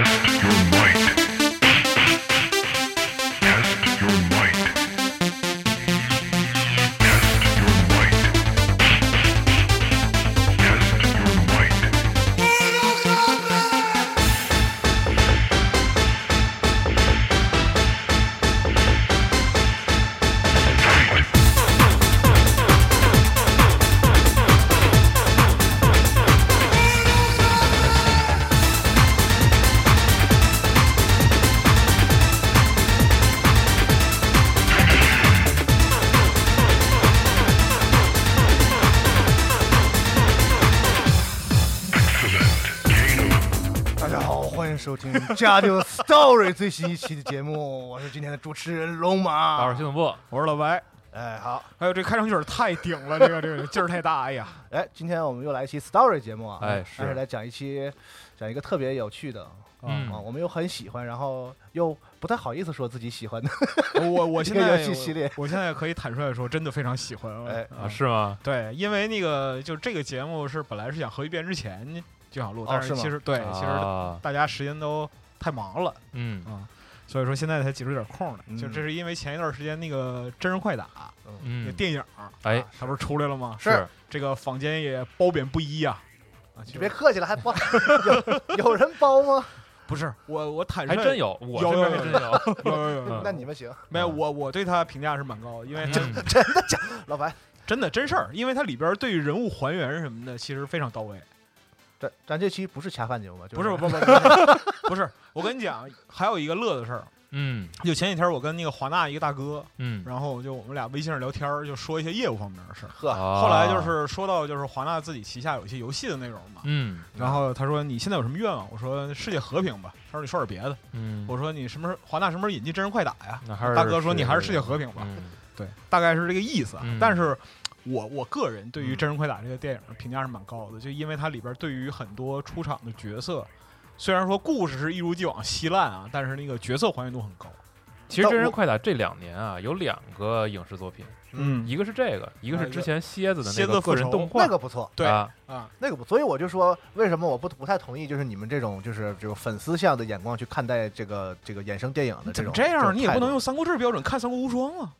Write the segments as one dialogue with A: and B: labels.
A: Test your might. Test your might. Test your might. Test your might. Fight.
B: 大家好，欢迎收听《家就 Story》最新一期的节目，我是今天的主持人龙
C: 大伙儿
B: 马
C: 系。统部，
D: 我是老白。
B: 哎，好，
D: 哎呦，这开场曲儿太顶了，这个这个劲儿太大，哎 呀，
B: 哎，今天我们又来一期 Story 节目啊，
C: 哎
B: 但
C: 是
B: 来讲一期，讲一个特别有趣的。啊，
C: 嗯，
B: 我们又很喜欢，然后又不太好意思说自己喜欢的，
D: 我我现
B: 一个
D: 在
B: 游戏系列
D: 我，我现在可以坦率的说，真的非常喜欢。
B: 哎
D: 啊
C: 啊，是吗？
D: 对，因为那个就这个节目是本来是想合一遍之前就想录，但
B: 哦是吗
D: 其实对，其实
C: 啊，
D: 大家时间都太忙了，啊
C: 嗯
D: 所以说现在才挤出点空来。就
B: 嗯
D: 这是因为前一段时间那个真人快打那
C: 嗯，
D: 电影，啊
C: 哎，
D: 它不是出来了吗？
B: 是
D: 这个坊间也褒贬不一呀。啊，就
B: 别客气了，还包 有有人包吗？
D: 不是我，我坦率
C: 还真有，我
D: 有
C: 这边
D: 有
C: 还
D: 有
C: 真有，
D: 有有有 有
B: 那你们行，
D: 没有我我对他评价是蛮高的，因为它
C: 嗯
B: 老白，
D: 真的真事儿，因为它里边对人物还原什么的其实非常到位。
B: 咱咱这期不是恰饭节目吧？就
D: 不是不不 不不是，我跟你讲，还有一个乐的事儿，
C: 嗯
D: 就前几天我跟那个华纳一个大哥，
C: 嗯，
D: 然后就我们俩微信上聊天儿，就说一些业务方面的事儿。
B: 呵，
C: 啊
D: 后来就，是说到就是华纳自己旗下有一些游戏的内容嘛，
C: 嗯
D: 然后他说你现在有什么愿望？我说世界和平吧。他说你说点别的。
C: 嗯，
D: 我说你什么时候华纳什么时候引进真人快打呀？
C: 那还是
D: 大哥说你还是世界和平吧。
C: 嗯
D: 对，大概是这个意思啊。
C: 嗯
D: 但是我我个人对于《真人快打》这个电影的评价是蛮高的，就因为它里边对于很多出场的角色，虽然说故事是一如既往稀烂啊，但是那个角色还原度很高。
C: 其实真人快打这两年啊，有两个影视作品，
D: 嗯，
C: 一个是这个，一个
B: 啊
C: 是
B: 一
C: 之
B: 个
C: 前蝎子的
D: 蝎
C: 那个
D: 子复
C: 个人
D: 仇
C: 动画，
B: 那个不错，
D: 对
C: 啊，
D: 啊，
B: 那个不，所以我就说，为什么我不不太同意，就是你们这种就是这种粉丝向的眼光去看待这个这个衍生电影的
D: 怎
B: 这种
D: 么这样？
B: 种
D: 你也
B: 态
D: 不
B: 度
D: 能用《三国志》标准看《三国无双》啊。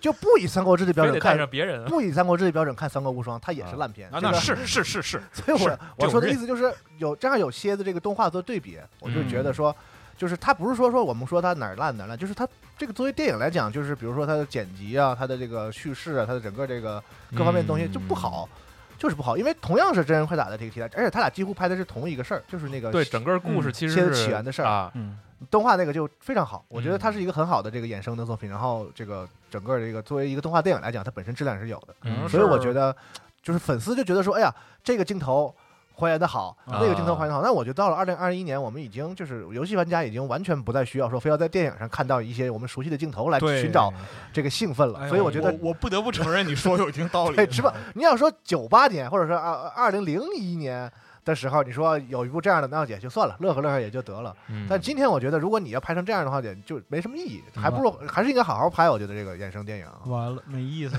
B: 就不以《三国志》的标
C: 非
B: 准
C: 得带
B: 看，
C: 上别人，
B: 不以《三国志》的标准看《三国无双》，它也是烂片。
D: 啊，
B: 这
D: 那
B: 个，
D: 是是是是，
B: 所以
D: 是
B: 我我
D: 这
B: 说
D: 种
B: 的意
D: 认
B: 思就是有正好有蝎子这个动画做对比，我就觉得
C: 嗯
B: 说，就是它不是说说我们说它哪儿烂哪儿烂，就是它这个作为电影来讲，就是比如说它的剪辑啊，它的这个叙事啊，它的整个这个各方面的东西就不好。就是不好，因为同样是真人快打的这个题材，而且他俩几乎拍的是同一个事儿，就是那个
C: 嗯。对，整个故事其实
B: 蝎子
C: 是
B: 起源的事儿
C: 啊，
D: 嗯，
B: 动画那个就非常好，我觉得
C: 嗯
B: 它是一个很好的这个衍生的作品。然后这个整个这个作为一个动画电影来讲，它本身质量是有的，
D: 可能
C: 嗯
D: 是
B: 所以我觉得就是粉丝就觉得说，哎呀，这个镜头还原的好，
D: 啊
B: 那个镜头还原得好。那我觉得到了二零二一年，我们已经就是游戏玩家已经完全不再需要说非要在电影上看到一些我们熟悉的镜头来
D: 对，
B: 寻找这个兴奋
D: 哎
B: 了。
D: 呦。
B: 所以我觉得。
D: 我不得不承认，你说有一定道理。
B: 对，是吧？你要说九八年，或者说二二零零一年，的时候，你说有一部这样的，那也就算了，乐呵乐呵也就得了。
C: 嗯
B: 但今天我觉得，如果你要拍成这样的话，也就没什么意义，
D: 白
B: 还不如还是应该好好拍。我觉得这个衍生电影啊，
D: 完了没意 思。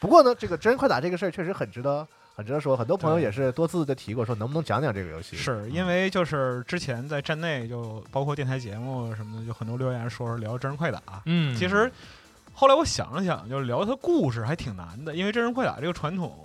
B: 不过呢，这个真人快打这个事儿确实很值得，很值得说。很多朋友
D: 对
B: 也是多次的提过，说能不能讲讲这个游戏？
D: 是因为就是之前在站内就包括电台节目什么的，就很多留言说是聊真人快打。啊
C: 嗯，
D: 其实后来我想了想，就是聊它故事还挺难的，因为真人快打这个传统，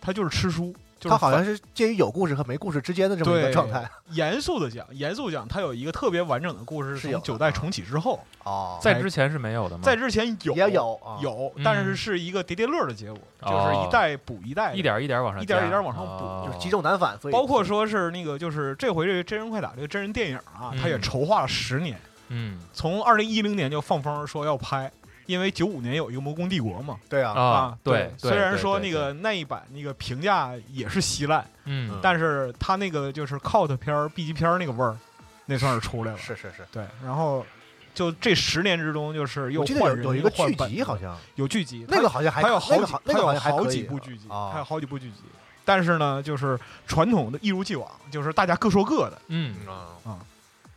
D: 它就是吃书，就是
B: 它好像是介于有故事和没故事之间的这么一个
D: 对
B: 状态。
D: 严肃的讲，严肃地讲，它有一个特别完整的故事，
B: 是
D: 从
B: 有
D: 九
B: 的
D: 代
B: 啊
D: 重启之后，
B: 哦，
C: 在之前是没有的吗？
D: 在之前有
B: 也有啊
D: 有
C: 嗯，
D: 但是是一个叠叠乐的结果，就是
C: 哦
D: 一代补一代，
C: 一点一点往上加，
D: 一点一点往上补
C: 哦
B: 就是积重难返，所以
D: 包括说是那个就是这回这个真人快打这个真人电影啊，它也
C: 嗯
D: 筹划了十年，
C: 嗯
D: 从二零一零年就放风说要拍。因为九五年有一个《魔宫帝国》嘛，
B: 对啊，
C: 啊，对，对
D: 虽然说
C: 对
D: 那
C: 对
D: 个那一版那个评价也是稀烂，
C: 嗯，
D: 但是他那个就是 cult 片儿、B 级片儿那个味儿，那算是出来了。
B: 是是是。
D: 对，然后就这十年之中，就是又
B: 我记得
D: 换
B: 有
D: 人
B: 有一
D: 又
B: 个
D: 换
B: 剧
D: 本
B: 集，
D: 子
B: 好像
D: 有剧集，
B: 那个好像还
D: 它有
B: 那
D: 好
B: 个
D: 几
B: 好，那
D: 它
B: 个好
D: 有
B: 像还
D: 好
B: 可
D: 几
B: 以
D: 部剧集，
B: 啊
D: 它有好几部剧集。但是呢，就是传统的一如既往，就是大家各说各的。
C: 嗯，
B: 啊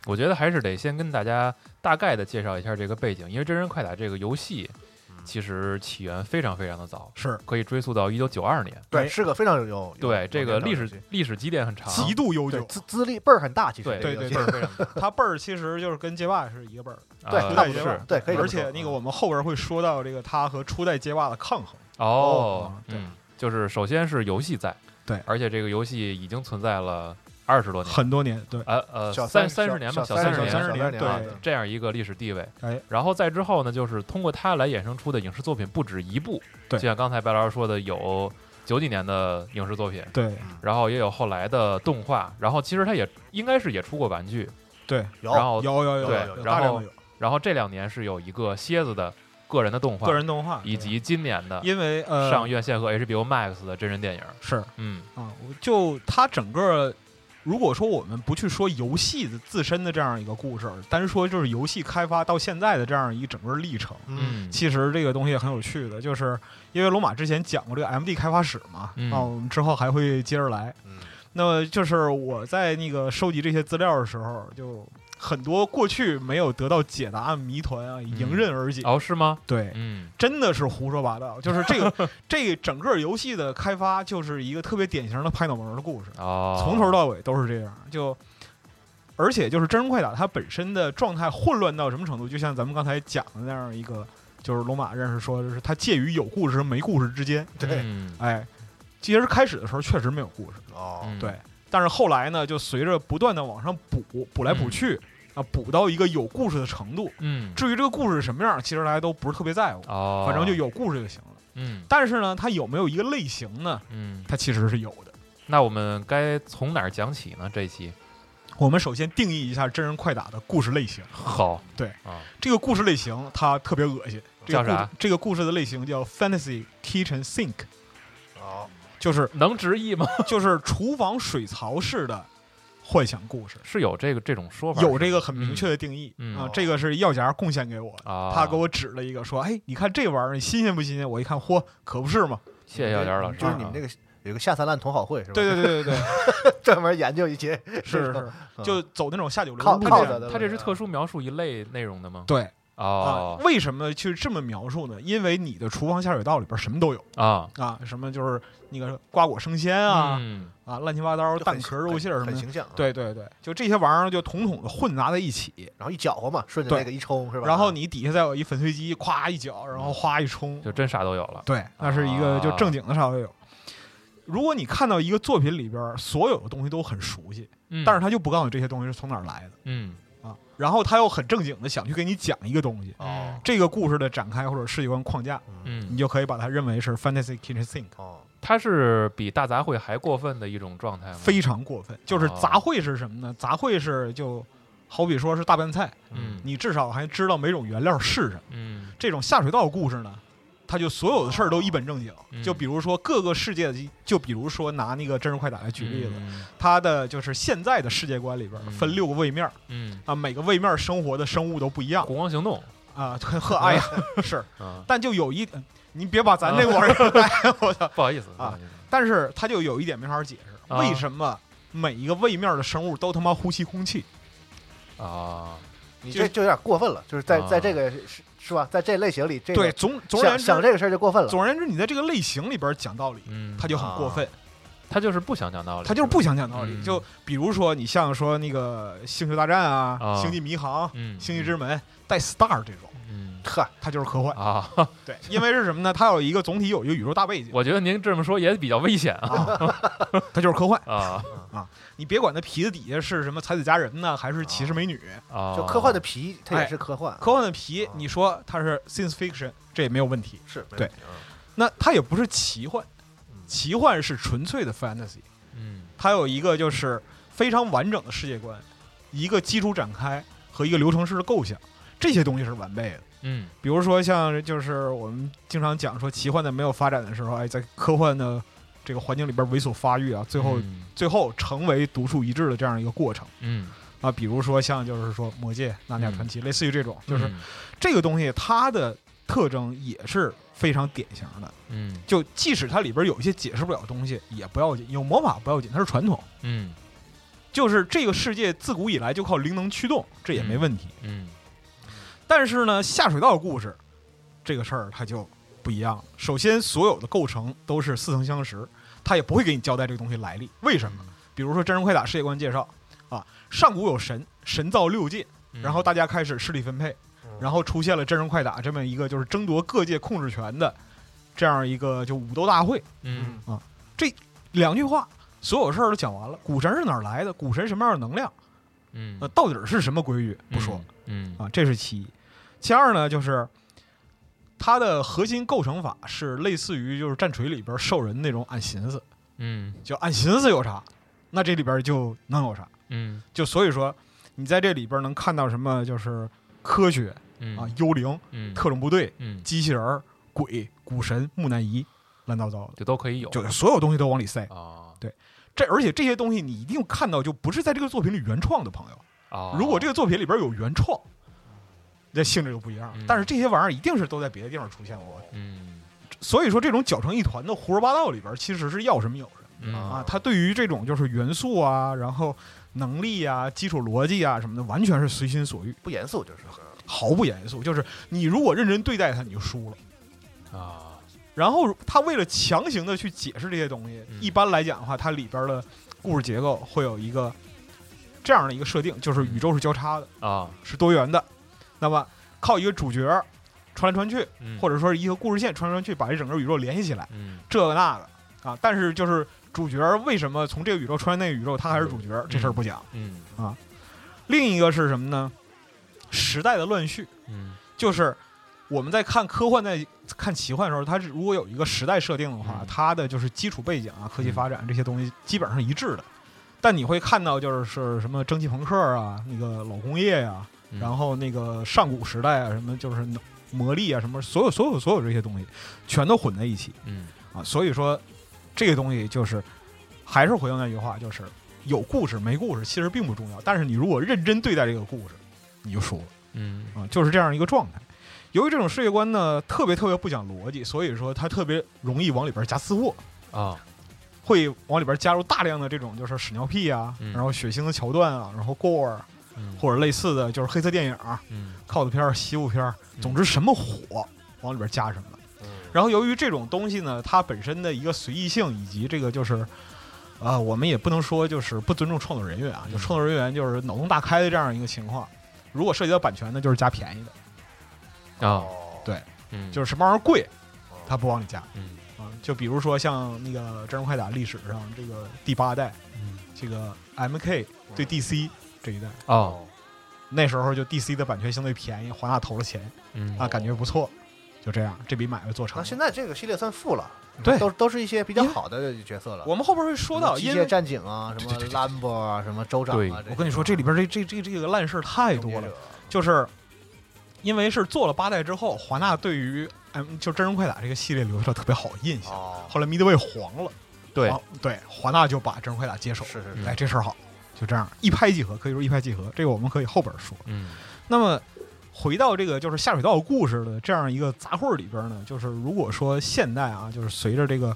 C: 我觉得还是得先跟大家大概的介绍一下这个背景，因为《真人快打》这个游戏
B: 嗯
C: 其实起源非常非常的早，
D: 是
C: 可以追溯到一九九二年。
B: 对，
D: 哎
B: 是个非常有有
C: 对，这个历
B: 有年代的游
C: 史
B: 戏
C: 历史积淀很长，
D: 极度悠
B: 啊对
D: 久，
B: 资资历辈儿很大，其实
C: 对
B: 这个游
D: 对
B: 戏
D: 对
C: 辈儿非常大，
D: 它辈儿其实就是跟街霸是一个辈儿，
B: 对
C: 啊
B: 差
D: 不多
C: 是
B: 对可以这
D: 而
B: 么说
D: 且那个
B: 嗯
D: 我们后边会说到这个它和初代街霸的抗衡。
C: 哦
D: 哦，
C: 嗯，就是首先是游戏在，
D: 对
C: 而且这个游戏已经存在了二十多年，
D: 很多年，对，
C: 呃呃
B: 小
C: 三
B: 三
C: 三十年吧，
B: 小
C: 三
D: 十
C: 十
D: 年
B: 小
D: 小
C: 年
B: 年
D: 30年
B: 啊
D: 对
C: 这样一个历史地位。
D: 哎，
C: 然后再之后呢，就是通过它来衍生出的影视作品不止一部，
D: 对
C: 就像刚才白老师说的，有九几年的影视作品，
D: 对
C: 然后也有后来的动画，然后其实它也应该是也出过玩具，
D: 对，
B: 有
C: 然后
D: 有有有，
C: 哦对
D: 有
C: 然
D: 大量
C: 后
D: 的有
C: 然后这两年是有一个蝎子的个人的动画
D: 个，人动画，
C: 以
D: 对
C: 及今年的
D: 因为呃
C: 上院线和 HBO Max 的真人电影，
D: 是
C: 嗯
D: 啊，我就它整个，如果说我们不去说游戏的自身的这样一个故事，单说就是游戏开发到现在的这样一个整个历程，
B: 嗯，
D: 其实这个东西很有趣的，就是因为罗马之前讲过这个 MD 开发史嘛，
C: 嗯
D: 啊，我们之后还会接着来。
B: 嗯
D: 那么就是我在那个收集这些资料的时候，就很多过去没有得到解答的谜团啊，迎刃而解。
C: 哦是吗？
D: 对，
C: 嗯
D: 真的是胡说八道，就是这个 这个整个游戏的开发就是一个特别典型的拍脑门儿的故事，
C: 哦，
D: 从头到尾都是这样。就而且就是真人快打它本身的状态混乱到什么程度，就像咱们刚才讲的那样一个，就是罗马认识说，就是它介于有故事和没故事之间。
B: 对
C: 嗯
D: 哎，其实开始的时候确实没有故事，
B: 哦
C: 嗯
D: 对，但是后来呢，就随着不断的往上补，补来补去。啊，补到一个有故事的程度。
C: 嗯
D: 至于这个故事什么样，其实大家都不是特别在乎，
C: 哦，
D: 反正就有故事就行了。
C: 嗯
D: 但是呢，它有没有一个类型呢？
C: 嗯，
D: 它其实是有的。
C: 那我们该从哪儿讲起呢？这一 期
D: 我们首先定义一下真人快打的故事类型。
C: 好
D: 对
C: 啊，
D: 这个故事类型它特别恶心，这个
C: 叫啥
D: 故这个故事的类型叫 fantasy kitchen sink，
B: 哦
D: 就是
C: 能直译吗？
D: 就是厨房水槽式的幻想故事，
C: 是有这个这种说法，
D: 有这个很明确的定义
C: 嗯嗯
D: 啊
B: 哦。
D: 这个是药夹贡献给我的。
C: 啊，
D: 他给我指了一个，说：“哎，你看这玩意儿新鲜不新鲜？”我一看，嚯，可不是嘛！
C: 谢谢姚佳老师啊，
B: 嗯就是你们那个有一个下三滥同好会是吧？
D: 对对对对
B: 对，专门研究一些
D: 对，是是，
B: 嗯
D: 就走那种下九流
B: 靠
D: 路
B: 靠
D: 线
B: 着的
C: 他这是特殊描述一类内容的吗？
D: 对，啊
C: 哦，
D: 为什么去这么描述呢？因为你的厨房下水道里边什么都有
C: 啊
D: 啊，什么就是那个瓜果生鲜啊，
C: 嗯
D: 啊乱七八糟
B: 就很
D: 蛋壳肉馅儿什
B: 很
D: 么的。
B: 形象。，啊
D: 对对对，就这些玩意儿就统统的混杂在一起，
B: 然后一搅和嘛，顺着
D: 对
B: 那个一冲是吧？
D: 然后你底下再有一粉碎机，咵一搅，然后哗一冲，
C: 就真啥都有了。
D: 对，那是一个就正经的啥都有。如果你看到一个作品里边所有的东西都很熟悉，
C: 嗯
D: 但是他就不告诉你这些东西是从哪儿来
C: 嗯
D: 的啊，然后他又很正经的想去给你讲一个东西，
B: 哦
D: 这个故事的展开或者世界观框架，你
C: 嗯，
D: 就可以把它认为是 fantasy kitchen sink，
B: 哦
C: 它是比大杂烩还过分的一种状态吗？
D: 非常过分。就是
C: 哦
D: 杂烩是什么呢？杂烩是就好比说是大拌菜，
C: 嗯
D: 你至少还知道每种原料是什么。
C: 嗯
D: 这种下水道故事呢，它就所有的事儿都一本正经
C: 嗯。
D: 就比如说各个世界的，就比如说拿那个真人快打来举例子，
C: 嗯
D: 它的就是现在的世界观里边
C: 嗯
D: 分六个位面
C: 嗯，
D: 啊，每个位面生活的生物都不一样
C: 火光行动
D: 啊。呵， 哎呀，是，
C: 啊，
D: 嗯但就有一，你别把咱这玩意儿带，我操。
C: 不好意思
D: 啊，
C: 不好意思
D: 但是它就有一点没法解释，
C: 啊
D: 为什么每一个位面的生物都他妈呼吸空气？
C: 啊，
B: 你
D: 就
B: 这就有点过分了，就是在
C: 啊
B: 在这个是是吧，在这类型里，这个
D: 对，总总而言
B: 想想
D: 之，
B: 这个事儿就过分了。
D: 总而言之，你在这个类型里边讲道理，
C: 嗯，
D: 他就很过分，
C: 他就是不想讲道理，
D: 他就是不想讲道理。
C: 嗯
D: 就比如说，你像说那个《星球大战》啊，
C: 啊
D: 星际迷航》
C: 嗯，
D: 星际之门》带 star 这种，
C: 嗯
B: 呵，
D: 他就是科幻。
C: 啊，
D: 对，因为是什么呢？它有一个总体有一个宇宙大背景，
C: 我觉得您这么说也比较危险啊
D: 它就是科幻。
C: 啊
D: 你别管它皮子底下是什么才子佳人呢，还是骑士美女，
C: 啊，
B: 就科幻的皮，它也是科幻，
D: 哎科幻的皮
B: 啊，
D: 你说它是 science fiction，这也没有问题。
B: 是没
D: 对
B: 问题啊
D: 那它也不是奇幻
B: 嗯，
D: 奇幻是纯粹的 fantasy，
C: 嗯
D: 它有一个就是非常完整的世界观，一个基础展开和一个流程式的构想，这些东西是完备的。
C: 嗯
D: 比如说像就是我们经常讲说奇幻的没有发展的时候，哎，在科幻的这个环境里边猥琐发育啊，最后
C: 嗯
D: 最后成为独树一帜的这样一个过程
C: 嗯，
D: 啊。比如说像就是说《魔戒》《纳尼亚传奇》，类似于这种，就是
C: 嗯
D: 这个东西它的特征也是非常典型的。
C: 嗯
D: 就即使它里边有一些解释不了的东西也不要紧，有魔法不要紧，它是传统，
C: 嗯
D: 就是这个世界自古以来就靠灵能驱动，这也没问题。
C: 嗯
D: 但是呢，下水道故事这个事儿它就不一样了。首先，所有的构成都是似曾相识，它也不会给你交代这个东西来历，为什么？比如说《真人快打》世界观介绍啊，上古有神，神造六界，
C: 嗯，
D: 然后大家开始势力分配，然后出现了《真人快打》这么一个就是争夺各界控制权的这样一个就武斗大会。
C: 嗯
D: 两句话，所有事儿都讲完了。股神是哪儿来的？股神什么样的能量？
C: 嗯
D: 呃，到底是什么规律？不说、
C: 嗯
D: 啊，这是其一。其二呢，就是它的核心构成法是类似于就是战锤里边兽人那种按寻思，
C: 嗯
D: 就按寻思有啥，那这里边就能有啥。
C: 嗯
D: 就所以说，你在这里边能看到什么？就是科学
C: 嗯
D: 啊，幽灵、
C: 嗯
D: 特种部队、
C: 嗯
D: 机器人儿、鬼、股神、木乃伊，乱糟糟的，
C: 就都可以有
D: 就是所有东西都往里塞。
C: 啊
D: 这而且这些东西你一定看到，就不是在这个作品里原创的朋友。
C: 啊，
D: 如果这
C: 个
D: 个作品里边有原创，这性质就不一样了
C: 嗯。
D: 但是这些玩意儿一定是都在别的地方出现过的，
C: 嗯
D: 所以说这种搅成一团的胡说八道里边，其实是要什么有什么
C: 嗯
D: 啊。它对于这种就是元素啊，然后能力啊、基础逻辑啊什么的，完全是随心所欲，
B: 不严肃就是。
D: 毫不严肃。就是你如果认真对待它，你就输了。
C: 啊
D: 然后他为了强行的去解释这些东西，
C: 嗯
D: 一般来讲的话，它里边的故事结构会有一个这样的一个设定，就是宇宙是交叉的，
C: 啊
D: 是多元的。那么靠一个主角传来传去，
C: 嗯
D: 或者说是一个故事线传来传去，把这整个宇宙联系起来，
C: 嗯
D: 这个那个啊。但是就是主角为什么从这个宇宙穿那个宇宙，他还是主角，这事儿不讲。
C: 嗯
D: 另一个是什么呢？时代的乱序，
C: 嗯
D: 就是我们在看科幻、在看奇幻的时候，它是如果有一个时代设定的话
C: 嗯，
D: 它的就是基础背景啊、科技发展这些东西基本上一致的。但你会看到，就是是什么蒸汽朋克啊，那个老工业呀、
C: 嗯
D: 然后那个上古时代啊，什么就是魔力啊，什么所有所有所有这些东西，全都混在一起
C: 嗯
D: 啊。所以说，这个东西就是还是回到那句话，就是有故事没故事其实并不重要，但是你如果认真对待这个故事，你就输了。
C: 嗯
D: 啊，就是这样一个状态。由于这种世界观呢，特别特别不讲逻辑，所以说它特别容易往里边加私货，
C: 啊
D: 会往里边加入大量的这种就是屎尿屁啊，
C: 嗯
D: 然后血腥的桥段啊，然后 gore 啊
C: 嗯
D: 或者类似的就是黑色电影、
C: 嗯
D: cult 片、西部片，总之什么火往里边加什么。
B: 嗯
D: 然后由于这种东西呢，它本身的一个随意性以及这个就是。啊、我们也不能说就是不尊重创作人员啊，
C: 嗯
D: 就创作人员就是脑洞大开的这样一个情况。如果涉及到版权呢，就是加便宜的，
C: 啊
B: 哦
D: 对
C: 嗯
D: 就是是什么玩意儿贵，它不往里加
C: 嗯
D: 啊。就比如说像那个《真人快打》历史上这个第八代，
C: 嗯
D: 这个 M K 对 D C 这一代，
C: 哦
D: 那时候就 D C 的版权相对便宜，华纳投了钱
C: 嗯
D: 啊，感觉不错，就这样，这笔买卖做成
B: 那
D: 了。
B: 现在这个系列算负了，
D: 对
B: 都都是一些比较
D: 因为
B: 好的角色了。
D: 我们后边会说到，
B: 机
D: 因
B: 械
D: 为
B: 战警啊，什么
D: 对对对对
B: 兰博啊，什么州长
C: 对
B: 啊，
D: 我跟你说，这里边这这这这个烂事儿太
B: 太
D: 多了，就是因为是做了八代之后，华纳对于 M 就《真人快打》这个系列留下了特别好印象。
B: 哦，
D: 后来 Midway 黄了，
C: 对
D: 黄对，华纳就把《真人快打》接手了。
B: 是是
C: 嗯
B: 是，
D: 哎，这事儿好，就这样一拍即合，可以说一拍即合。这个我们可以后边说。
C: 嗯
D: 那么回到这个就是下水道故事的这样一个杂烩儿里边呢，就是如果说现代啊，就是随着这个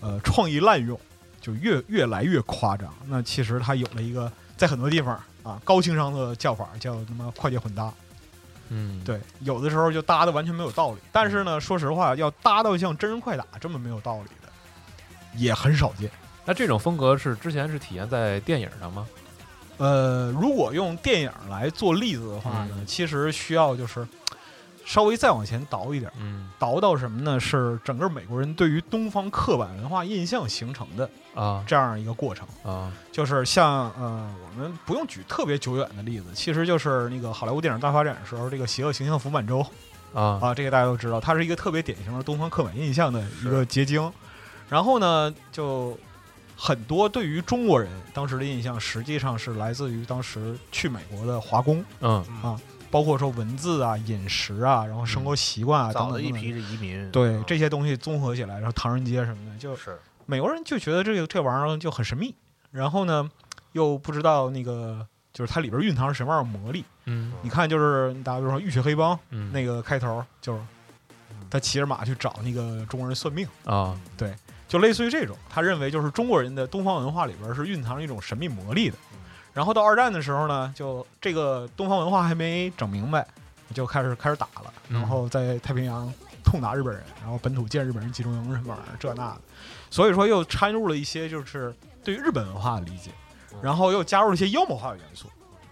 D: 呃创意滥用，就越越来越夸张。那其实它有了一个在很多地方啊高情商的叫法，叫他妈快捷混搭。
C: 嗯，，
D: 对，有的时候就搭的完全没有道理。但是呢，说实话，要搭到像真人快打这么没有道理的，也很少见。
C: 那这种风格是之前是体现在电影上吗？
D: 呃，如果用电影来做例子的话呢，
C: 嗯
D: 其实需要就是稍微再往前倒一点，
C: 嗯
D: 倒到什么呢？是整个美国人对于东方刻板文化印象形成的
C: 啊
D: 这样一个过程。
C: 啊，
D: 就是像呃，我们不用举特别久远的例子，其实就是那个好莱坞电影大发展的时候，这个邪恶形象浮满洲
C: 啊
D: 啊，这个大家都知道，它是一个特别典型的东方刻板印象的一个结晶。然后呢，就很多对于中国人当时的印象，实际上是来自于当时去美国的华工，
C: 嗯
D: 包括说文字啊、饮食啊，然后生活习惯啊
B: 嗯
D: 等
B: 早
D: 等
B: 的
D: 等
B: 一
D: 等
B: 批是移民，
D: 对
B: 嗯
D: 这些东西综合起来，然后唐人街什么的，就是美国人就觉得这个这玩意儿就很神秘，然后呢，又不知道那个就是它里边蕴藏着什么样的魔力。
C: 嗯
D: 你看，就是打比如说《浴血黑帮》
C: 嗯
D: 那个开头，就是他骑着马去找那个中国人算命，
C: 啊
D: 就类似于这种。他认为就是中国人的东方文化里边是蕴藏着一种神秘魔力的。然后到二战的时候呢，就这个东方文化还没整明白，就开始开始打了，
C: 嗯
D: 然后在太平洋痛打日本人，然后本土建日本人集中营什么玩意儿这那的，所以说又掺入了一些就是对于日本文化的理解，然后又加入了一些妖魔化的元素，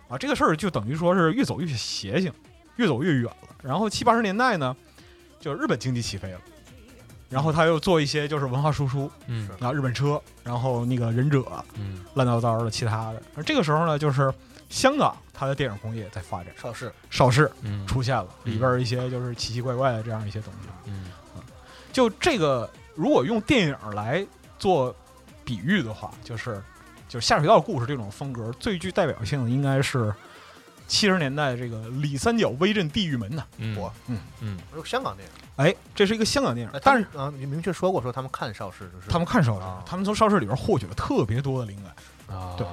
D: 啊，这个事儿就等于说是越走越邪性，越走越远了。然后七八十年代呢，就日本经济起飞了。然后他又做一些就是文化输出
C: 嗯
D: 啊，日本车，然后那个忍者，
C: 嗯
D: 乱糟糟的其他的。而这个时候呢，就是香港它的电影工业在发展，
B: 邵氏
D: 邵氏
C: 嗯
D: 出现了，
C: 嗯
D: 里边儿一些就是奇奇怪怪的这样一些东西。
C: 嗯
D: 就这个，如果用电影来做比喻的话，就是就是下水道故事这种风格最具代表性的应该是。七十年代这个里三角威震地狱门呐，
C: 嗯
B: 我
D: 嗯
C: 嗯
B: 就是香港电影，
D: 哎，这是一个香港电
B: 哎
D: 影，但是
B: 他们啊，你明确说过说他们看邵氏就是
D: 他们看邵氏
B: 啊，
D: 他们从邵氏里边获取了特别多的灵感。
C: 啊
D: 对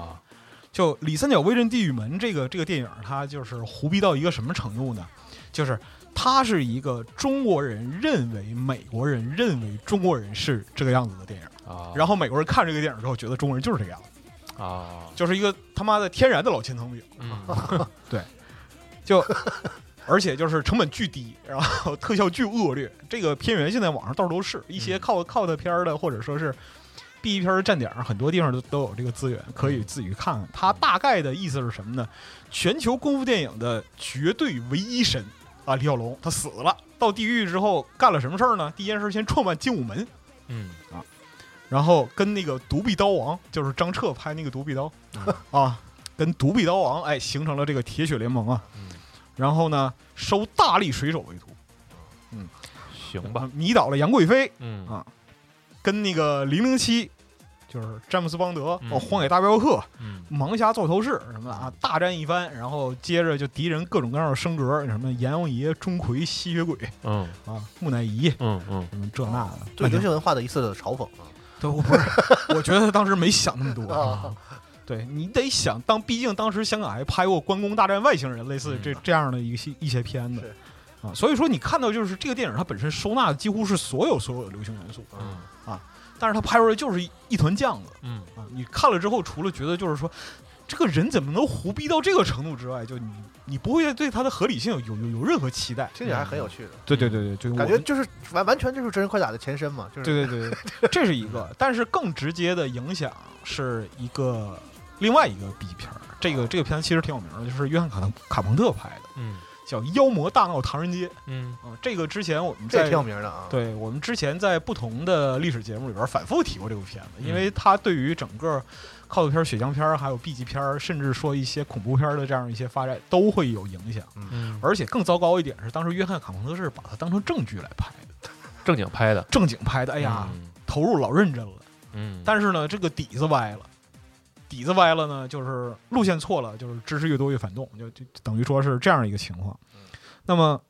D: 就《李三角威震地狱门》这个这个电影，它就是胡逼到一个什么程度呢？就是它是一个中国人认为美国人认为中国人是这个样子的电影，
C: 啊，
D: 然后美国人看这个电影之后觉得中国人就是这个样子，
C: 后啊
D: 就是一个他妈的天然的老千层饼，
C: 嗯
D: 就而且就是成本巨低，然后特效巨恶劣。这个片源现在网上到处都是一些
C: 嗯
D: 靠靠的片儿的，或者说是 B 片儿站点儿，很多地方都都有这个资源，可以自己去看看。它大概的意思是什么呢？全球功夫电影的绝对唯一神啊，李小龙他死了，到地狱之后干了什么事儿呢？第一件事先创办精武门，
C: 嗯
D: 然后跟那个独臂刀王，就是张彻拍那个独臂刀、 啊，跟独臂刀王哎形成了这个铁血联盟啊。
C: 嗯
D: 然后呢，收大力水手为徒，
C: 行吧，
D: 嗯迷倒了杨贵妃，
C: 嗯
D: 啊跟那个零零七，就是詹姆斯邦德、
C: 嗯
D: 哦，荒野大镖客、
C: 嗯
D: 盲侠座头市什么的啊，大战一番，然后接着就敌人各种各样的升格，什么阎王爷、钟馗、吸血鬼
C: 嗯
D: 啊、木乃伊。
C: 嗯嗯
D: 什么这那的，
B: 对流
D: 对，
B: 行文化的一次的嘲讽啊
D: 都不是，我觉得他当时没想那么多。
B: 啊，
D: 对你得想，当毕竟当时香港还拍过《关公大战外星人》类
C: 嗯
D: 似这、这样的一些一些片子
B: 是
D: 啊，所以说你看到就是这个电影它本身收纳的几乎是所有所有的流行元素，啊
C: 嗯
D: 但是它拍出来就是一一团酱子
C: 嗯
D: 啊。你看了之后，除了觉得就是说这个人怎么能胡逼到这个程度之外，就你你不会对它的合理性有有有有任何期待。
B: 听起来还很有趣的，
D: 对对对对，就
B: 感觉就是完完全就是真人快打的前身嘛，就是
D: 对对对对，这是一个，但是更直接的影响是一个另外一个 B 片儿，这
B: 啊
D: 个这个片子其实挺有名的，就是约翰卡卡朋特拍的，
C: 嗯
D: 叫《妖魔大闹唐人街》
C: 嗯
D: 啊。这个之前我们
B: 这也
D: 在
B: 挺有名的啊。
D: 对我们之前在不同的历史节目里边反复提过这部片子，因为它对于整个靠片儿、血浆片儿，还有 B 级片儿，甚至说一些恐怖片儿的这样一些发展都会有影响。
C: 嗯，
D: 而且更糟糕一点是，当时约翰卡朋特是把它当成正剧来拍的，
C: 正经拍的，
D: 正经拍的，哎
C: 哎
D: 呀，投入老认真了。
C: 嗯，
D: 但是呢，这个底子歪了，底子歪了呢，就是路线错了，就是支持越多越反动，就就就等于说是这样一个情况。那么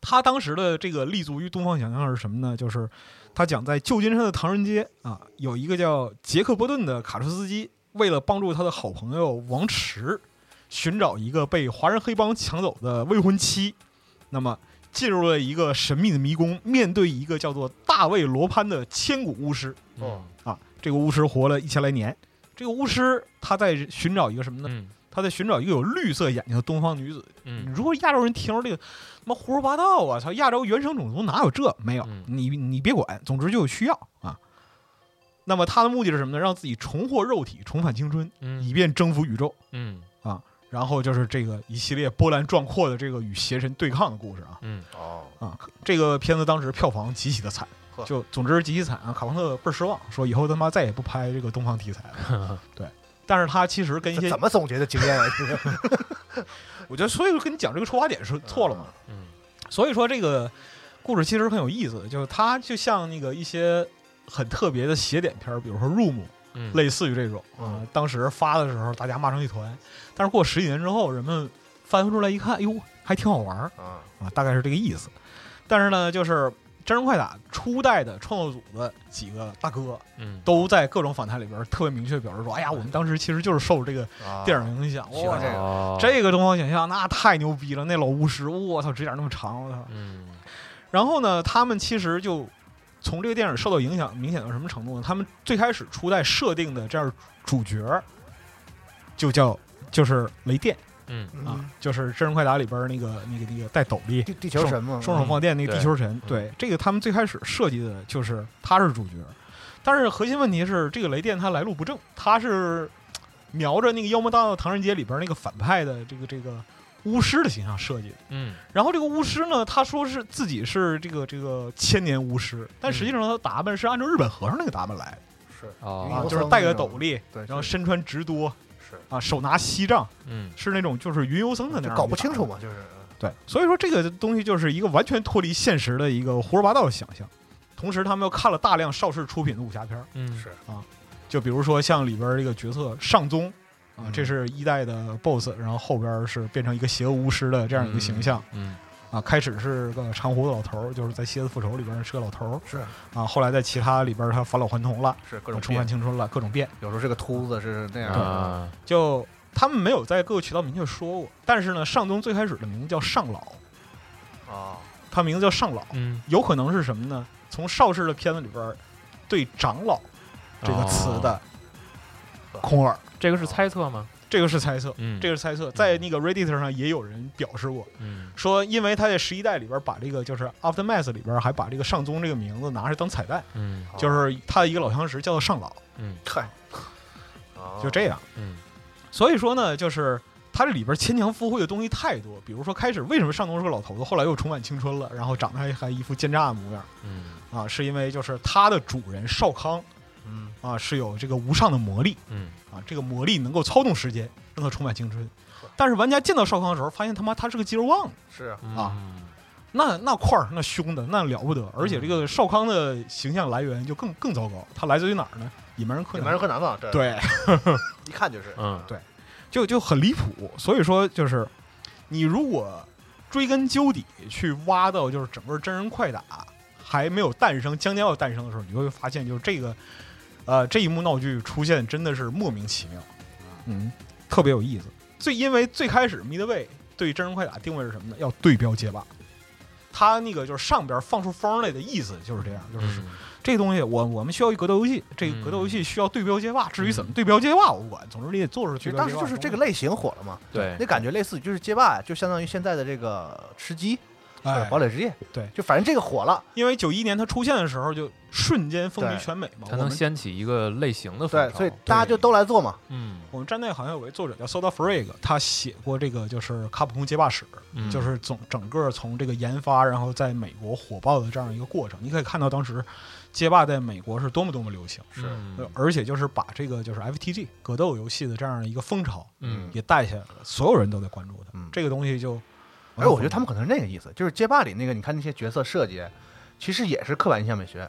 D: 他当时的这个立足于东方想象是什么呢？就是他讲在旧金山的唐人街啊，有一个叫杰克伯顿的卡车司机，为了帮助他的好朋友王池寻找一个被华人黑帮抢走的未婚妻，那么进入了一个神秘的迷宫，面对一个叫做大卫罗潘的千古巫师
C: 嗯
B: 哦
D: 啊。这个巫师活了一千来年，这个巫师他在寻找一个什么呢？
C: 嗯
D: 他在寻找一个有绿色眼睛的东方女子。
C: 嗯
D: 如果亚洲人听着这个，妈胡说八道啊！操，亚洲原生种族哪有这？没有
C: 嗯，
D: 你你别管，总之就有需要啊。那么他的目的是什么呢？让自己重获肉体，重返青春，
C: 嗯
D: 以便征服宇宙。
C: 嗯
D: 然后就是这个一系列波澜壮阔的这个与邪神对抗的故事啊
C: 嗯
B: 哦，
D: 啊！这个片子当时票房极其的惨
B: 呵，
D: 就总之极其惨啊！卡朋特倍儿失望，说以后他妈再也不拍这个东方题材
C: 嗯
D: 了。对，但是他其实跟一
B: 这
D: 些
B: 怎么总结的经验啊？这个
D: 我觉得，所以说跟你讲这个出发点是错了嘛。
C: 嗯
D: 所以说这个故事其实很有意思，就是它就像那个一些很特别的邪典片儿，比如说《入幕》，
C: 嗯，
D: 类似于这种 啊、
B: 嗯
D: 当时发的时候大家骂成一团，但是过十几年之后，人们翻出来一看，哟，还挺好玩儿
B: 啊，
D: 啊，大概是这个意思。但是呢，就是《真人快打》初代的创作组的几个大哥
C: 嗯
D: 都在各种访谈里边儿特别明确地表示说：“哎呀，我们当时其实就是受这个
B: 啊
D: 电影影响，
B: 喜
D: 哇
B: 欢，这个
C: 哦
D: 这个东方形象那太牛逼了，那老巫师，我操，指甲那么长，我操。”
C: 嗯
D: 然后呢，他们其实就从这个电影受到影响，明显到什么程度呢？他们最开始初代设定的这样主角儿就叫就是雷电
C: 嗯
B: 嗯
D: 啊，就是《真人快打》里边儿那个那个那个带斗笠、
B: 地地球神嘛，
D: 双手放电那
C: 嗯
D: 个地球神。对，这个他们最开始设计的就是他是主角，但是核心问题是这个雷电他来路不正，他是瞄着那个《妖魔大道唐人街》里边儿那个反派的这个这个巫师的形象设计的。
C: 嗯
D: 然后这个巫师呢，他说是自己是这个这个千年巫师，但实际上他的打扮是按照日本和尚那个打扮来的，
B: 是，
D: 啊，
C: 哦
B: 嗯
D: 就是戴个斗笠，
B: 对，
D: 然后
B: 是
D: 身穿直多
B: 是
D: 啊，手拿西杖，
C: 嗯
D: 是那种就是云游僧的那
B: 就
D: 样，
B: 搞不清楚。嘛，就是嗯
D: 对，所以说这个东西就是一个完全脱离现实的一个胡说八道的想象。同时，他们又看了大量邵氏出品的武侠片儿，
C: 嗯
B: 是
D: 就比如说像里边儿这个角色上宗啊，
B: 嗯
D: 这是一代的 BOSS，然后后边儿是变成一个邪恶巫师的这样一个形象。
C: 嗯
D: 啊，开始是个长胡子老头儿，就是在《蝎子复仇》里边儿是个老头
B: 是
D: 儿啊，后来在其他里边儿他返老还童了，
B: 是各
D: 啊
B: 种
D: 重返
B: 变，
D: 青春了，各种变。
B: 有时候是个秃子是那样的，
C: 啊
D: 就他们没有在各个渠道明确说过，但是呢，上宗最开始的名字叫上老，
B: 啊，
D: 他名字叫上老，
C: 嗯
D: 有可能是什么呢？从邵氏的片子里边儿对“长老”这个词的
B: 哦
D: 空耳，
C: 这个是猜测吗？
D: 这个是猜测，
C: 嗯
D: 这个是猜测，在那个 Reddit 上也有人表示过，
C: 嗯
D: 说，因为他在十一代里边把这个就是 Aftermath 里边还把这个上宗这个名字拿来当彩蛋，
C: 嗯
B: 啊
D: 就是他的一个老相识叫做上老，
C: 嗯
B: 嗨，啊
D: 哦就这样。
C: 嗯
D: 所以说呢，就是他这里边牵强附会的东西太多，比如说开始为什么上宗是个老头子，后来又重返青春了，然后长得还还一副奸诈的模样
C: 嗯
D: 啊，是因为就是他的主人少康
B: 嗯
D: 啊是有这个无上的魔力
C: 嗯
D: 啊，这个魔力能够操纵时间，让他重返青春。但是玩家见到少康的时候，发现他妈他是个肌肉旺子。
B: 是
C: 啊
D: 那那块儿那凶的那了不得，而且这个少康的形象来源就更更糟糕，他来自于哪儿呢？野蛮人柯
B: 野蛮人
D: 南，
B: 柯南嘛，这
D: 对，
B: 一看就是，
C: 嗯
D: 对就就很离谱。所以说，就是你如果追根究底去挖到就是整个真人快打还没有诞生，将将要诞生的时候，你会发现就是这个呃这一幕闹剧出现真的是莫名其妙，嗯，特别有意思。最因为最开始 Midway 对真人快打定位是什么呢？要对标街霸。他那个就是上边放出风来的意思就是这样，就是
C: 嗯
D: 这东西我我们需要一格斗游戏，这个格斗游戏需要对标街霸。至于怎么对标街霸，我不管，总之你得做出
B: 其
D: 去。
B: 实当时就是这个，类型火了嘛，
C: 对
B: 那感觉类似于就是街霸，就相当于现在的这个吃鸡，
D: 哎
B: 堡，垒之夜，
D: 对
B: 就反正这个火了，
D: 因为九一年它出现的时候就瞬间风靡
B: 对
D: 全美嘛。
C: 它
D: 我
C: 能
D: 们
C: 掀起一个类型的
B: 对
C: 风，潮，
B: 所以大家就都来做嘛，
C: 嗯
D: 我们站内好像有位作者叫 Soda Freak，他写过这个就是卡普空街霸史，
C: 嗯
D: 就是总整个从这个研发，然后在美国火爆的这样一个过程。你可以看到当时街霸在美国是多么多么流行，
B: 是
D: 呃
C: 嗯
D: 而且就是把这个就是 FTG 格斗游戏的这样一个风潮，
C: 嗯
D: 也带下来了，所有人都在关注它。
B: 嗯
D: 这个东西就，
B: 哎，我觉得他们可能是那个意思，就是街霸里那个，你看那些角色设计，其实也是刻板印象美学，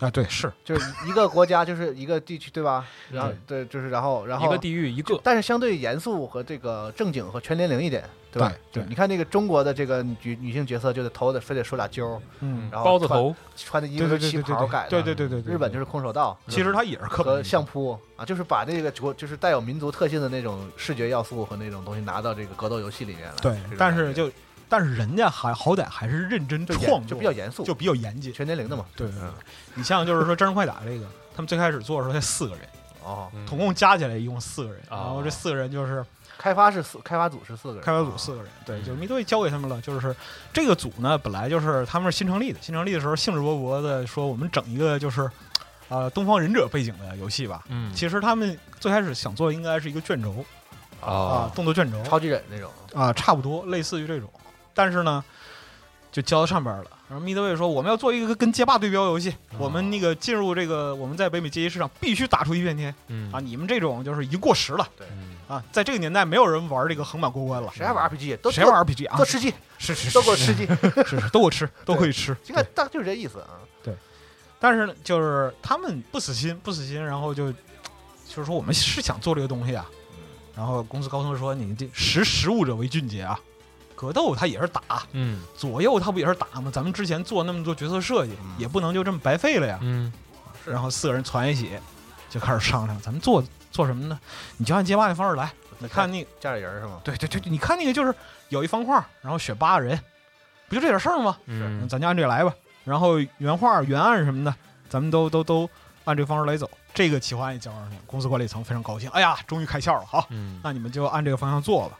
D: 啊，对，是
B: 就是一个国家就是一个地区，对吧？然后
C: 对
B: 对，就是然后然
C: 一
B: 后
C: 个地域一个
B: 但是相对严肃和这个正经和全年龄一点，吧？
D: 对对
B: 你看那个中国的这个女女性角色，就得头得非得梳俩揪儿，
D: 嗯，
B: 然后
C: 包子
B: 穿
C: 头，
B: 穿的衣
D: 对
B: 服
D: 对
B: 是
D: 对
B: 旗
D: 对对
B: 袍改的，
D: 对对对对对，
B: 日本就是空手道
D: 其实它也是刻板
B: 和
D: 印
B: 相
D: 象，
B: 扑啊，就是把这个国就是带有民族特性的那种视觉要素和那种东西拿到这个格斗游戏里面来。
D: 对
B: 这种，
D: 但
B: 感
D: 是
B: 觉
D: 就但是人家还好歹还是认真
B: 就
D: 创
B: 严
D: 作，
B: 就比较严肃，
D: 就比较严谨。
B: 全年龄的嘛。
D: 对对
B: 嗯
D: 你像就是说《真人快打》这个，他们最开始做的时候才四个人，
B: 哦，
C: 嗯
D: 总共加起来一共四个人，
C: 哦
D: 然后这四个人就是
B: 开发是四，开发组是四个人，啊
D: 开发组四个人，
C: 哦
D: 对，
C: 嗯
D: 就是密队交给他们了。就是这个组呢，本来就是他们是新成立的，新成立的时候兴致勃勃的说我们整一个就是呃东方忍者背景的游戏吧。
C: 嗯，
D: 其实他们最开始想做的应该是一个卷轴啊
C: 哦，，
D: 动作卷轴，
B: 超级忍那种。
D: 啊，差不多类似于这种，但是呢，就交到上边儿了。然后密德卫说，我们要做一个跟街霸对标游戏，
C: 哦
D: 我们那个进入这个我们在北美街机市场必须打出一片天
C: 嗯
D: 啊！，你们这种就是已经过时了
C: 嗯
D: 啊，在这个年代没有人玩这个横版过关了，
B: 谁还玩 RPG？都
D: 嗯谁玩 RPG 啊
B: 都？ 吃鸡，
D: 是是
B: 都给我
D: 是
B: 吃 鸡。
D: 是是都给 我吃，都可以吃。
B: 这个
D: 对
B: 大就是这意思啊。
D: 但是呢，就是他们不死心，不死心，然后就就是说我们是想做这个东西啊。
B: 嗯
D: 然后公司高层说：“你这识时务者为俊杰啊，格斗他也是打，
C: 嗯
D: 左右他不也是打吗？咱们之前做那么多角色设计，
B: 嗯
D: 也不能就这么白费了呀。
C: 嗯
D: 然后四个人攒一起，就开始商量，咱们做做什么呢？你就按街霸那方式来，你看那
B: 家里人是吗？
D: 对对对，你看那个就是有一方块，然后选八个人，不就这点事儿吗？
C: 嗯，
D: 咱就按这个来吧。然后原画、原案什么的，咱们都都都按这个方式来走。这个企划案也交上去，公司管理层非常高兴，哎呀，终于开窍了，好，
C: 嗯
D: 那你们就按这个方向做吧。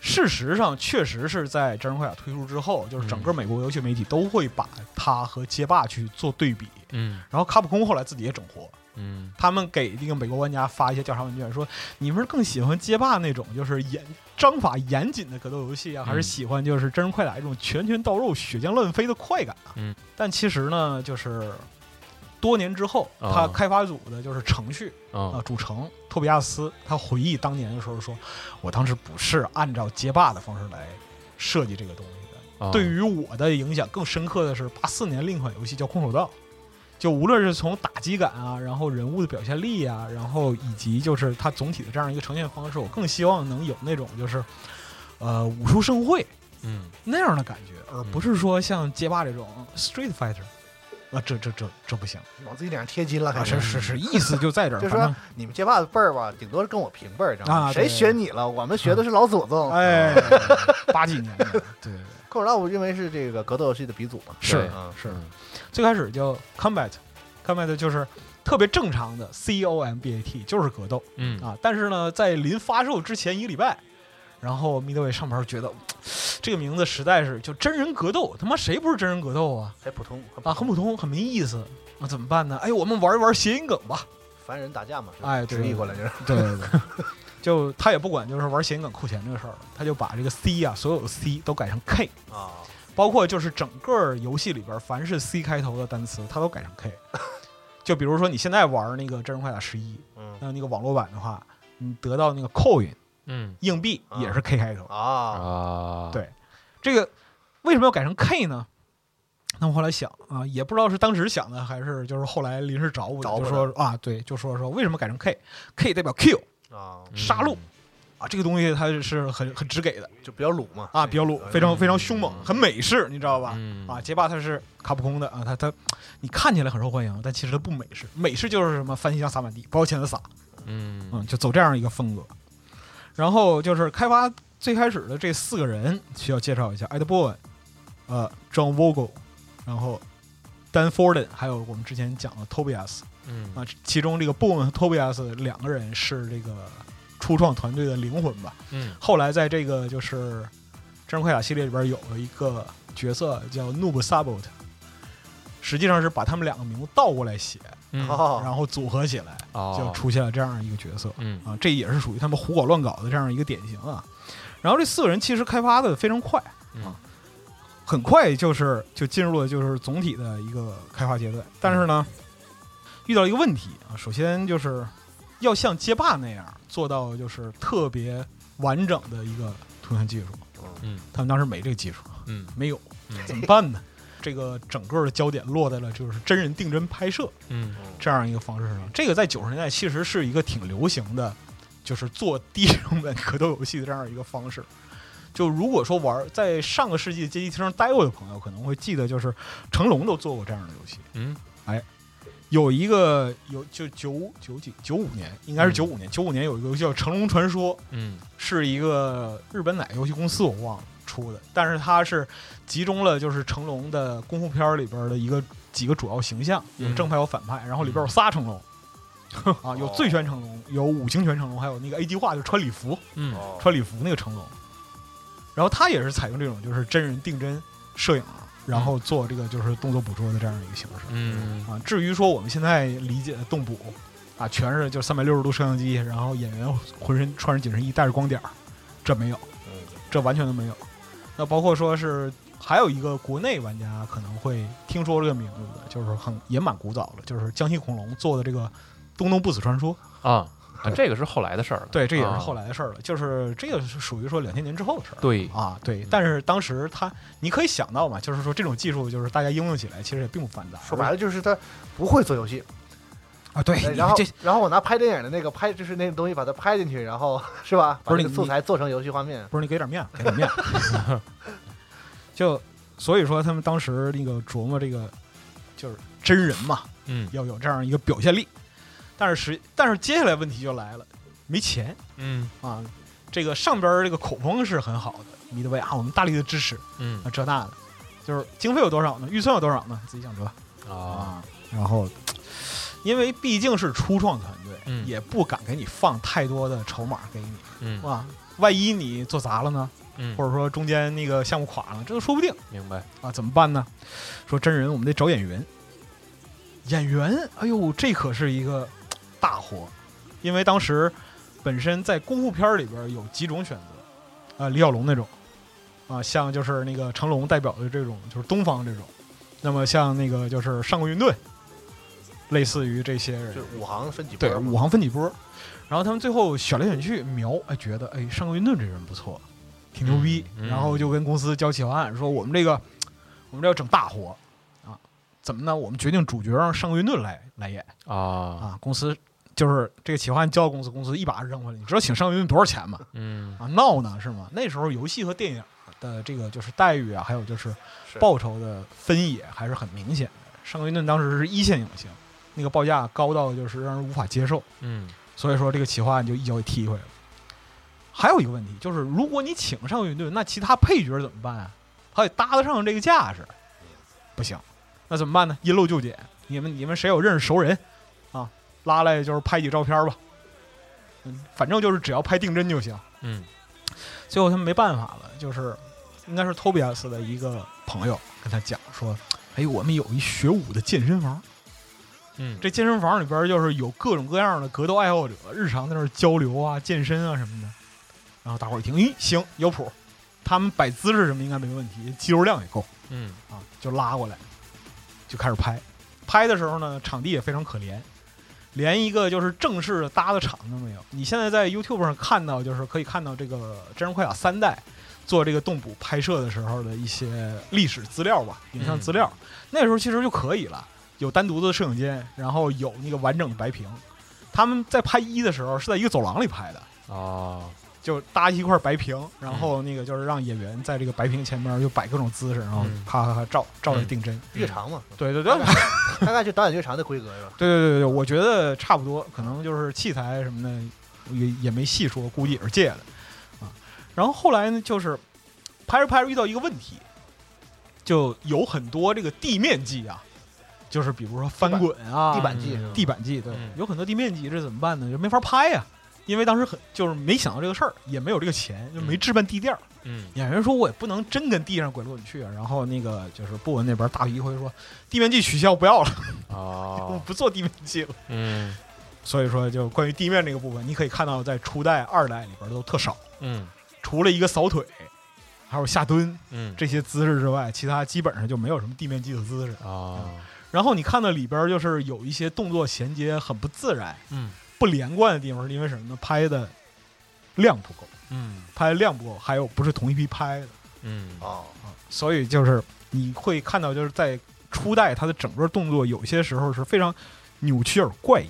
D: 事实上，确实是在《真人快打》推出之后，就是整个美国游戏媒体都会把它和街霸去做对比。
C: 嗯
D: 然后卡普空后来自己也整活，
C: 嗯
D: 他们给那个美国玩家发一些调查问卷，说你们是更喜欢街霸那种就是严章法严谨的格斗游戏啊，还是
C: 嗯
D: 喜欢就是《真人快打》一种拳拳到肉、血浆乱飞的快感啊？
C: 嗯，
D: 但其实呢，就是多年之后，
C: 哦
D: 他开发组的就是程序啊
C: 哦，
D: 主城托比亚斯，他回忆当年的时候说，我当时不是按照街霸的方式来设计这个东西的。
C: 哦
D: 对于我的影响更深刻的是，八四年另一款游戏叫《空手道》，就无论是从打击感啊，然后人物的表现力啊，然后以及就是它总体的这样一个呈现方式，我更希望能有那种就是，呃，武术盛会
C: 嗯
D: 那样的感觉，而不是说像街霸这种 Street Fighter。啊，这这这这不行
B: 往自己脸上贴金了，
D: 啊！
B: 还
D: 是是是，意思就在这儿。
B: 就
D: 反正
B: 说你们街霸的辈儿吧，顶多是跟我平辈儿，知道吗？
D: 啊
B: 谁
D: 对
B: 学你了？我们学的是老祖宗。
D: 哎， 八几年的，对对对，
B: 空手道我认为是这个格斗游戏的鼻祖嘛。
D: 是
C: 对
B: 嗯，
D: 是，最开始叫 combat，combat 就是特别正常的 C O M B A T，就是格斗
C: 嗯
D: 啊。但是呢，在临发售之前一个礼拜，然后 Midway 上班觉得这个名字实在是就真人格斗，他妈谁不是真人格斗啊？
B: 还普通
D: 啊，很普通，很没意思。那、怎么办呢？哎，我们玩一玩谐音梗吧。
B: 凡人打架嘛，是
D: 哎对
B: 直译过来就是。
D: 对对对， 就他也不管就是玩谐音梗扣钱这个事儿了，他就把这个 C 啊，所有的 C 都改成 K，
B: 啊，
D: 包括就是整个游戏里边，凡是 C 开头的单词，它都改成 K。就比如说你现在玩那个《真人快打十一》，
B: 嗯
D: 那那个网络版的话，你得到那个 coin
C: 嗯
D: 硬币也是 K 开头。
B: 啊，
C: 啊，
D: 对这个为什么要改成 K 呢？那我后来想啊，也不知道是当时想的，还是就是后来临时找我
B: 找
D: 就
B: 补
D: 说啊，对，就说说为什么改成 K？K 代表 Q
B: 啊，
C: 嗯
D: 杀戮啊，这个东西它是很很直给的
B: 就比较鲁嘛。
D: 啊，比较鲁，非常非常凶猛，很美式，你知道吧？
C: 嗯
D: 啊，街霸它是卡普空的啊，它它你看起来很受欢迎，但其实它不美式，美式就是什么翻新箱撒满地，不要钱的撒，
C: 嗯
D: 嗯，就走这样一个风格。然后就是开发最开始的这四个人需要介绍一下：Ed Boon，呃，John Vogel，然后 Dan Forden，还有我们之前讲的 Tobias
C: 嗯
D: 啊，其中这个 Boon 和 Tobias 两个人是这个初创团队的灵魂吧。
C: 嗯
D: 后来在这个就是《真人快打》系列里边有了一个角色叫 Noob Sabot，实际上是把他们两个名字倒过来写，
C: 嗯
D: 然
B: 哦，
D: 后组合起来，
C: 哦
D: 就出现了这样一个角色
C: 嗯
D: 啊，这也是属于他们胡搞乱搞的这样一个典型啊。然后这四个人其实开发的非常快，啊
C: 嗯
D: 很快就是就进入了就是总体的一个开发阶段，但是呢，遇到一个问题啊，首先就是要像街霸那样做到就是特别完整的一个图像技术，
C: 嗯
D: 他们当时没这个技术，
C: 嗯
D: 没有
C: 嗯
D: 怎么办呢？这个整个的焦点落在了就是真人定帧拍摄
C: 嗯
D: 这样一个方式上，这个在九十年代其实是一个挺流行的，就是做低成本格斗游戏的这样一个方式。就如果说玩在上个世纪街机厅上待过的朋友，可能会记得，就是成龙都做过这样的游戏。
C: 嗯
D: 有一个有就九九几九五年，应该是九五年，九五年有一个游戏叫《成龙传说》，
C: 嗯
D: 是一个日本哪个游戏公司我忘了出的，但是它是集中了就是成龙的功夫片儿里边儿的一个几个主要形象，有
C: 嗯
D: 正派有反派，然后里边有仨成龙。啊，有醉拳成龙，有五行拳成龙，还有那个 A 计划，就是穿礼服，
C: 嗯
D: 穿礼服那个成龙。然后他也是采用这种就是真人定帧摄影，然后做这个就是动作捕捉的这样一个形式。
C: 嗯
D: 啊，至于说我们现在理解的动捕啊，全是就三百六十度摄像机，然后演员浑身穿着紧身衣，带着光点儿，这没有，
B: 嗯
D: 这完全都没有。那包括说是还有一个国内玩家可能会听说这个名字的，就是很也蛮古早了，就是江西恐龙做的这个《东东不死传说》。
C: 啊，啊这个是后来的事儿了。
D: 对，这也是
C: 啊
D: 后来的事儿了，就是这个是属于说两千年之后的事儿。
C: 对，
D: 啊，对
C: 嗯，
D: 但是当时他，你可以想到嘛，就是说这种技术，就是大家应用起来其实也并不繁杂。
B: 说白了就是他不会做游戏，
D: 啊，对，
B: 哎
D: 你
B: 然后
D: 这
B: 然后我拿拍电影的那个拍，就是那个东西把它拍进去，然后是吧？
D: 不
B: 把
D: 是
B: 这个
D: 你
B: 素材做成游戏画面。
D: 不是你给 点面，给点面。 就所以说，他们当时那个琢磨这个，就是真人嘛，
C: 嗯
D: 要有这样一个表现力。但是实，但是接下来问题就来了，没钱
C: 嗯
D: 啊。这个上边儿这个口风是很好的，米德威啊，我们大力的支持
C: 嗯
D: 啊，这那的，就是经费有多少呢？预算有多少呢？自己想辙
C: 啊，
D: 啊。然后，因为毕竟是初创团队，
C: 嗯
D: 也不敢给你放太多的筹码给你，
C: 嗯
D: 啊，万一你做砸了呢？
C: 嗯，
D: 或者说中间那个项目垮了，这个说不定
C: 明白，
D: 啊，怎么办呢？说真人，我们得找演员。演员，哎呦，这可是一个大活，因为当时本身在功夫片儿里边儿有几种选择，啊，李小龙那种，啊，像就是那个成龙代表的这种，就是东方这种，那么像那个就是上过云顿，类似于这些人
B: 就，是五行分几波
D: 对，
B: 嘛
D: 五行分几波。然后他们最后选来选去，瞄，哎，觉得哎，上个云顿这人不错，挺牛逼。
C: 嗯嗯
D: 然后就跟公司交企划案，说我们这个，我们这要整大活啊，怎么呢？我们决定主角让上个云顿来来演
C: 啊，
D: 啊。公司就是这个企划案交公司，公司一把扔回来。你知道请上个云顿多少钱吗？
C: 嗯
D: 啊，闹呢是吗？那时候游戏和电影的这个就是待遇啊，还有就是
B: 是
D: 报酬的分野还是很明显的。上个云顿当时是一线影星，那个报价高到就是让人无法接受。
C: 嗯
D: 所以说这个企划案就一脚给踢回来了。还有一个问题就是，如果你请上云顿，那其他配角怎么办啊？他得搭得上这个架势，不行。那怎么办呢？因陋就简，你们你们谁有认识熟人啊？拉来就是拍几照片吧。嗯，反正就是只要拍定帧就行。
C: 嗯
D: 最后他们没办法了，就是应该是托比亚斯的一个朋友跟他讲说：“哎，我们有一学武的健身房。”
C: 嗯，
D: 这健身房里边就是有各种各样的格斗爱好者，日常在那儿交流啊、健身啊什么的。然后大伙儿一听，咦，行，有谱，他们摆姿势什么应该没问题，肌肉量也够
C: 嗯
D: 啊，就拉过来，就开始拍。拍的时候呢，场地也非常可怜，连一个就是正式的搭的场都没有。你现在在 YouTube 上看到，就是可以看到这个《真人快打三代》做这个动捕拍摄的时候的一些历史资料吧，影像资料。那时候其实就可以了，有单独的摄影间，然后有那个完整的白屏。他们在拍一的时候是在一个走廊里拍的，
C: 哦，
D: 就搭一块白屏，然后那个就是让演员在这个白屏前面就摆各种姿势，然后
C: 嗯
D: 咔咔咔照照着定帧。
B: 越长嘛，
D: 对对对对
B: 大概就导演越长的规格是吧？
D: 对对对，我觉得差不多，可能就是器材什么的也也没细说，估计也是借的啊。然后后来呢，就是拍着拍着遇到一个问题，就有很多这个地面技啊，就是比如说翻滚啊、
B: 地板技是吧
D: 地板技，对，
C: 嗯
D: 有很多地面技，这怎么办呢？就没法拍呀、因为当时很就是没想到这个事儿，也没有这个钱，就没置办地垫儿。
C: 嗯
D: 演员说：“我也不能真跟地上滚来滚去啊。”然后那个就是布文那边大一挥说：“地面技取消，不要了，我
C: 哦，
D: 不做地面技了。
C: 嗯
D: 所以说，就关于地面这个部分，你可以看到在初代、二代里边都特少，
C: 嗯
D: 除了一个扫腿，还有下蹲
C: 嗯，
D: 这些姿势之外，其他基本上就没有什么地面技的姿势。
C: 哦，
D: 然后你看到里边就是有一些动作衔接很不自然、
C: 嗯
D: 不连贯的地方，是因为什么呢？拍的量不够，
C: 嗯
D: 拍的量不够，还有不是同一批拍的。
C: 嗯
B: 哦，
D: 啊，所以就是你会看到，就是在初代它的整个动作有些时候是非常扭曲而怪异，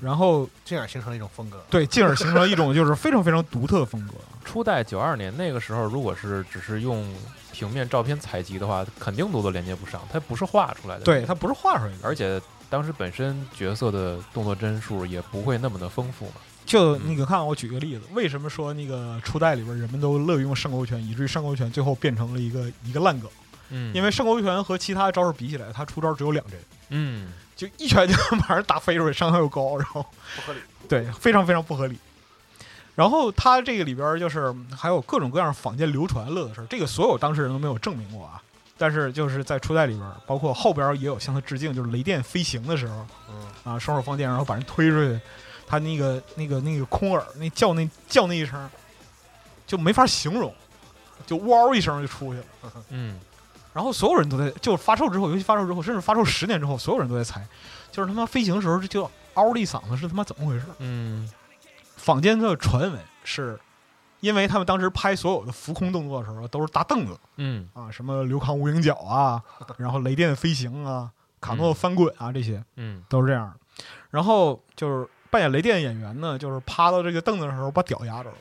D: 然后
B: 进而形成了一种风格。
D: 对，进而形成了一种就是非常非常独特的风格。
C: 初代九二年那个时候，如果是只是用平面照片采集的话，肯定多多连接不上，它不是画出来的。
D: 对，它，不是画出来的，
C: 而且当时本身角色的动作帧数也不会那么的丰富嘛。
D: 就你可看，我举个例子，为什么说那个初代里边人们都乐于用上勾拳，以至于上勾拳最后变成了一个一个烂梗？
C: 嗯，
D: 因为上勾拳和其他招数比起来，他出招只有两针，
C: 嗯，
D: 就一拳就 把人打飞出去，伤害又高，然后
B: 不合理。
D: 对，非常非常不合理。然后他这个里边儿就是还有各种各样坊间流传乐的事儿，这个所有当事人都没有证明过啊。但是就是在初代里边儿，包括后边儿也有向他致敬，就是雷电飞行的时候，
B: 嗯
D: 啊，双手放电，然后把人推出去，他那个那个那个空耳那叫那叫那一声，就没法形容，就哇一声就出去了。
C: 嗯，
D: 然后所有人都在，就是发售之后，尤其发售之后，甚至发售十年之后，所有人都在猜，就是他妈飞行的时候就嗷的一嗓子是他妈怎么回事？
C: 嗯，
D: 坊间的传闻是，因为他们当时拍所有的浮空动作的时候都是搭凳子
C: 嗯，
D: 啊，什么刘康无影脚啊，然后雷电飞行啊，卡诺翻滚啊，这些
C: 嗯，
D: 都是这样的。然后就是扮演雷电的演员呢，就是趴到这个凳子上的时候把屌压着了，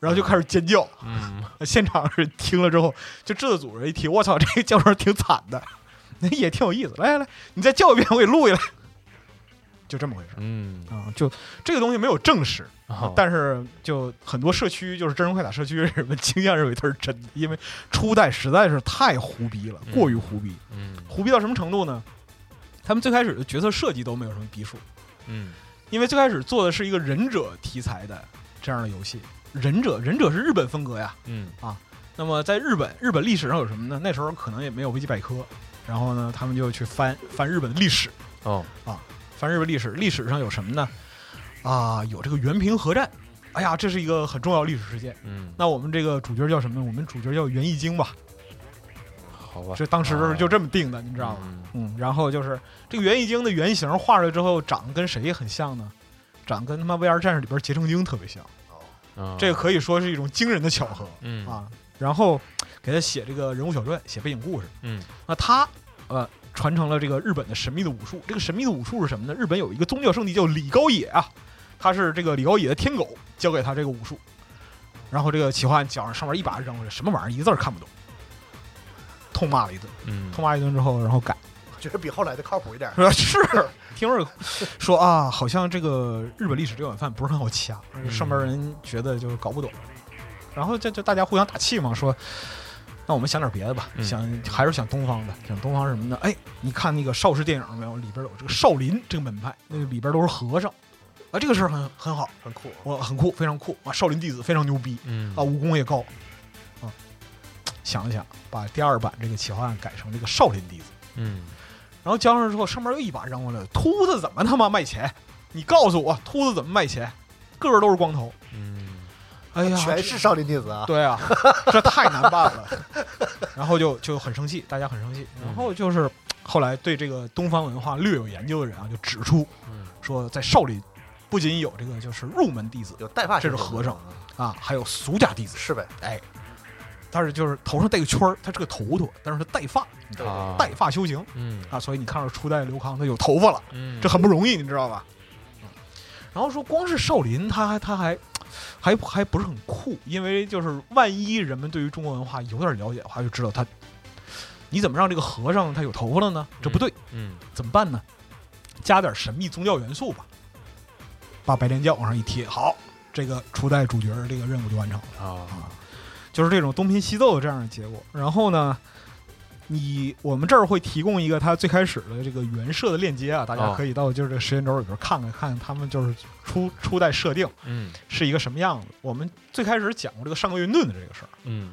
D: 然后就开始尖叫。
C: 嗯，
D: 现场是听了之后，就制作组人一听，我操，这个叫声挺惨的，也挺有意思。来来来，你再叫一遍，我给录下来。就这么回事
C: 嗯，
D: 啊、就这个东西没有证实，
C: 好
D: 但是就很多社区，就是真人快打社区，人们 倾向认为它是真的，因为初代实在是太胡逼了，
C: 嗯
D: 过于胡逼，
C: 嗯
D: 胡逼到什么程度呢？他们最开始的角色设计都没有什么逼数，
C: 嗯
D: 因为最开始做的是一个忍者题材的这样的游戏，忍者忍者是日本风格呀。
C: 嗯
D: 那么在日本日本历史上有什么呢？那时候可能也没有维基百科，然后呢，他们就去翻翻日本的历史，啊
C: 哦，
D: 翻日本历史，历史上有什么呢？啊，有这个原平和战，哎呀，这是一个很重要的历史事件。
C: 嗯，
D: 那我们这个主角叫什么呢？我们主角叫袁义经吧，
C: 好吧，
D: 这当时
C: 哦
D: 就这么定的，你
C: 你
D: 知道吗？？嗯，然后就是这个袁义经的原型画出来之后，长得跟谁很像呢？长得跟他妈 VR 战士里边结成精特别像，
B: 哦
C: 嗯
D: 这个可以说是一种惊人的巧合
C: 嗯
D: 啊。然后给他写这个人物小传，写背景故事。
C: 嗯
D: 那他呃传承了这个日本的神秘的武术。这个神秘的武术是什么呢？日本有一个宗教圣地叫李高野啊，他是这个李高野的天狗教给他这个武术。然后这个企划脚上上面一把扔过去，什么玩意儿，一个字儿看不懂，痛骂了一顿，
C: 嗯，
D: 痛骂一顿之后，然后改。
B: 觉得比后来的靠谱一点。
D: 说 是，听着说啊，好像这个日本历史这碗饭不是很好掐，
C: 嗯
D: 上边人觉得就是搞不懂，然后这就大家互相打气嘛，说那我们想点别的吧，
C: 嗯
D: 想还是想东方的，想东方什么的。哎，你看那个邵氏电影没有？里边有这个少林这个门派，那个里边都是和尚啊，这个事儿很很好，
B: 很酷，
D: 我很酷，非常酷啊，少林弟子非常牛逼
C: 嗯
D: 啊，武功也高啊。想了想，把第二版这个企划案改成这个少林弟子。
C: 嗯
D: 然后交上之后，上面又一把扔过来了，秃子怎么他妈卖钱？你告诉我，秃子怎么卖钱？个个都是光头。
C: 嗯
D: 哎呀，
B: 全是少林弟子啊
D: 这！对 啊，这太难办 了。然后就就很生气，大家很生气。然后就是后来对这个东方文化略有研究的人啊，就指出
C: 嗯
D: 说，在少林不仅有这个就是入门弟子
B: 有带发，嗯
D: 这是和尚啊，还有俗家弟子，
B: 是呗？
D: 但是就是头上戴个圈儿，他是个头头，但是嗯他带发，你知道吗
C: 啊
D: 带发修行
C: 嗯
D: 啊，所以你看到初代刘康他有头发了。
C: 嗯，
D: 这很不容易，你知道吧？嗯然后说光是少林，他还他还还还不是很酷，因为就是万一人们对于中国文化有点了解的话，就知道他你怎么让这个和尚他有头发了呢？这不对，
C: 嗯
D: 怎么办呢？加点神秘宗教元素吧，把白莲教往上一贴，好，这个初代主角这个任务就完成了。
C: 啊
D: 就是这种东拼西凑这样的结果。然后呢，你我们这儿会提供一个它最开始的这个原设的链接啊，大家
C: 哦
D: 可以到就是这个时间轴里边看看，看看他们就是初初代设定
C: 嗯
D: 是一个什么样子。我们最开始讲过这个上个云顿的这个事儿，
C: 嗯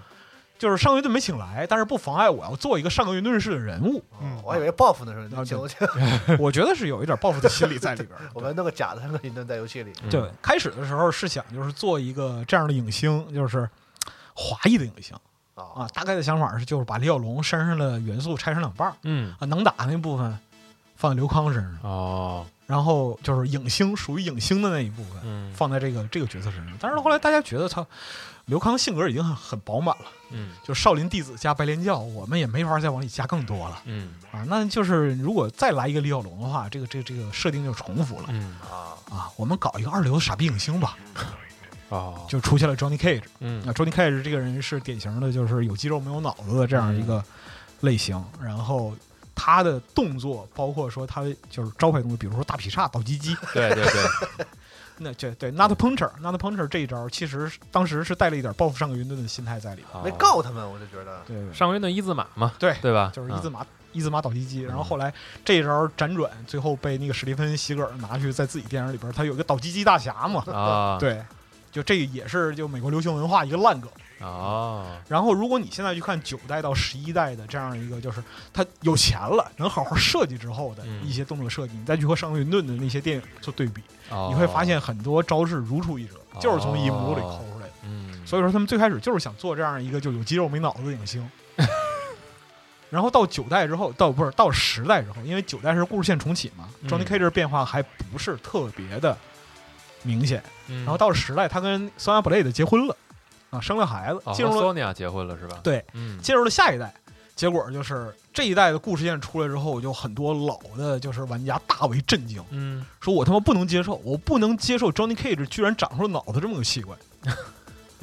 D: 就是上个云顿没请来，但是不妨碍我要做一个上个云顿式的人物。
B: 哦我还以为报复呢，是吧？
D: 嗯啊
B: 请我
D: 我觉得是有一点报复的心理在里
B: 。
D: 边儿
B: 我们弄个假的上个云顿在游戏里，
D: 对，对，开始的时候是想就是做一个这样的影星，就是华裔的影星
B: 啊
D: 啊。大概的想法是，就是把李小龙身上的元素拆成两半儿，
C: 嗯
D: 啊，能打那部分放在刘康身上，
C: 哦
D: 然后就是影星属于影星的那一部分
C: 嗯
D: 放在这个这个角色身上。但是后来大家觉得他刘康性格已经很很饱满了，
C: 嗯
D: 就少林弟子加白莲教，我们也没法再往里加更多了
C: 嗯
D: 啊。那就是如果再来一个李小龙的话，这个这个这个设定就重复了
C: 嗯
B: 啊！
D: 啊。我们搞一个二流的傻逼影星吧，
C: 哦
D: 就出现了 Johnny Cage。
C: 嗯
D: 那 Johnny Cage 嗯这个人是典型的，就是有肌肉没有脑子的这样一个类型，然后他的动作，包括说他就是招牌动作，比如说大劈叉、倒鸡 鸡，
C: 对对对，
D: 那对对，not puncher，not puncher 这一招，其实是当时是带了一点报复上个云顿的心态在里边。
C: 好
B: 没告他们，我就觉得
D: 对对啊
C: 上个月的一字马嘛，
D: 哦对
C: 对吧？
D: 就是一字
C: 嗯
D: 马一字马倒地鸡，然后后来这一招辗转，最后被那个史蒂芬席格尔拿去在自己电影里边，他有个倒鸡鸡大侠嘛，
C: 啊，
D: 对，就这个也是就美国流行文化一个烂梗。
C: 哦，
D: 然后如果你现在去看九代到十一代的这样一个，就是他有钱了能好好设计之后的
C: 嗯
D: 一些动作设计，你再去和上云顿的那些电影做对比，
C: 哦
D: 你会发，现很多招式如出一辙，就是从一模里抠出来的。
C: 嗯，
D: 所以说他们最开始就是想做这样一个就有肌肉没脑子的影星。 然后到九代之后，到不是到十代之后，因为九代是故事线重启嘛、
C: 嗯
D: j o h n n y Cage 变化还不是特别的明显。
C: 以，然
D: 然后到十代，他跟 Sonya Blade 结婚了，啊，生了孩子，进入了、
C: n i a 哦结婚了是吧？
D: 对，
C: 嗯，
D: 进入了下一代。结果就是这一代的故事线出来之后，就很多老的就是玩家大为震惊，
C: 嗯，
D: 说我他妈不能接受，我不能接受 Johnny Cage 居然长出脑袋这么个器官。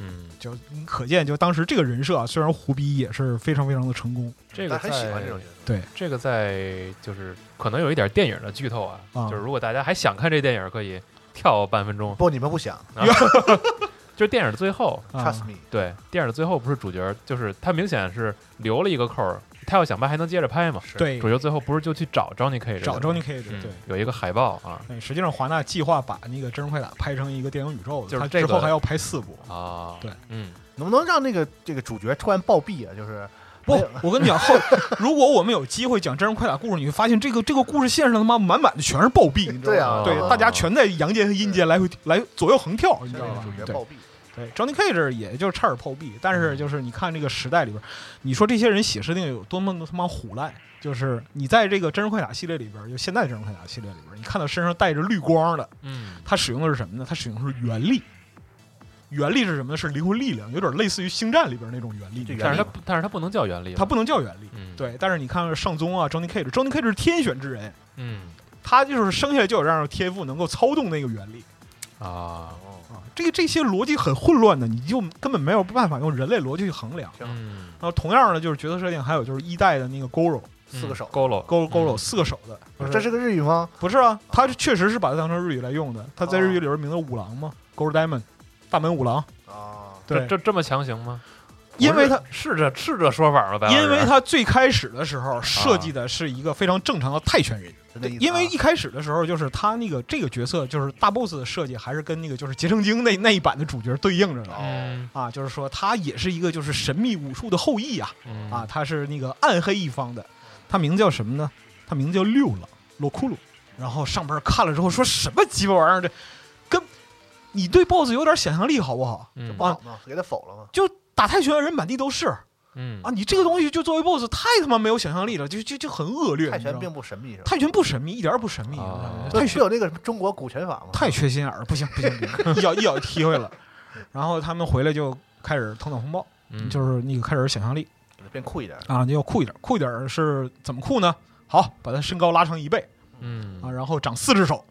C: 嗯，
D: 就可见，就当时这个人设啊，虽然胡逼也是非常非常的成功。
C: 这个
B: 但很喜欢这种角色。
C: 这个在就是可能有一点电影的剧透啊，
D: 啊
C: 就是如果大家还想看这电影，可以跳半分钟。
B: 不，你们不想
C: 就是电影的最后，
D: 啊
B: ，trust me，
C: 对，电影的最后不是主角，就是他明显是留了一个扣儿，他要想拍还能接着拍嘛。
D: 对，
C: 主角最后不是就去找 Johnny Cage，
D: 找 Johnny Cage，
C: 嗯
D: 对。
C: 有一个海报啊
D: 对，实际上华纳计划把那个《真人快打》拍成一个电影宇宙的，
C: 就是
D: 他
C: 这
D: 之
C: 个
D: 后还要拍四部。
C: 啊，
D: 对，
C: 嗯，
B: 能不能让那个这个主角突然暴毙啊？就是
D: 不
B: 没有，
D: 我跟你讲，后如果我们有机会讲《真人快打》故事，你会发现这个这个故事线上他妈满满的全是暴毙，你知道
B: 对
D: 吗？
B: 啊，
C: 对
B: 啊
D: 大家全在阳间和阴间来回来左右横跳，你
B: 全
D: 知
B: 是
D: 道吧
B: 主角？
D: 对
B: 暴毙，
D: 对，Johnny Cage 也就差点暴毙，但是就是你看这个时代里边，你说这些人写设定有多么的他妈虎烂，就是你在这个《真人快打》系列里边，就现在《真人快打》系列里边，你看到身上带着绿光的，
C: 嗯，
D: 它使用的是什么呢？它使用的是原力。原力是什么呢？是灵魂力量，有点类似于《星战》里边那种原力。
B: 这
C: 但
B: 原
C: 是
B: 力
C: 他不但是他不能叫原力，
D: 它，不能叫原力。
C: 嗯，，
D: 对，但是你看上宗啊，Johnny Cage，Johnny Cage 是天选之人，
C: 嗯
D: 他就是生下来就有这样的天赋，能够操纵那个原力
C: 啊，
D: 啊。这个这些逻辑很混乱的，你就根本没有办法用人类逻辑去衡量。
C: 嗯，
D: 然后同样的就是角色设定，还有就是一代的那个 Goro
B: 四个手
C: 嗯勾了
D: Goro Goro 四个手的，嗯不
B: 这是个日语吗？
D: 不是啊？他确实是把它当成日语来用的，他在日语里边名字五郎嘛，Goro Diamond，大门五郎。
B: 啊，
D: 对，
C: 这这么强行吗？
D: 因为他
C: 是这是这说法吗？白老师
D: 因为他最开始的时候设计的是一个非常正常的泰拳人，
B: 是那意思啊
D: 因为一开始的时候就是他那个这个角色就是大 boss 的设计还是跟那个就是结成精那那一版的主角对应着的。
C: 嗯
D: 啊，就是说他也是一个就是神秘武术的后裔啊
C: 嗯
D: 啊，他是那个暗黑一方的，他名字叫什么呢？他名字叫六郎洛库鲁。然后上边看了之后说什么鸡巴玩意儿，这跟你对 boss 有点想象力好不好？
C: 嗯
B: 不好吗？给他否了吗？
D: 就打泰拳的人满地都是，
C: 嗯
D: 啊，你这个东西就作为 BOSS 太他妈没有想象力了，就就就很恶劣。
B: 泰
D: 你知道
B: 拳
D: 吗
B: 并不神秘是吧？
D: 泰拳不神秘，一点儿不神秘，
C: 啊
B: 不
D: 太缺
B: 是有那个什么中国古拳法吗？
D: 太缺心眼儿，不行不行不行， 一咬一咬就踢回来了。然后他们回来就开始头脑风暴，
C: 嗯
D: 就是那个开始想象力
B: 给他变酷一点，
D: 啊，你要酷一点，酷一点是怎么酷呢？好，把他身高拉长一倍
C: 嗯
D: 啊，然后长四只手，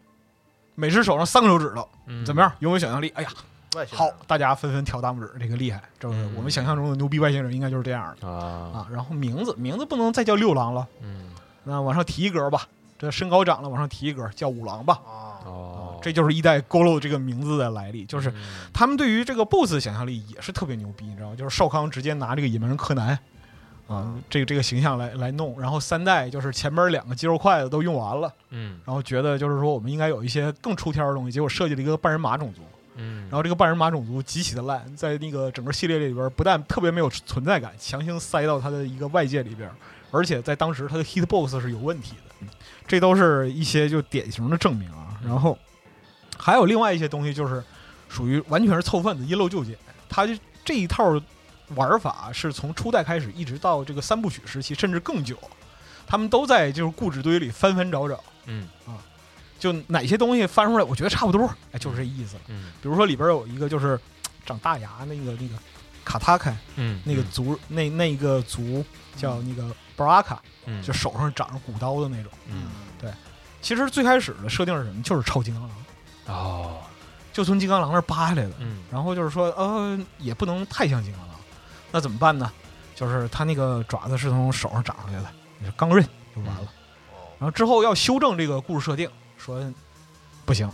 D: 每只手上三个手指头，
C: 嗯
D: 怎么样？有没有想象力？哎呀，
B: 外星人
D: 好，大家纷纷挑大拇指，这个厉害，就是
C: 嗯
D: 我们想象中的牛逼外星人应该就是这样的
C: 啊？
D: 啊。然后名字名字不能再叫六郎了。
C: 嗯
D: 那往上提一格吧，这身高长了往上提一格，叫五郎吧。
B: 啊，
C: 哦，
D: 这就是一代 Golo 这个名字的来历，就是
C: 嗯
D: 他们对于这个 BOSS 的想象力也是特别牛逼，你知道吗？就是少康直接拿这个野蛮人柯南啊，这个这个形象来来弄，然后三代就是前面两个肌肉筷子都用完了，
C: 嗯
D: 然后觉得就是说我们应该有一些更出挑的东西，结果设计了一个半人马种族，
C: 嗯，
D: 然后这个半人马种族极其的烂，在那个整个系列里边不但特别没有存在感，强行塞到它的一个外界里边，而且在当时它的 hit box 是有问题的，这都是一些就典型的证明啊。然后还有另外一些东西就是属于完全是凑份子，因陋就简。它就这一套玩法是从初代开始，一直到这个三部曲时期，甚至更久，他们都在就是固执堆里翻翻找找，
C: 嗯
D: 就哪些东西翻出来，我觉得差不多，哎，就是这意思。
C: 嗯
D: 比如说里边有一个就是嘖长大牙那个那个卡塔凯
C: 嗯，
D: 那个族那那个族叫那个布拉卡，
C: 嗯
D: 就手上长着骨刀的那种。
C: 嗯
D: 其实最开始的设定是什么？就是超金刚狼，
C: 哦
D: 就从金刚狼那儿扒下来的。
C: 嗯
D: 然后就是说，呃，也不能太像金刚狼，那怎么办呢？就是他那个爪子是从手上长出来的，你是钢刃，就完了。
C: 嗯
B: 哦
D: 然后之后要修正这个故事设定，说不行，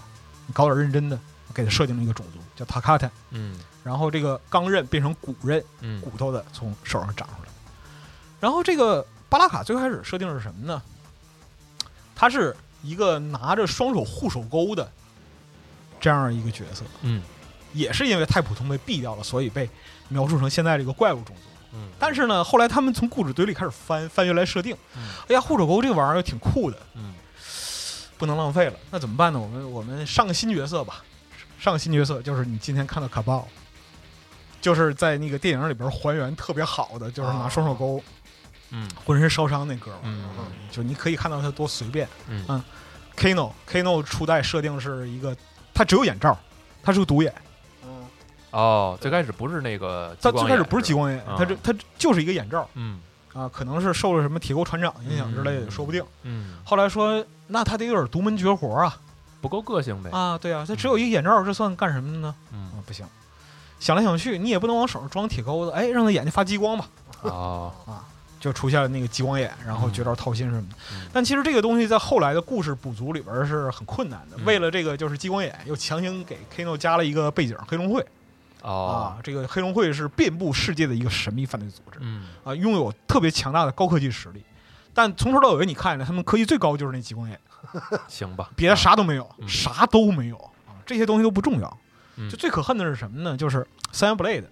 D: 你搞点认真的，给他设定了一个种族叫塔卡坦，
C: 嗯
D: 然后这个钢刃变成骨刃，
C: 嗯
D: 骨头的从手上长出来。然后这个巴拉卡最开始设定是什么呢？他是一个拿着双手护手钩的这样一个角色，
C: 嗯
D: 也是因为太普通被毙掉了，所以被描述成现在这个怪物种族。
C: 嗯，
D: 但是呢，后来他们从故纸堆里开始翻翻原来设定，
C: 嗯
D: 哎呀，护手钩这玩意儿挺酷的，
C: 嗯
D: 不能浪费了。那怎么办呢？我们我们上个新角色吧，上个新角色就是你今天看到卡鲍，就是在那个电影里边还原特别好的，就是拿双手钩、
C: 嗯
D: 浑身烧伤那哥们儿，
C: 嗯
D: 就你可以看到他多随便。
C: 嗯
D: Kano Kano 初代设定是一个，他只有眼罩，他是个独眼，
B: 嗯，
C: 哦，最开始不是那个激
D: 他
C: 光眼，
D: 最开始不是激
C: 吧，
D: 光眼
C: 啊，
D: 他这他就是一个眼罩
C: 嗯
D: 啊，可能是受了什么铁钩船长影响之类的，
C: 嗯
D: 说不定。
C: 嗯，
D: 后来说，那他得有点独门绝活啊
C: 不够个性呗，
D: 啊，对啊，他只有一个眼罩，这算干什么呢？
C: 嗯
D: 啊，不行。想来想去，你也不能往手上装铁钩子，哎，让他眼睛发激光吧，
C: 哦，
D: 就出现了那个激光眼，然后绝招掏心什么的。
C: 嗯
D: 但其实这个东西在后来的故事补足里边是很困难的。
C: 嗯
D: 为了这个，就是激光眼又强行给 Kano 加了一个背景——黑龙会、
C: 哦
D: 啊，。这个黑龙会是遍布世界的一个神秘犯罪组织
C: 嗯
D: 啊，拥有特别强大的高科技实力。但从头到尾，你看着他们科技最高就是那激光眼，
C: 行吧，
D: 别的啥都没有，
C: 嗯
D: 啥都没有啊，这些东西都不重要。
C: 嗯
D: 就最可恨的是什么呢？就是三 Blade，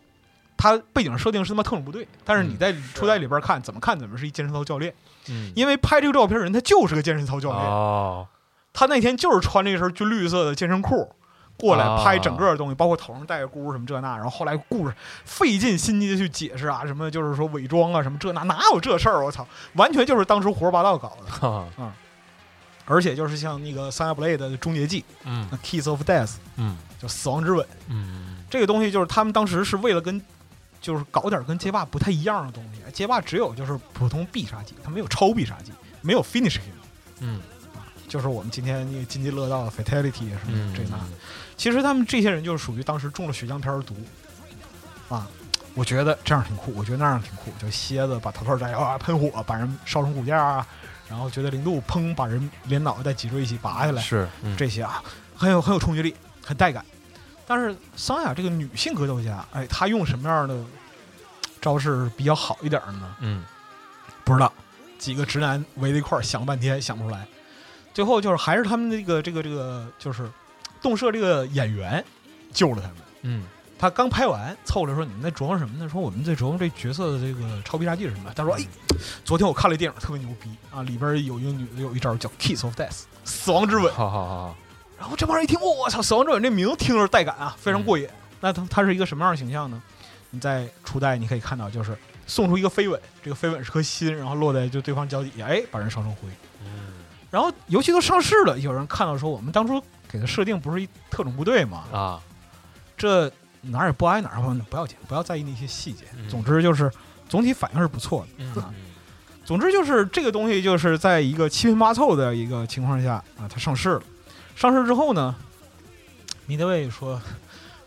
D: 他背景设定是他妈特种部队，但是你
C: 嗯
D: 在初代里边看，怎么看怎么是一健身操教练，
C: 嗯，
D: 因为拍这个照片人他就是个健身操教练，
C: 哦，
D: 他那天就是穿着一身军绿色的健身裤。过来拍整个的东西，包括头上戴个箍什么这那，然后后来故事费尽心机的去解释啊，什么就是说伪装啊什么这那，哪有这事儿？我操，完全就是当时胡说八道搞的。
C: 哈
D: 而且就是像那个《三 Blade》的终结技
C: 嗯
D: 《Kiss of Death》，
C: 嗯
D: 就死亡之吻，
C: 嗯
D: 这个东西就是他们当时是为了跟，就是搞点跟街霸不太一样的东西。街霸只有就是普通必杀技，它没有超必杀技，没有 finish him，啊
C: 嗯
D: 就是我们今天那个津津乐道的 fatality 什么
C: 嗯，
D: 这那。其实他们这些人就是属于当时中了血浆片儿毒，啊，我觉得这样挺酷，我觉得那样挺酷，就蝎子把头套摘下来喷火，把人烧成骨架啊，然后觉得零度砰把人连脑袋脊椎一起拔下来，
C: 是嗯
D: 这些啊，很有很有冲击力，很带感。但是桑雅这个女性格斗家，哎，她用什么样的招式比较好一点呢？
C: 嗯
D: 不知道。几个直男围在一块儿想了半天想不出来，最后就是还是他们这个这个这个就是动社这个演员救了他们。
C: 嗯
D: 他刚拍完，凑过来说：“你们在琢磨什么呢？”说：“我们在琢磨这角色的这个超必杀技是什么。”他说：“哎，昨天我看了一电影，特别牛逼啊，里边有一个女的有一招叫 Kiss of Death，死亡之吻。”
C: 好好好好
D: 然后这帮人一听，我操，死亡之吻这名字听着带感啊，非常过瘾。那他他是一个什么样的形象呢？你在初代你可以看到，就是送出一个飞吻，这个飞吻是颗心，然后落在就对方脚底下，哎，把人烧成灰。
C: 嗯
D: 然后尤其都上市了，有人看到说，我们当初给的设定不是一特种部队吗？
C: 啊
D: 这哪儿也不挨哪儿，不要紧，不要在意那些细节
C: 嗯。
D: 总之就是总体反应是不错的。
C: 嗯
D: 啊总之就是这个东西就是在一个七拼八凑的一个情况下啊，它上市了。上市之后呢，米德卫说：“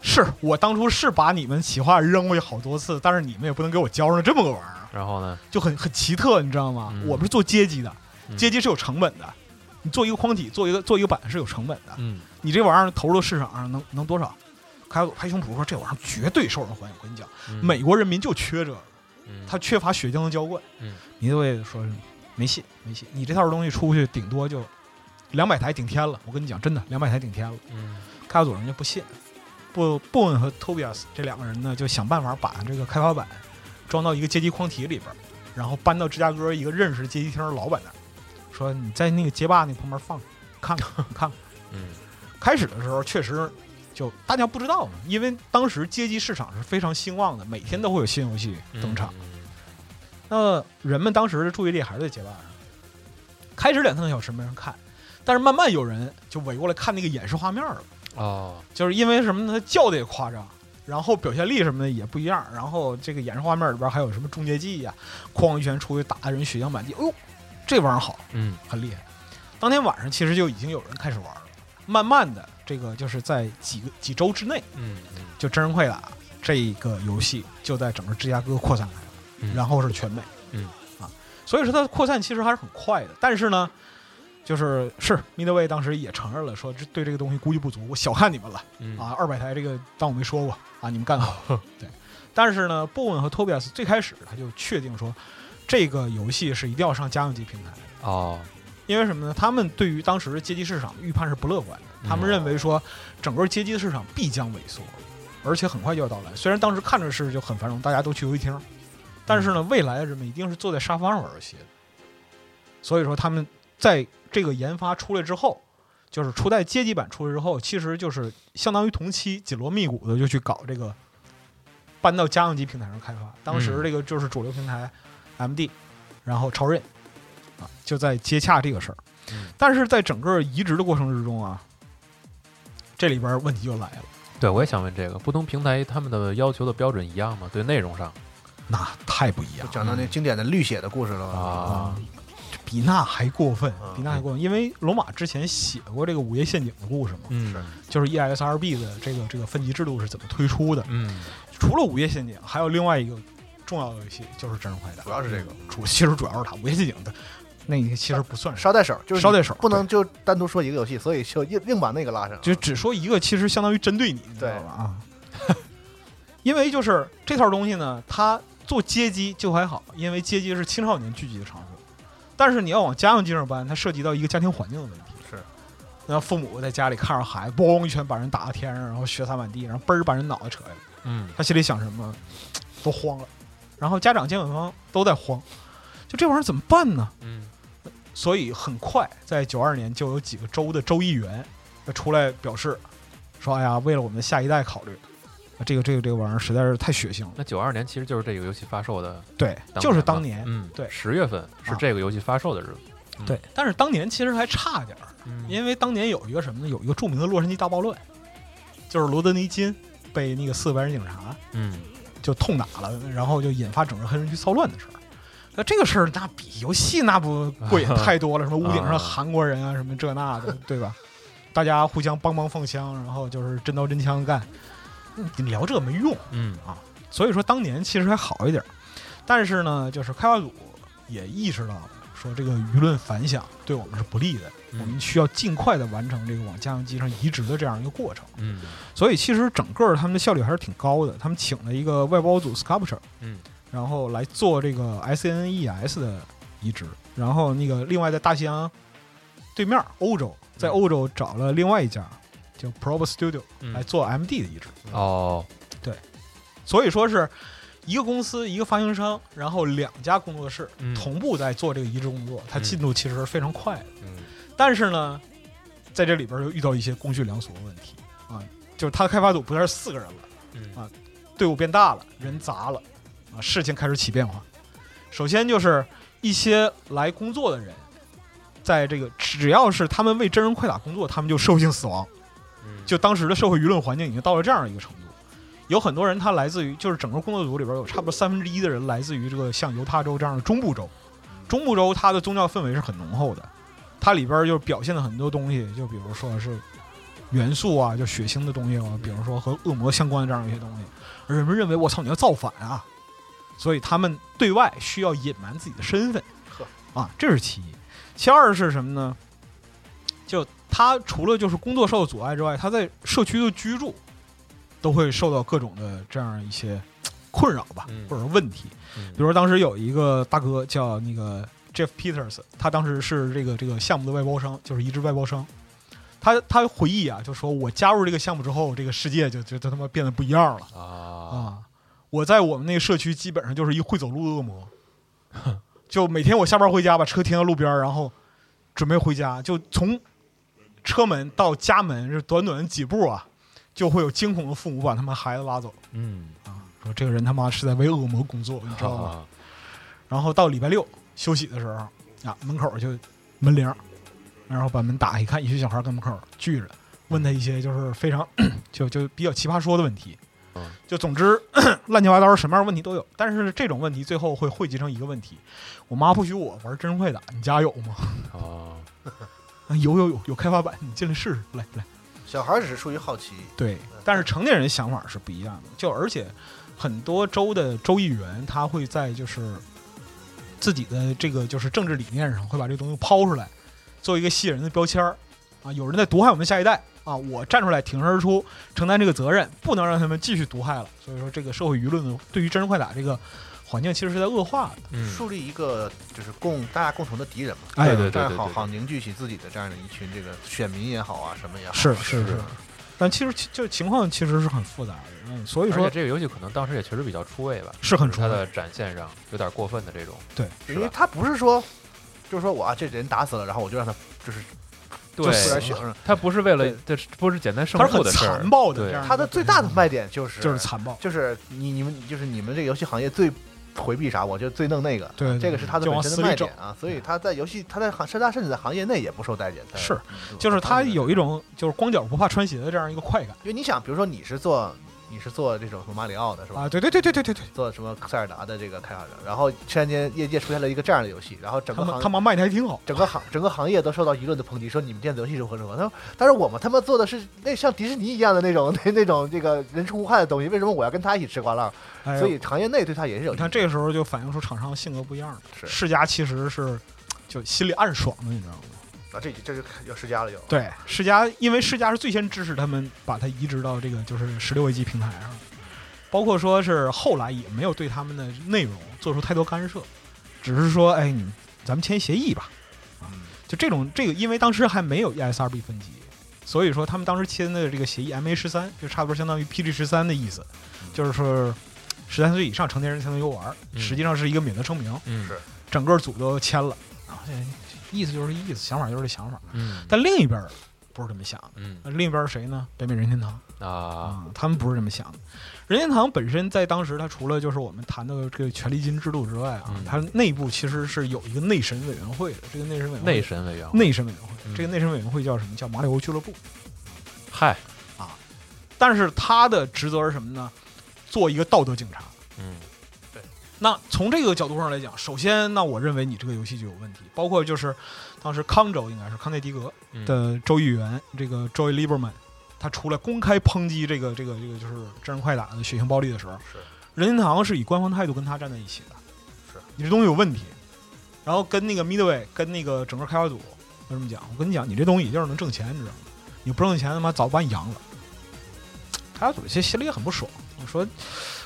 D: 是我当初是把你们企划扔过去好多次，但是你们也不能给我交上这么个玩意儿，
C: 然后呢
D: 就很很奇特，你知道吗？
C: 嗯
D: 我们是做街机的，
C: 嗯
D: 街机是有成本的，你做一个框体，做一个做一个板是有成本的，
C: 嗯
D: 你这玩意儿投入到市场上能能多少？”开口拍胸脯说：“这玩意儿绝对受人欢迎，我跟你讲，
C: 嗯
D: 美国人民就缺这个。”他缺乏血浆的浇灌。
C: 嗯，
D: 你就会说是没戏，没戏。你这套东西出去顶多就两百台顶天了。我跟你讲，真的，两百台顶天了。
C: 嗯
D: 开发组人家不信，不不恩和 Tobias 这两个人呢，就想办法把这个开发板装到一个街机框体里边儿，然后搬到芝加哥一个认识街机厅的老板那儿，说你在那个街霸那旁边放着，看看你看看。
C: 嗯
D: 开始的时候确实就大家不知道嘛，因为当时街机市场是非常兴旺的，每天都会有新游戏
C: 嗯
D: 登场。那人们当时的注意力还是在街霸上。开始两三个小时没人看，但是慢慢有人就围过来看那个演示画面了，
C: 哦
D: 就是因为什么呢？他叫的也夸张，啊然后表现力什么的也不一样，然后这个演示画面里边还有什么终结技呀、哐一拳啊出去打人血浆满地，哎呦，这玩意儿好，
C: 嗯
D: 很厉害。当天晚上其实就已经有人开始玩了，慢慢的，这个就是在几个几周之内，
C: 嗯
D: 就真人快打这个游戏就在整个芝加哥扩散开来了，
C: 嗯
D: 然后是全美，
C: 嗯
D: 啊，所以说它的扩散其实还是很快的。但是呢，就是是 Midway 当时也承认了，说这对这个东西估计不足，我小看你们了
C: 嗯
D: 啊，二百台这个当我没说过啊，你们干好。对，但是呢，Bowen 和 Tobias 最开始他就确定说，这个游戏是一定要上家用机平台。
C: 哦，
D: 因为什么呢？他们对于当时街机市场的预判是不乐观的，他们
C: 嗯
D: 认为说整个街机市场必将萎缩，而且很快就要到来。虽然当时看着是就很繁荣，大家都去游戏厅，但是呢，未来的人们一定是坐在沙发上玩游戏的。所以说，他们在这个研发出来之后，就是初代街机版出来之后，其实就是相当于同期紧锣密鼓的就去搞这个，搬到家用机平台上开发。当时
C: 嗯
D: 这个就是主流平台 MD，然后超任啊，就在接洽这个事儿。
C: 嗯
D: 但是在整个移植的过程之中啊，这里边问题就来了，
C: 对，我也想问这个，不同平台他们的要求的标准一样吗？对内容上
D: 那太不一样
B: 就
D: 了。
B: 讲到那经典的绿血的故事了吧？
C: 啊，
D: 比那还过分
B: 啊，
D: 嗯比那还过分，因为罗马之前写过这个《午夜陷阱》的故事嘛，
C: 嗯
B: 是
D: 就是 E ESRB 的这个这个分级制度是怎么推出的。
C: 嗯
D: 除了《午夜陷阱》，还有另外一个重要的游戏就是《真人快打》，
B: 主要是这个
D: 主其实主要是它《午夜陷阱》的那个其实不算是，
B: 捎带手，就是
D: 捎带手
B: 不能就单独说一个游戏，所以就硬硬把那个拉上。
D: 就只说一个，其实相当于针对你，你知道吧？啊， 因为就是这套东西呢，它做街机就还好，因为街机是青少年聚集的场所，但是你要往家用机上搬，它涉及到一个家庭环境的问题。
B: 是，
D: 那父母在家里看着孩子，嘣一拳把人打到天上，然后血洒满地，然后嘣儿把人脑袋扯下来。
C: 嗯
D: 他心里想什么，都慌了。然后家长、监管方都在慌，就这玩意儿怎么办呢？
C: 嗯
D: 所以很快，在九二年就有几个州的州议员就出来表示，说：“哎呀，为了我们的下一代考虑，啊这个这个这个玩意儿实在是太血腥了。
C: 那九二年其实就是这个游戏发售的”
D: 对，
C: 吧，
D: 就是当年。
C: 嗯，
D: 对啊
C: 十月份是这个游戏发售的日子，
D: 对，但是当年其实还差点儿，
C: 嗯
D: 因为当年有一个什么呢？有一个著名的洛杉矶大暴乱，就是罗德尼金被那个四个白人警察
C: 嗯
D: 就痛打了，然后就引发整个黑人区骚乱的事儿。那这个事儿，那比游戏那不过瘾太多了，什么屋顶上的韩国人啊，什么这那的，对吧？大家互相帮忙放枪，然后就是真刀真枪干，你聊这没用。
C: 嗯
D: 所以说当年其实还好一点儿，但是呢，就是开发组也意识到了，说这个舆论反响对我们是不利的，
C: 嗯
D: 我们需要尽快的完成这个往家用机上移植的这样一个过程。
C: 嗯
D: 所以其实整个他们的效率还是挺高的。他们请了一个外包组 Sculpture，
C: 嗯，
D: 然后来做这个 SNES 的移植，然后那个另外在大西洋对面欧洲，在欧洲找了另外一家叫 Probe Studio
C: 嗯
D: 来做 MD 的移植。
C: 哦，
D: 所以说是一个公司一个发行商，然后两家工作室
C: 嗯
D: 同步在做这个移植工作，它
C: 嗯
D: 进度其实是非常快的。
C: 嗯
D: 但是呢，在这里边就遇到一些公序良俗的问题啊，就是它的开发组不再是四个人了。
C: 嗯
D: 队伍变大了，人杂了，啊，事情开始起变化。首先就是一些来工作的人，在这个只要是他们为真人快打工作，他们就社会性死亡。
C: 嗯
D: 就当时的社会舆论环境已经到了这样一个程度，有很多人他来自于就是整个工作组里边有差不多三分之一的人来自于这个像犹他州这样的中部州，中部州它的宗教氛围是很浓厚的，它里边就表现了很多东西，就比如说是元素啊，就血腥的东西啊，比如说和恶魔相关的这样一些东西，而人们认为我操你要造反啊，所以他们对外需要隐瞒自己的身份，啊，这是其一，其二是什么呢？就他除了就是工作受到阻碍之外，他在社区的居住都会受到各种的这样一些嘖困扰吧，
C: 嗯
D: 或者说问题。
C: 嗯
D: 比如说当时有一个大哥叫那个 Jeff Peters，他当时是这个这个项目的外包商，就是移植外包商。他他回忆啊，就说我加入这个项目之后，这个世界就就就他妈变得不一样了
C: 啊
D: 啊！我在我们那个社区基本上就是一会走路的恶魔，就每天我下班回家把车停到路边儿，然后准备回家，就从车门到家门这短短几步啊，就会有惊恐的父母把他们孩子拉走
C: 嗯，
D: 啊，说这个人他妈是在为恶魔工作，你知道吗？
C: 啊
D: 然后到礼拜六休息的时候啊，门口就门铃儿，然后把门打开，看一群小孩跟门口聚着，问他一些就是非常 就就比较奇葩说的问题
C: 嗯，
D: 就总之 乱七八糟什么样的问题都有。但是这种问题最后会汇集成一个问题：我妈不许我玩真人快打，你家有吗？
C: 啊
D: 啊有有有有开发版，你进来试试，来来。
B: 小孩只是出于好奇，
D: 对，但是成年人想法是不一样的，就而且很多州的州议员他会在就是自己的这个就是政治理念上，会把这个东西抛出来，作为一个吸引人的标签儿啊。有人在毒害我们下一代啊，我站出来挺身而出，承担这个责任，不能让他们继续毒害了。所以说，这个社会舆论的对于真人快打这个环境其实是在恶化的。
C: 嗯，
B: 树立一个就是共大家共同的敌人嘛，
D: 哎
C: 对对
B: 这样
C: 对
B: 好
C: 对
B: 好凝聚起自己的这样的一群这个选民也好啊，什么也好，
D: 是是是，但其实其就情况其实是很复杂的。嗯，所
C: 而
D: 以
C: 且
D: 说嗯
C: 这个游戏可能当时也确实比较出位吧，
D: 是很
C: 就是它
D: 出位
C: 的展现上有点过分的这种，是
B: 因为
C: 吧
B: 他不是说就是说我啊这人打死了，然后我就让他就是就
C: 对，
B: 死点血上，
C: 它不是为了
B: 对
C: 这是不是简单胜
D: 它是
C: 负
D: 很
C: 的事儿
D: 残，暴的
C: 对
D: 这样一
B: 他
D: 个东西。
B: 的最大的卖点就是
D: 就是残暴，
B: 就是你你们就是你们这个游戏行业最回避啥，我就最弄那个。
D: 对对
B: 啊这个是他的
D: 嗯就
B: 本
D: 往
B: 身
D: 死
B: 的
D: 里
B: 卖
D: 整
B: 点啊，所以他在游戏，他在行，甚至甚至在行业内也不受待见。嗯在
D: 是，就是他有一，种就是光脚不怕穿鞋的这样一个快感
B: 因为你想，比如说你是做你是做这种什么马里奥的是吧？
D: 啊！对对对对对对对，
B: 做什么塞尔达的这个开发者，然后突然间业界出现了一个这样的游戏，然后整
D: 他
B: 个
D: 们
B: 行
D: 他妈卖的还挺好，
B: 整个行整个行业都受到舆论的抨击，说你们电子游戏如何如何。他说，但是我们他妈做的是那像迪士尼一样的那种那那种这个人畜无害的东西，为什么我要跟他一起吃瓜浪？
D: 哎
B: 所以行业内对他也是有
D: 你看这个时候就反映出厂商性格不一样了。
B: 是
D: 世嘉其实是就心里暗爽的，你知道吗？
B: 啊，这这就有世家了有。
D: 对，世嘉因为世嘉是最先支持他们把它移植到这个就是十六位机平台上，包括说是后来也没有对他们的内容做出太多干涉，只是说哎你咱们签协议吧，啊，就这种这个因为当时还没有 E ESRB 分级，所以说他们当时签的这个协议 MA 十三就差不多相当于 PG 十三的意思，就是说十三岁以上成年人才能游玩，
C: 嗯
D: 实际上是一个免责声明，
C: 嗯
B: 是
D: 整个组都签了啊，这意思就是意思，想法就是这想法。
C: 嗯
D: 但另一边儿不是这么想的，
C: 嗯
D: 那另一边儿是谁呢？北美任天堂
C: 啊，
D: 啊，他们不是这么想的。任天堂本身在当时，它除了就是我们谈的这个权利金制度之外啊，
C: 嗯
D: 它内部其实是有一个内审委员会的。这个内审委员会
C: 内神委员会
D: 内审委员会，
C: 嗯
D: 这个内审委员会叫什么？叫马里奥俱乐部。
C: 嗨，
D: 但是他的职责是什么呢？做一个道德警察。
C: 嗯
D: 那从这个角度上来讲，首先，那我认为你这个游戏就有问题，包括就是当时康州应该是康涅狄格
C: 嗯
D: 的州议员，这个 Joy Lieberman，他出来公开抨击这个这个这个就是真人快打的血腥暴力的时候，
B: 是
D: 任天堂是以官方态度跟他站在一起的，
B: 是
D: 你这东西有问题，然后跟那个 Midway 跟那个整个开发组就这么讲，我跟你讲，你这东西就是能挣钱，你知道吗？你不挣钱，他妈早把你扬了。开发组其实心里也很不爽，我说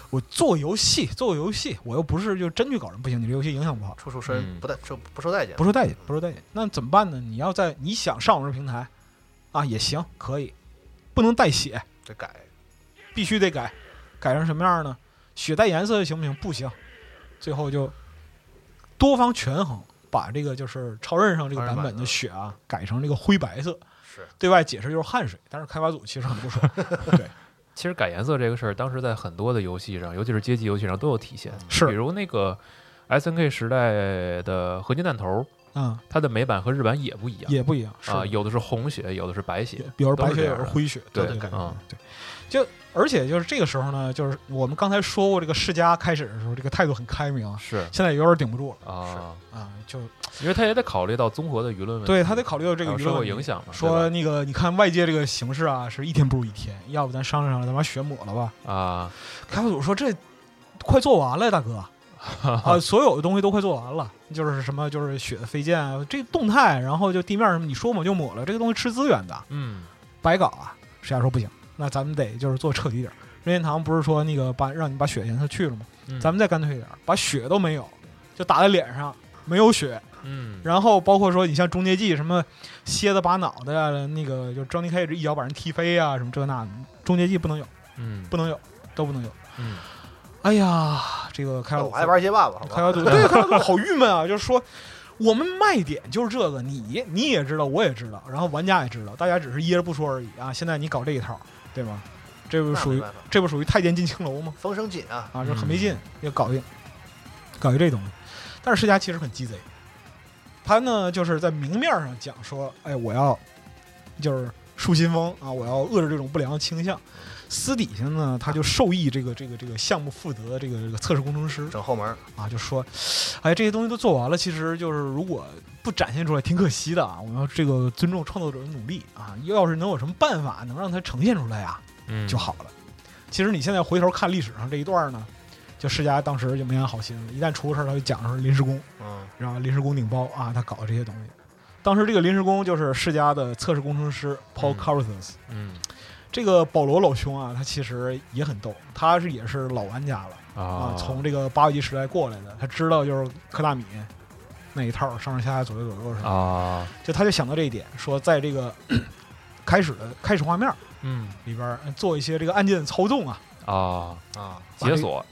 D: 我做游戏，做游戏，我又不是就真去搞人，不行，你这游戏影响不好，
B: 处处受人
C: 嗯
B: 不待受不受待见，
D: 不受待见，不受待见。那怎么办呢？你要在你想上我这平台啊，也行，可以，不能带血，
B: 得改。
D: 必须得改，改成什么样呢？血带颜色行不行？不行。最后就多方权衡，把这个就是超任上这个
B: 超任版
D: 版本的
B: 的
D: 血啊，改成这个灰白色。
B: 是
D: 对外解释就是汗水，但是开发组其实很不爽。对，
C: 其实改颜色这个事儿，当时在很多的游戏上，尤其是街机游戏上都有体现，
D: 是
C: 比如那个 S N K 时代的合金弹头，
D: 嗯，
C: 它的美版和日版也不一样，
D: 也不一样，是
C: 啊，有的是红血，有的是白血，
D: 有有
C: 都
D: 白
C: 是
D: 血，
C: 这
D: 有
C: 样
D: 人
C: 的
D: 灰血，
C: 对
D: 对对
C: 嗯
D: 对。就而且就是这个时候呢，就是我们刚才说过，这个世嘉开始的时候，这个态度很开明啊，
C: 是
D: 现在有点顶不住
C: 啊，
D: 了啊，就
C: 因为它也得考虑到综合的舆论问题，
D: 对他得考虑到这个
C: 还有
D: 舆
C: 社
D: 论
C: 会
D: 问题
C: 影响嘛，
D: 说那个，你看外界这个形势啊，是一天不如一天，要不咱商量商量，咱把血抹了吧？
C: 对吧啊，
D: 开发组说这快做完了，大 哥，啊，所有的东西都快做完了，就是什么就是血的飞溅啊，这动态，然后就地面什么，你说抹就抹了，这个东西吃资源的，
C: 嗯
D: 白搞啊。石家说不行，那咱们得就是做彻底点儿。任天堂不是说那个把让你把血颜色去了吗？
C: 嗯，
D: 咱们再干脆一点儿，把血都没有，就打在脸上，没有血，
C: 嗯，
D: 然后包括说你像终结技什么蝎子拔脑袋啊，那个就是 Johnny Cage 一脚把人踢飞啊，什么这那的，终结技不能有，
C: 嗯
D: 不能有，都不能有。
C: 嗯
D: 哎呀，这个开发
B: 我还玩街霸吧，好吧
D: 开发组对开发组好郁闷啊， 就是说。我们卖点就是这个，你你也知道，我也知道，然后玩家也知道，大家只是掖着不说而已啊。现在你搞这一套，对吗？这不
B: 那
D: 是属
B: 没
D: 于
B: 办法
D: 这不属于太监进青楼吗？
B: 风声紧啊，
D: 啊，这很没劲，要搞定，搞一这东西。但是世嘉其实很鸡贼，他呢就是在明面上讲说，哎，我要就是树新风啊，我要遏制这种不良倾向。私底下呢，他就授意这个这个这个项目负责的这个这个测试工程师
B: 整后门儿
D: 啊，就说，哎，这些东西都做完了，其实就是如果不展现出来，挺可惜的啊。我们要这个尊重创作者的努力啊，要是能有什么办法能让它呈现出来啊，
C: 嗯
D: 就好了。其实你现在回头看历史上这一段呢，就世嘉当时就没安好心了，一旦出事儿，他就讲说临时工，
B: 嗯
D: 然后临时工顶包啊，他搞这些东西。当时这个临时工就是世嘉的测试工程师 Paul
C: 嗯
D: Carruthers，、
C: 嗯
D: 这个保罗老兄啊，他其实也很逗，他是也是老玩家了啊
C: 啊，，
D: 从这个八月级时代过来的，他知道就是科大米那一套上上下下左右左右什么，
C: 啊，
D: 就他就想到这一点，说在这个 开始的开始画面
C: 嗯
D: 里边儿做一些这个按键操纵啊，
C: 啊，
B: 啊。
D: 把这
C: 解
D: 个
C: 锁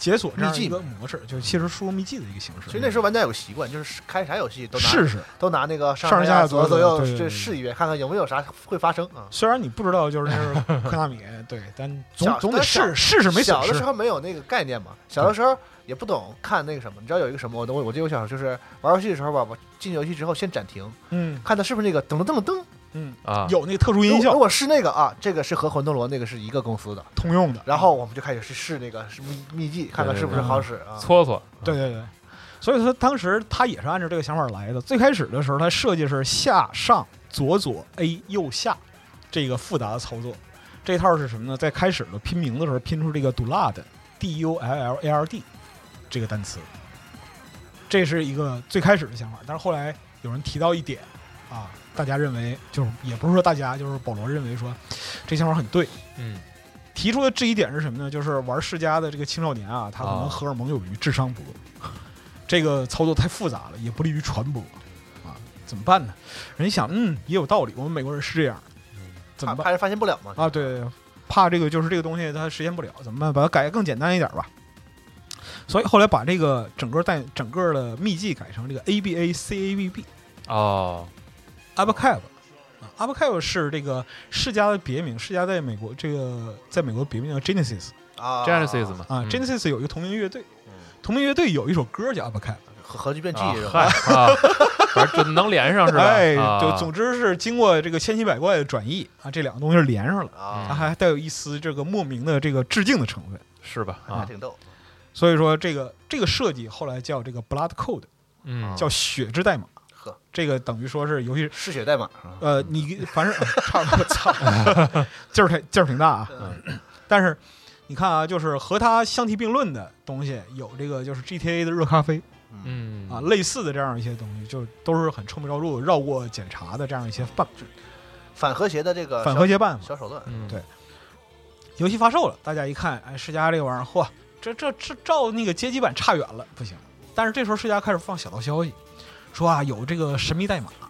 D: 解锁这样
B: 秘籍
D: 一个模式，就其实输入秘籍的一个形式。
B: 所以那时候玩家有个习惯，就是开啥游戏都拿
D: 试试，
B: 都拿那个上
D: 上下
B: 下左右左右
D: 左右对
B: 这
D: 对
B: 试一遍，看看有没有啥会发生啊。
D: 虽然你不知道就是那 是科纳米，对，但总
B: 小
D: 总得
B: 但小
D: 试试试没损
B: 小的时
D: 失。
B: 候没有那个概念嘛，小的时候也不懂看那个什么，你知道有一个什么？我我我记得我小时候就是玩游戏的时候吧，我进游戏之后先暂停，
D: 嗯
B: 看它是不是那个噔噔噔噔
D: 嗯，
C: 啊，
D: 有那个特殊音
B: 噔。如
D: 效
B: 果是那个啊，这个是和魂斗罗那个是一个公司的，
D: 通用的，
B: 然后我们就开始去试那个是秘秘籍，看看是不是好使啊。
C: 搓搓，
D: 对对对，所以说当时他也是按照这个想法来的。最开始的时候，他设计是下上左左 A 右下这个复杂的操作。这套是什么呢？在开始的拼名的时候拼出这个 dullard d u l l a r d 这个单词，这是一个最开始的想法。但是后来有人提到一点啊，大家认为就是也不是说大家就是保罗认为说这想法很对，
C: 嗯
D: 提出的质疑点是什么呢？就是玩世家的这个青少年啊，他可
C: 啊
D: 能荷尔蒙有余，智商不够，这个操作太复杂了，也不利于传播啊，怎么办呢？人一想，嗯，也有道理，我们美国人是这样，怎
B: 怕
D: 么办
B: 怕人发现不了嘛？
D: 啊？对对，对怕这个就是这个东西它实现不了，怎么办？把它改得更简单一点吧。所以后来把这个整个代整个的秘籍改成这个 A B A C A B B
C: 哦
D: Abacab。啊 Abacab 是这个世家的别名，世家在美国这个在美国别名叫 Genesis。
B: 啊
C: ，Genesis 嘛
D: 啊
C: 嗯
D: ，Genesis 有一个同名乐队
B: 嗯，
D: 同名乐队有一首歌叫《Upcat
B: 核核聚变记
C: 啊
B: 忆是
C: 嗨
B: 吧？
C: 啊，反正就能连上是》，吧？
D: 哎，
C: 啊
D: 就总之是经过这个千奇百怪的转译啊，这两个东西是连上了，它
B: 啊，
D: 还带有一丝这个莫名的这个致敬的成分。
C: 是吧？
B: 还
C: 啊，
B: 挺逗。
D: 所以说，这个这个设计后来叫这个 Blood Code，
C: 嗯，
D: 叫血之代码。
B: 呵，
D: 这个等于说是游戏，
B: 嗜血代码啊
D: 呃，
C: 嗯
D: 你反正、呃差不多，操， 劲儿挺劲儿挺大啊。
C: 嗯
B: 呃
D: 但是你看啊，就是和它相提并论的东西有这个就是 GTA 的热咖啡。
C: 嗯
D: 啊，类似的这样一些东西，就都是很臭名昭著、绕过检查的这样一些办
B: 反和谐的这个
D: 反和
B: 谐
D: 谐办法。
B: 小手段，
C: 嗯
D: 对游戏发售了，大家一看，哎，世嘉这个玩意儿，嚯，这这这照那个街机版差远了，不行。但是这时候世嘉开始放小道消息，说啊有这个神秘代码啊，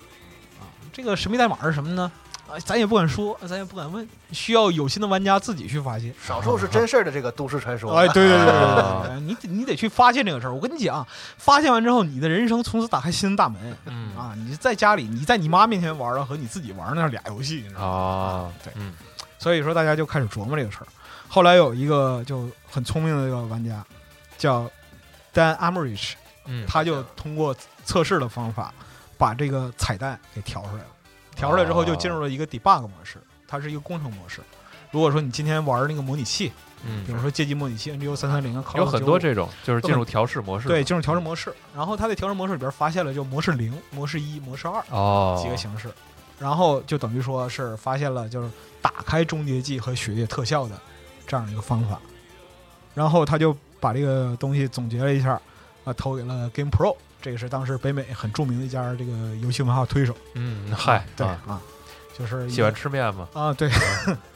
D: 这个神秘代码是什么呢？啊，咱也不敢说，咱也不敢问，需要有心的玩家自己去发 现。
B: 少数是真事儿的这个都市传说。
D: 哎，对对对对
C: 啊
D: 对，哎你得你得去发现这个事儿。我跟你讲，啊发现完之后，你的人生从此打开新的大门。
C: 嗯
D: 啊，你在家里，你在你妈面前玩了和你自己玩那俩游戏，你知道吗？
C: 啊，
D: 对
C: 嗯
D: 所以说大家就开始琢磨这个事儿。后来有一个就很聪明的一个玩家叫 Dan Amrich，
C: 嗯，
D: 他就通过测试的方法把这个彩蛋给调出来了。调出来之后就进入了一个 debug 模式，它是一个工程模式。如果说你今天玩那个模拟器，比
C: 嗯，
D: 如说街机模拟器 NGO 三三零啊，Call
C: 有
D: of
C: 很多
D: 95
C: 这种，就是进入调试模式，
D: 对进入调试模式，然后它在调试模式里边发现了就模式零、模式一、模式二。
C: 哦，
D: 几个形式，然后就等于说是发现了就是打开终结技和血液特效的这样一个方法，然后他就把这个东西总结了一下，啊，投给了 Game Pro，这个是当时北美很著名的一家这个游戏文化推手，
C: 嗯，嗨，
D: 对
C: 啊
D: 啊，就是一
C: 喜欢吃面 吗？
D: 啊，对，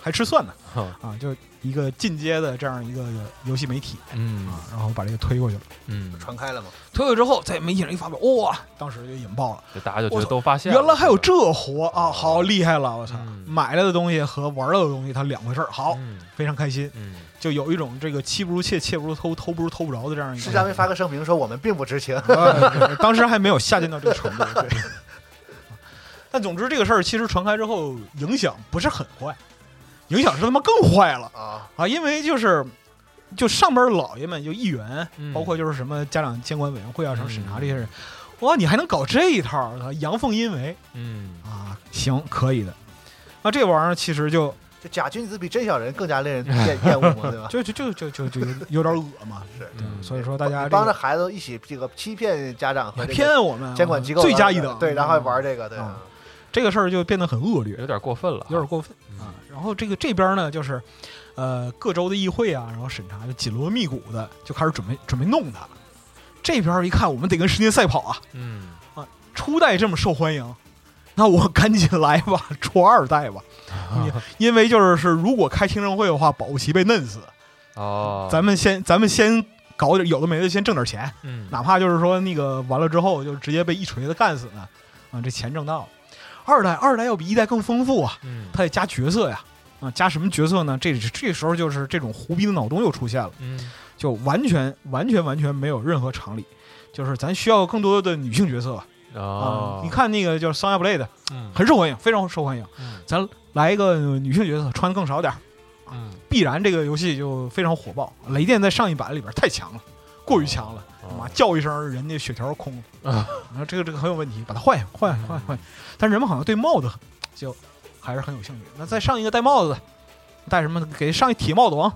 D: 还吃蒜呢
C: 哼
D: 啊，就一个进阶的这样一个游戏媒体
C: 嗯
D: 啊，然后把这个推过去了，
C: 嗯，
B: 传开了嘛？
D: 推过去之后在媒体上一发表，哇，当时就引爆了。
C: 就大家就觉
D: 我
C: 得
D: 操
C: 都发现了，
D: 原来还有
C: 是吧
D: 这活啊！好厉害了，我操！
C: 嗯
D: 买了的东西和玩到的东西它两回事儿，好，
C: 嗯
D: 非常开心，
C: 嗯，
D: 就有一种这个妻不如妾，妾不如偷，偷不如偷不着的这样一个。
B: 施嘉没发个声明说我们并不知情。
D: 哎 当时还没有下贱到这个程度，对。 但总之这个事儿其实传开之后，影响不是很坏，影响是他妈更坏了
B: 啊，
D: 啊！因为就是就上边儿老爷们就议员，
C: 嗯
D: 包括就是什么家长监管委员会啊、什么审查
C: 嗯
D: 这些人，哇，你还能搞这一套儿，啊阳奉阴违。
C: 嗯
D: 啊，行，可以的。那这玩意儿其实就
B: 就假君子比真小人更加令人厌厌恶 嘛，对吧？
D: 就就就就就就有点恶 嘛，
B: 是
D: 对
C: 嗯
D: 所以说大家
B: 你
D: 这
B: 帮着
D: 个
B: 孩子一起这个欺骗家长和这个
D: 骗我们啊
B: 监管机构
D: 罪加一等，嗯
B: 对，然后玩
D: 这
B: 这个，对，
D: 啊这个事儿就变得很恶劣，
C: 有点过分了，
D: 有点过分
C: 嗯
D: 啊。然后这个这边呢，就是呃各州的议会啊，然后审查就紧锣密鼓的就开始准备准备弄它。这边一看，我们得跟时间赛跑啊！
C: 嗯，
D: 初代这么受欢迎，那我赶紧来吧， 出二代吧。因为就是是，如果开听证会的话，保不齐被嫩死。
B: 啊
C: 哦，
D: 咱们先咱们先搞点有的没的，先挣点钱，
C: 嗯
D: 哪怕就是说那个完了之后就直接被一锤子干死呢，啊，这钱挣到了。二代二代要比一代更丰富啊，
C: 嗯
D: 它得加角色呀，啊，加什么角色呢？这这时候就是这种胡逼的脑洞又出现了，
C: 嗯
D: 就完全完全完全没有任何常理。就是咱需要更多的女性角色啊、
C: 哦，
D: 你，看那个叫《Sonya Blade》，
C: 嗯
D: 很受欢迎，非常受欢迎。
C: 嗯
D: 咱来一个女性角色，穿的更少点儿，
C: 嗯，
D: 必然这个游戏就非常火爆。雷电在上一版里边太强了，过于强了，
C: 哦
D: 妈啊叫一声人家血条空了
C: 啊，嗯
D: 然后这个这个很有问题，把它换下换下换下换下。但人们好像对帽子很就还是很有兴趣。那再上一个戴帽子的，戴什么？给上一铁帽子王，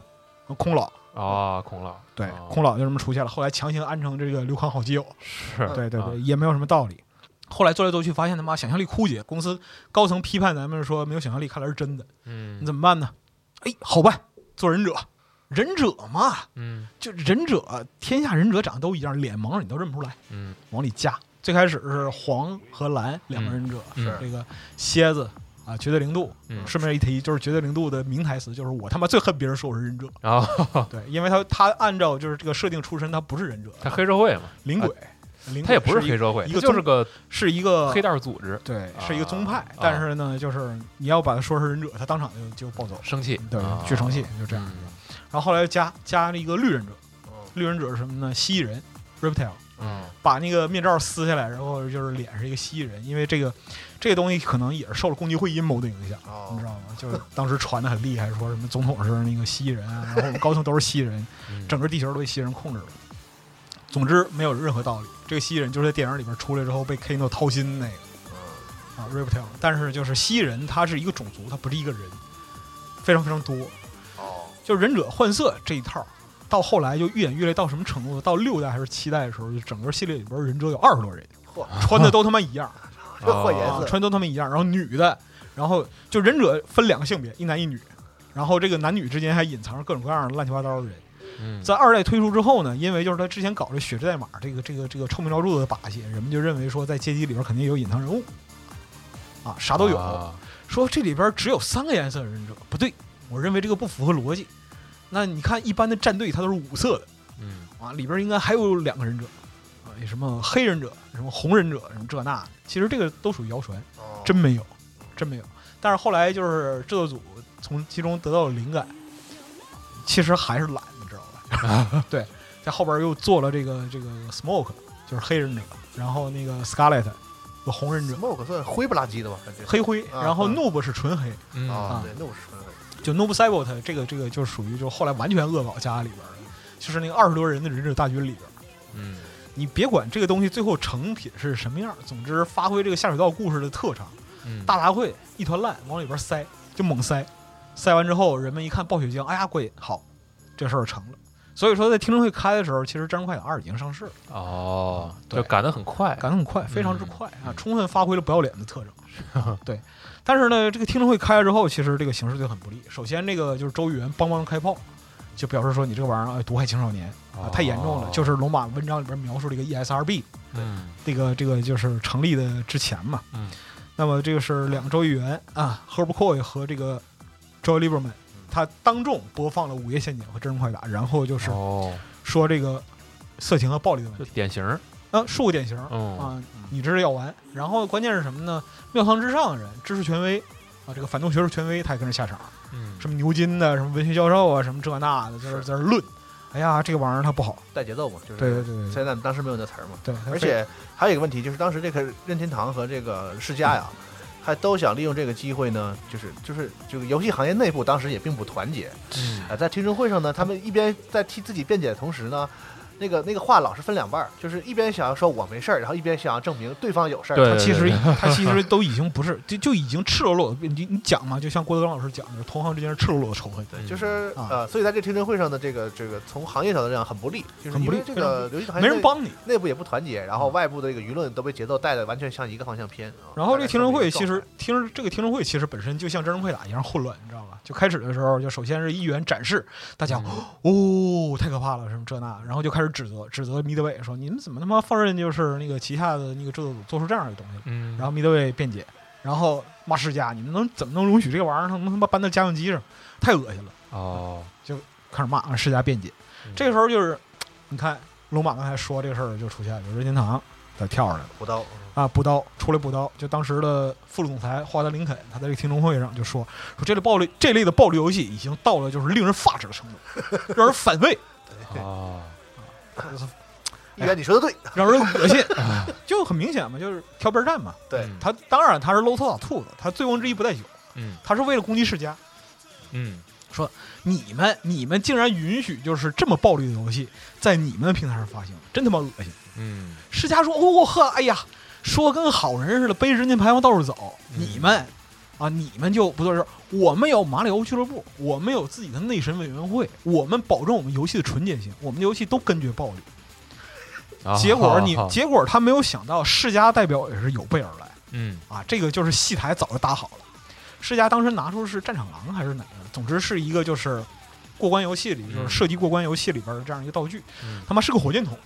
D: 空老。
C: 哦，孔老，
D: 对
C: 哦，
D: 空老就这么出现了，后来强行安成这个刘康好基友，
C: 是，
D: 对对
C: 啊
D: 对，也没有什么道理。后来做来做去，发现他妈想象力枯竭，公司高层批判咱们说没有想象力，看来是真的。
C: 嗯，
D: 你怎么办呢？哎，好办，做忍者。忍者嘛，
C: 嗯
D: 就忍者，天下忍者长得都一样，脸盲你都认不出来，
C: 嗯
D: 往里加。最开始是黄和蓝两个忍者，
C: 嗯
D: 是
C: 是
D: 这个蝎子啊，绝对零度。
C: 嗯
D: 顺便一提，就是绝对零度的名台词就是我他妈最恨别人说我是忍者，
C: 啊，
D: 对，因为他他按照就是这个设定出身，他不是忍者，
C: 他黑社会嘛，
D: 灵鬼，灵鬼
C: 他也不是
D: 一
C: 黑社会，
D: 一个呃
C: 他就是个
D: 是一个
C: 黑，道组织，
D: 对，
C: 啊
D: 是一个宗派
C: 啊。
D: 但是呢，就是你要把他说是忍者，他当场就就暴走，
C: 生气，
D: 对
C: 啊，
D: 巨生气，就这样。然后后来又加加了一个绿忍者，绿忍者是什么呢？蜥蜴人 （reptile），
C: 嗯
D: 把那个面罩撕下来，然后就是脸是一个蜥蜴人，因为这个这个东西可能也是受了共济会阴谋的影响，
B: 哦
D: 你知道吗？就是当时传的很厉害，说什么总统是那个蜥蜴人啊，然后我们高层都是蜥蜴人，
C: 嗯
D: 整个地球都被蜥蜴人控制了。总之没有任何道理，这个蜥蜴人就是在电影里边出来之后被 Kano 掏心那个啊 reptile，但是就是蜥蜴人他是一个种族，他不是一个人，非常非常多。
B: 哦，
D: 就忍者换色这一套，到后来就越演越烈，到什么程度呢？到六代还是七代的时候，就整个系列里边忍者有二十多人，
B: 嚯
D: 穿的都他妈一样，
B: 这换颜
D: 啊
B: 色，
D: 穿都他妈一样，然后女的，然后就忍者分两个性别，一男一女，然后这个男女之间还隐藏着各种各样的乱七八糟的人。
C: 嗯
D: 在二代推出之后呢，因为就是他之前搞这血之代码这个这个这个臭名昭著的把戏，人们就认为说在街机里边肯定有隐藏人物，啊，啥都有。
C: 啊
D: 说这里边只有三个颜色的忍者，不对，我认为这个不符合逻辑。那你看一般的战队它都是五色的
C: 嗯
D: 啊，里边应该还有两个忍者啊，有什么黑忍者、什么红忍者、什么这那的，其实这个都属于谣传，
B: 哦
D: 真没有，真没有。但是后来就是制作组从其中得到了灵感，其实还是懒，你知 道吧？ 对，在后边又做了这个这个 Smoke，就是黑忍者，然后那个 Scarlet，个红忍者，
B: smoke 算灰不拉几的吧，感觉
D: 黑灰，
B: 啊
D: 然后
B: 嗯
D: Noob 是纯黑。
C: 嗯
B: 啊
D: 啊，
B: 对，那我是纯黑，
D: 就 Noob Sabot 这个这个就是属于就是后来完全恶搞家里边儿的，就是那个二十多人的忍者大军里边儿，
C: 嗯
D: 你别管这个东西最后成品是什么样儿，总之发挥这个下水道故事的特长，
C: 嗯
D: 大杂烩一团烂往里边塞，就猛塞，塞完之后人们一看暴雪浆，哎呀过瘾，好，这事儿成了。所以说，在听证会开的时候，其实《战争快打二》已经上市了，
C: 哦，
D: 对
C: 就赶得很快，
D: 赶得很快，非常之快啊
C: 嗯，啊
D: 充分发挥了不要脸的特征。对，但是呢，这个听证会开了之后，其实这个形势就很不利。首先，这个就是周议员帮忙开炮，就表示说你这个玩意儿哎毒害青少年
C: 哦
D: 啊太严重了，就是龙马文章里边描述这个 E ESRB
C: 嗯
D: 这个这个就是成立的之前嘛。
C: 嗯，
D: 那么这个是两个州议员啊，Herb Coy 和这个 Joe Lieberman，他当众播放了《午夜陷阱》和《真人快打》，然后就是
C: 哦，
D: 说这个色情和暴力的问
C: 就
D: 题，
C: 典型儿，
D: 啊，树个典型。
C: 嗯
D: 啊，你这是要完。然后关键是什么呢？庙堂之上的人，知识权威啊，这个反动学术权威，他也跟着下场。
C: 嗯
D: 什么牛津的，什么文学教授啊，什么这那的，在这
B: 是
D: 在这论。哎呀，这个玩意儿它不好。
B: 带节奏嘛，就是
D: 对对对对
B: 现在当时没有那词儿嘛，
D: 对，它
B: 而
D: 非
B: 且还有一个问题就是当时这个任天堂和这个世嘉呀。还都想利用这个机会呢，就是就是就是游戏行业内部当时也并不团结，
C: 嗯
B: 啊，在听证会上呢，他们一边在替自己辩解的同时呢，那个那个话老是分两半儿，就是一边想要说我没事儿，然后一边想要证明对方有事儿。
C: 对
D: 他其实
C: 对
D: 他其实都已经不是，就就已经赤裸裸的，你你讲嘛，就像郭德纲老师讲的，同行之间是赤裸裸的仇恨。
C: 对
B: 就是
D: 啊
B: 呃，所以在这听证会上的这个这个从行业角度上很不利，就是
D: 很
B: 因
D: 不利
B: 为这个游戏行
D: 没
B: 业
D: 人
B: 内
D: 帮你。
B: 内部也不团
D: 嗯
B: 结，然后外部的这个舆论都被节奏带的完全向一个方向偏。啊
D: 然后
B: 大概
D: 这个
B: 是
D: 听
B: 么
D: 证
B: 一个
D: 会
B: 状
D: 其实
B: 态
D: 听证这个听证会其实本身就像真人快打一样混乱，你知道吧？就开始的时候，就首先是议员展示，大
B: 嗯
D: 家、哦太可怕了，什么这那，然后就开始指责指责米德韦说你们怎么他妈放任就是那个旗下的那个制作组做出这样的东西来？
C: 嗯，
D: 然后米德韦辩解，然后骂世家，你们能怎么能容许这个玩意儿他妈他妈搬到家用机上？太恶心了，
C: 哦，
D: 开始骂啊世家辩解。这个时候就是你看龙马刚才说这个事儿就出现了，就是任天堂他跳出来了。
B: 补刀，嗯
D: 啊，补刀出来补刀，就当时的副总裁华德林肯，他在这个听证会上就说说这类暴力这类的暴力游戏已经到了就是令人发指的程度，让人反胃，
C: 候 哦，
B: 一元你说的对，
D: 让人恶心，就很明显嘛，就是挑边站嘛。
B: 对
C: 嗯
D: 他当然他是搂头打兔子，他醉翁之意不在酒，
C: 嗯
D: 他是为了攻击世家。
C: 嗯
D: 你们你们竟然允许就是这么暴力的游戏在你们的平台上发行，真他妈恶心！
C: 嗯，
D: 世家说：“哦呵，哎呀，说跟好人似的，背着人家牌往到处走。
C: 嗯
D: 你们啊，你们就不做事儿。我们有马里奥俱乐部，我们有自己的内审委员会，我们保证我们游戏的纯洁性，我们的游戏都根绝暴力。
C: 啊
D: 结果你
C: 好，好
D: 结果他没有想到，世家代表也是有备而来
C: 嗯
D: 啊，这个就是戏台早就搭好了。世家当时拿出是战场狼还是哪个，总之是一个就是过关游戏里，就是
C: 嗯
D: 射击过关游戏里边的这样一个道具，
C: 嗯
D: 他妈是个火箭筒，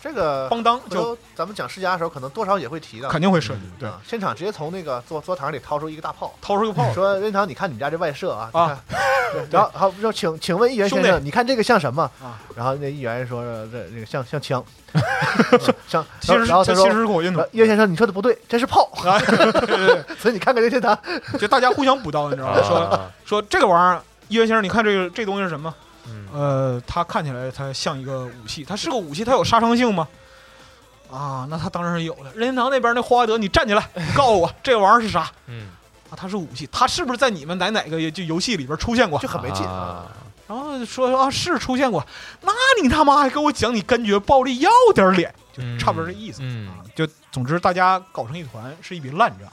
B: 这个
D: 邦当
B: 回
D: 就
B: 头咱们讲世家的时候，可能多少也会提到，
D: 肯定会射击，
C: 嗯
D: 对，
B: 啊，现场直接从那个桌桌堂里掏出一个大炮。
D: 掏出一 个炮来。
B: 说任堂，你看你们家这外设啊，
D: 啊
B: 你看，然后好说，请请问议员先
D: 兄
B: 生，你看这个像什么
D: 啊？
B: 然后那议员说这这个像像 枪，像，
D: 其实
B: 然后
D: 他
B: 他
D: 其实
B: 说，
D: 是火箭筒
B: 呃，议员先生，你说的不对，这是炮，
D: 啊，对对
B: 所以你看看任天堂，
D: 对，就大家互相补刀，你知道吗？说
C: 啊，
D: 说这个玩意儿，一元先生，你看这个这东西是什么？
C: 嗯
D: 呃，它看起来它像一个武器，它是个武器，它有杀伤性吗？啊，那它当然是有了。任天堂那边那霍华德，你站起来，你告诉我这玩意儿是啥？啊，
C: 嗯，
D: 它是武器，它是不是在你们哪哪个就游戏里边出现过
B: 就？很没劲啊。
C: 啊，
D: 然后说说啊，是出现过，那你他妈还跟我讲你根绝暴力，要点脸，就
C: 嗯
D: 差不多这意思。啊
C: 嗯，
D: 就总之大家搞成一团是一笔烂账。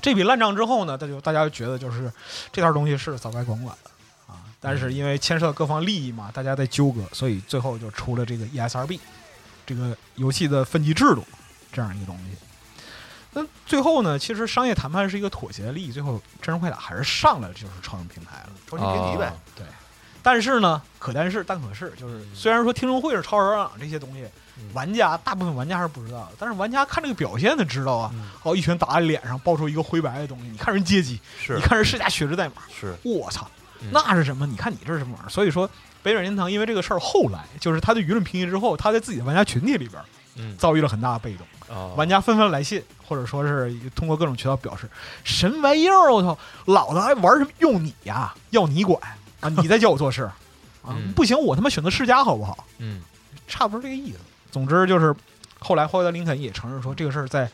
D: 这笔烂账之后呢，大就大家就觉得就是这套东西是早该管管了啊，但是因为牵涉各方利益嘛，大家在纠葛，所以最后就出了这个 E ESRB 这个游戏的分级制度这样一个东西。那最后呢，其实商业谈判是一个妥协的利益，最后真人快打还是上了就是超英平台了。
B: 重新评级呗
C: 哦，
D: 啊但是呢，可但是但可是，就是虽然说听证会是超时长这些东西，
C: 嗯
D: 玩家大部分玩家还是不知道的，但是玩家看这个表现他知道啊。
C: 嗯
D: 哦，一拳打在脸上，爆出一个灰白的东西，你看人街机，
C: 是
D: 你看人世家血之代码，
C: 是，
D: 我操
C: 嗯，
D: 那是什么？你看你这是什么玩意儿？所以说，北软任天堂因为这个事儿，后来就是他的舆论评级之后，他在自己的玩家群体里边儿
C: 嗯，
D: 遭遇了很大的被动。
C: 哦
D: 玩家纷纷来信，或者说是通过各种渠道表示，什么玩意儿？我操，老子还玩什么用你呀、要你管啊？你在叫我做事啊
C: 嗯？
D: 不行，我他妈选择世家好不好？
C: 嗯
D: 差不多这个意思。总之就是，后来霍德林肯也承认说，这个事儿在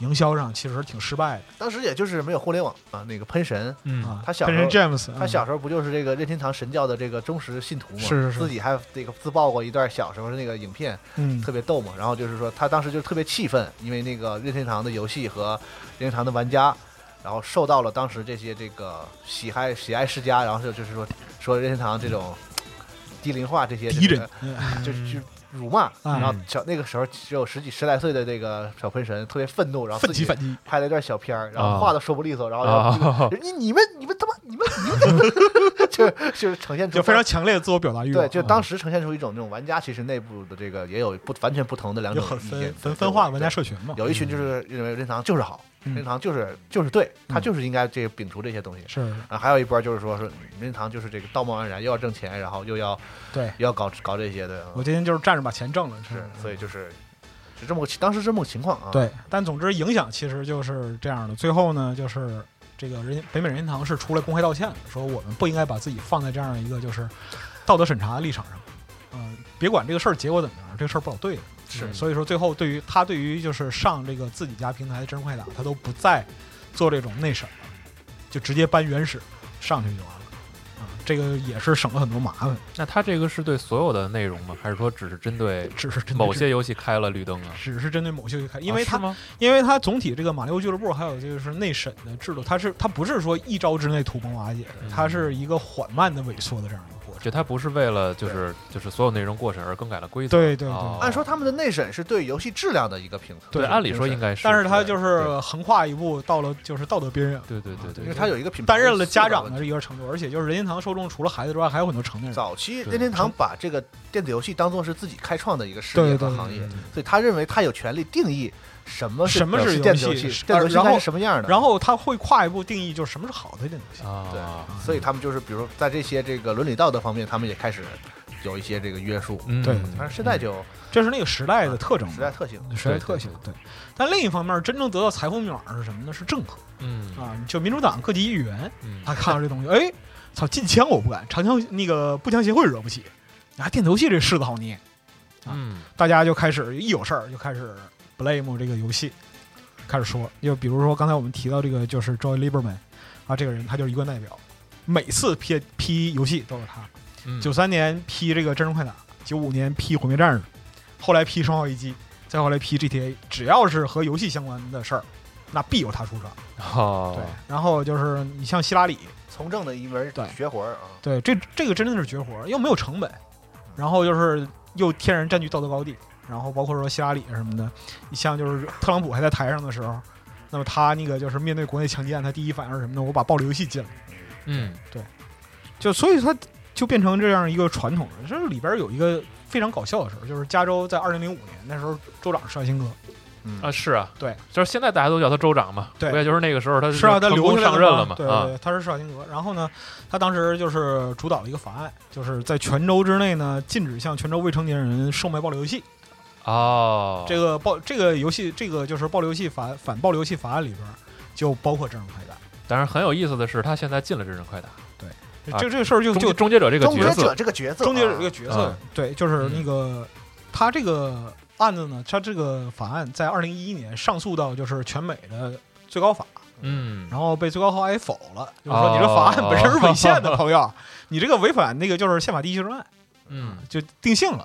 D: 营销上其实挺失败
B: 当时也就是没有互联网啊，那个喷神，
D: 的
C: 嗯
D: 啊。
B: 他小
D: 本身
B: 时
D: James，
B: 他小时候不就是这个任天堂神教的这个忠实信徒吗？
D: 是是是
B: 自己还那个自曝过一段小时候的那个影片，
D: 嗯
B: 特别逗嘛。然后就是说他当时就特别气愤，因为那个任天堂的游戏和任天堂的玩家，然后受到了当时这些这个喜爱喜爱世家，然后就就是说说任天堂这种低龄化这些
D: 敌
B: 这
D: 人
B: 个，就是去辱骂。
D: 嗯
B: 然后小那个时候只有十几十来岁的这个小喷神特别愤怒，然后
D: 奋
B: 自
D: 起
B: 己
D: 反击，
B: 拍了一段小片儿，然
C: 啊
B: 后话都说不利索，然后
C: 啊
B: 就、你你们你们他妈你们你们， 就就是呈现出
D: 就非常强烈的自我表达欲望。
B: 对，就当时呈现出一种那种玩家其实内部的这个也有不完全不同的两
D: 就
B: 种
D: 嗯很
B: 意
D: 分
B: 见
D: 分
B: 对
D: 分
B: 对
D: 化
B: 对
D: 玩家社群嘛。
B: 有一群就是认为任天堂就是好，
D: 嗯
B: 任天堂就是就是对，他
D: 嗯
B: 就是应该这个摒除这些东西。
D: 是，
B: 然后还有一波就是说说任天堂就是这个道貌岸然，又要挣钱，然后又要
D: 对
B: 又要搞搞这些的，
D: 我今天就是站着把钱挣了，
B: 是，所以就是是这么个当时是这么个情况啊。，
D: 对，但总之影响其实就是这样的。最后呢，就是这个人北美任天堂是出来公开道歉的，说我们不应该把自己放在这样一个就是道德审查的立场上。嗯，别管这个事儿结果怎么样，这个事儿不老对的。
C: 是
D: 嗯所以说最后对于他对于就是上这个自己家平台的真人快打，他都不再做这种内审了，就直接搬原始上去就完了。啊，啊，这个也是省了很多麻烦，
C: 那它这个是对所有的内容吗？还是说只是针对
D: 只是针对
C: 某些游戏开了绿灯啊？
D: 只是针对某些游戏开，因
C: 啊
D: 为
C: 是
D: 它
C: 吗
D: 因为它总体这个马里奥俱乐部还有就是内审的制度，它是它不是说一招之内土崩瓦解的，
C: 嗯
D: 它是一个缓慢的萎缩的这样一个过程。
C: 就它不是为了就是就是所有内容过审而更改了规则。
D: 对对对
C: 哦
B: 按说他们的内审是对游戏质量的一个评测，
C: 对，按理说应
B: 该，
C: 该是，
D: 但是嗯它就是横跨一步到了就是道德边缘，
C: 对对对
B: 啊因为
C: 对
B: 它
C: 对，
B: 有一个品牌
D: 担任了家
B: 素
D: 长
B: 养问
D: 的
B: 题。
D: 一个程度，而且就是任天堂受众除了孩子之外，还有很多成年人。
B: 早期
C: 对
B: 任天堂把这个电子游戏当做是自己开创的一个事
D: 对
B: 业和
D: 对对
B: 行业
D: 对，
B: 所以他认为他有权利定义什么是
D: 什么是
B: 电子
D: 游
B: 游
D: 戏
B: 戏，
D: 是
B: 电子游戏
D: 然后
B: 应该是什么样的，
D: 然后它会跨一步定义，就是什么是好的电子游戏。
C: 啊，
B: 所以他们就是，比如说在这些这个伦理道德方面，他们也开始有一些这个约束。
C: 嗯
D: 对
B: 反正现在就
D: 这是那个啊时代的特征嘛，
B: 时代特性，
D: 时代
C: 对对
D: 特性。对，但另一方面，真正得到财富密码是什么呢？是政客
C: 嗯
D: 啊，就民主党各级议员，
C: 嗯
D: 他看到这东西，哎，操，禁枪我不敢，长枪那个步枪协会惹不起，啊，电子游戏这柿子好捏，
C: 嗯
D: 大家就开始一有事儿就开始 blame 这个游戏，开始说，就比如说刚才我们提到这个就是 Joy Lieberman 啊，这个人他就是一贯代表，每次批批游戏都是他，
C: 嗯，
D: 九三年批这个《真人快打》，九五年批《毁灭战士》，后来批《生化危机》，再后来批 GTA，只要是和游戏相关的事儿，那必有他出场。
C: 哦
D: 对，然后就是你像希拉里，
B: 从政的一门
D: 对
B: 绝活儿啊。
D: 对，这这个真的是绝活，又没有成本，然后就是又天然占据道德高地，然后包括说希拉里什么的，你像就是特朗普还在台上的时候，那么他那个就是面对国内强奸，他第一反应是什么呢？我把暴力游戏禁了，
C: 嗯
D: 就所以他就变成这样一个传统了。这里边有一个非常搞笑的事儿，就是加州在二零零五年那时候州长是绍兴哥，
B: 嗯
C: 啊是啊，
D: 对，
C: 就是现在大家都叫他州长嘛，
D: 对
C: 不也就是那个时候他
D: 是啊，他
C: 成
D: 留
C: 功
D: 下来
C: 上任
D: 了
C: 了嘛
D: 对
C: 啊
D: 对，对，他是绍兴哥。然后呢，他当时就是主导了一个法案，就是在泉州之内呢，禁止向泉州未成年人售卖暴力游戏。
C: 哦，
D: 这个暴这个游戏这个就是暴力游戏法反暴力游戏法案里边儿就包括这种快打，
C: 但是很有意思的是，他现在进了真人快打，啊
D: 这这个事儿就
C: 终
D: 就
C: 终结者这个
B: 终
C: 角
B: 结
C: 色
B: 者，这个角色啊，
D: 终结者这个角色
C: 啊，
D: 对，就是
C: 嗯
D: 那个他这个案子呢，他这个法案在二零一一年上诉到就是全美的最高法，
C: 嗯，
D: 然后被最高法给否了，就是说你这法案本身是违宪
C: 哦
D: 的，朋友，你这个违反那个就是宪法第一修正案，
C: 嗯
D: 就定性了。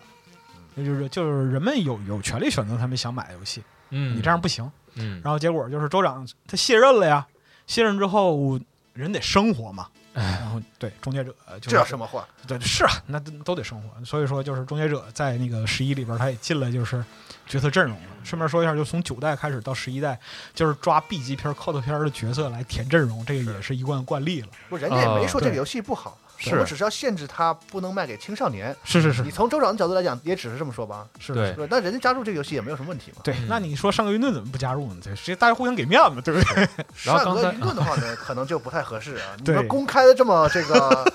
D: 就是就是人们有有权利选择他们想买的游戏，
C: 嗯，
D: 你这样不行。
C: 嗯
D: 然后结果就是州长他卸任了呀，卸任之后人得生活嘛，
C: 哎
D: 然后对终结者就
B: 这叫什么话？
D: 对是啊，那都都得生活，所以说就是终结者在那个十一里边他也进了就是角色阵容了。顺便说一下，就从九代开始到十一代，就是抓 B 级片、cult 片的角色来填阵容，这个也是一贯惯例了。
B: 不，人家也没说
D: 啊
B: 这个游戏不好，
C: 是
B: 我们只是要限制它不能卖给青少年。
D: 是是是
B: 你从州长的角度来讲，也只是这么说吧。
D: 是，
C: 嗯对
B: 对，那人家加入这个游戏也没有什么问题嘛。
D: 对
C: 嗯。
D: 那你说上个云顿怎么不加入呢？这这大家互相给面子嘛，对不对？
C: 然后
B: 善
C: 刚才
B: 恶舆论的话呢，可能就不太合适啊。你
D: 对
B: 们公开的这么这个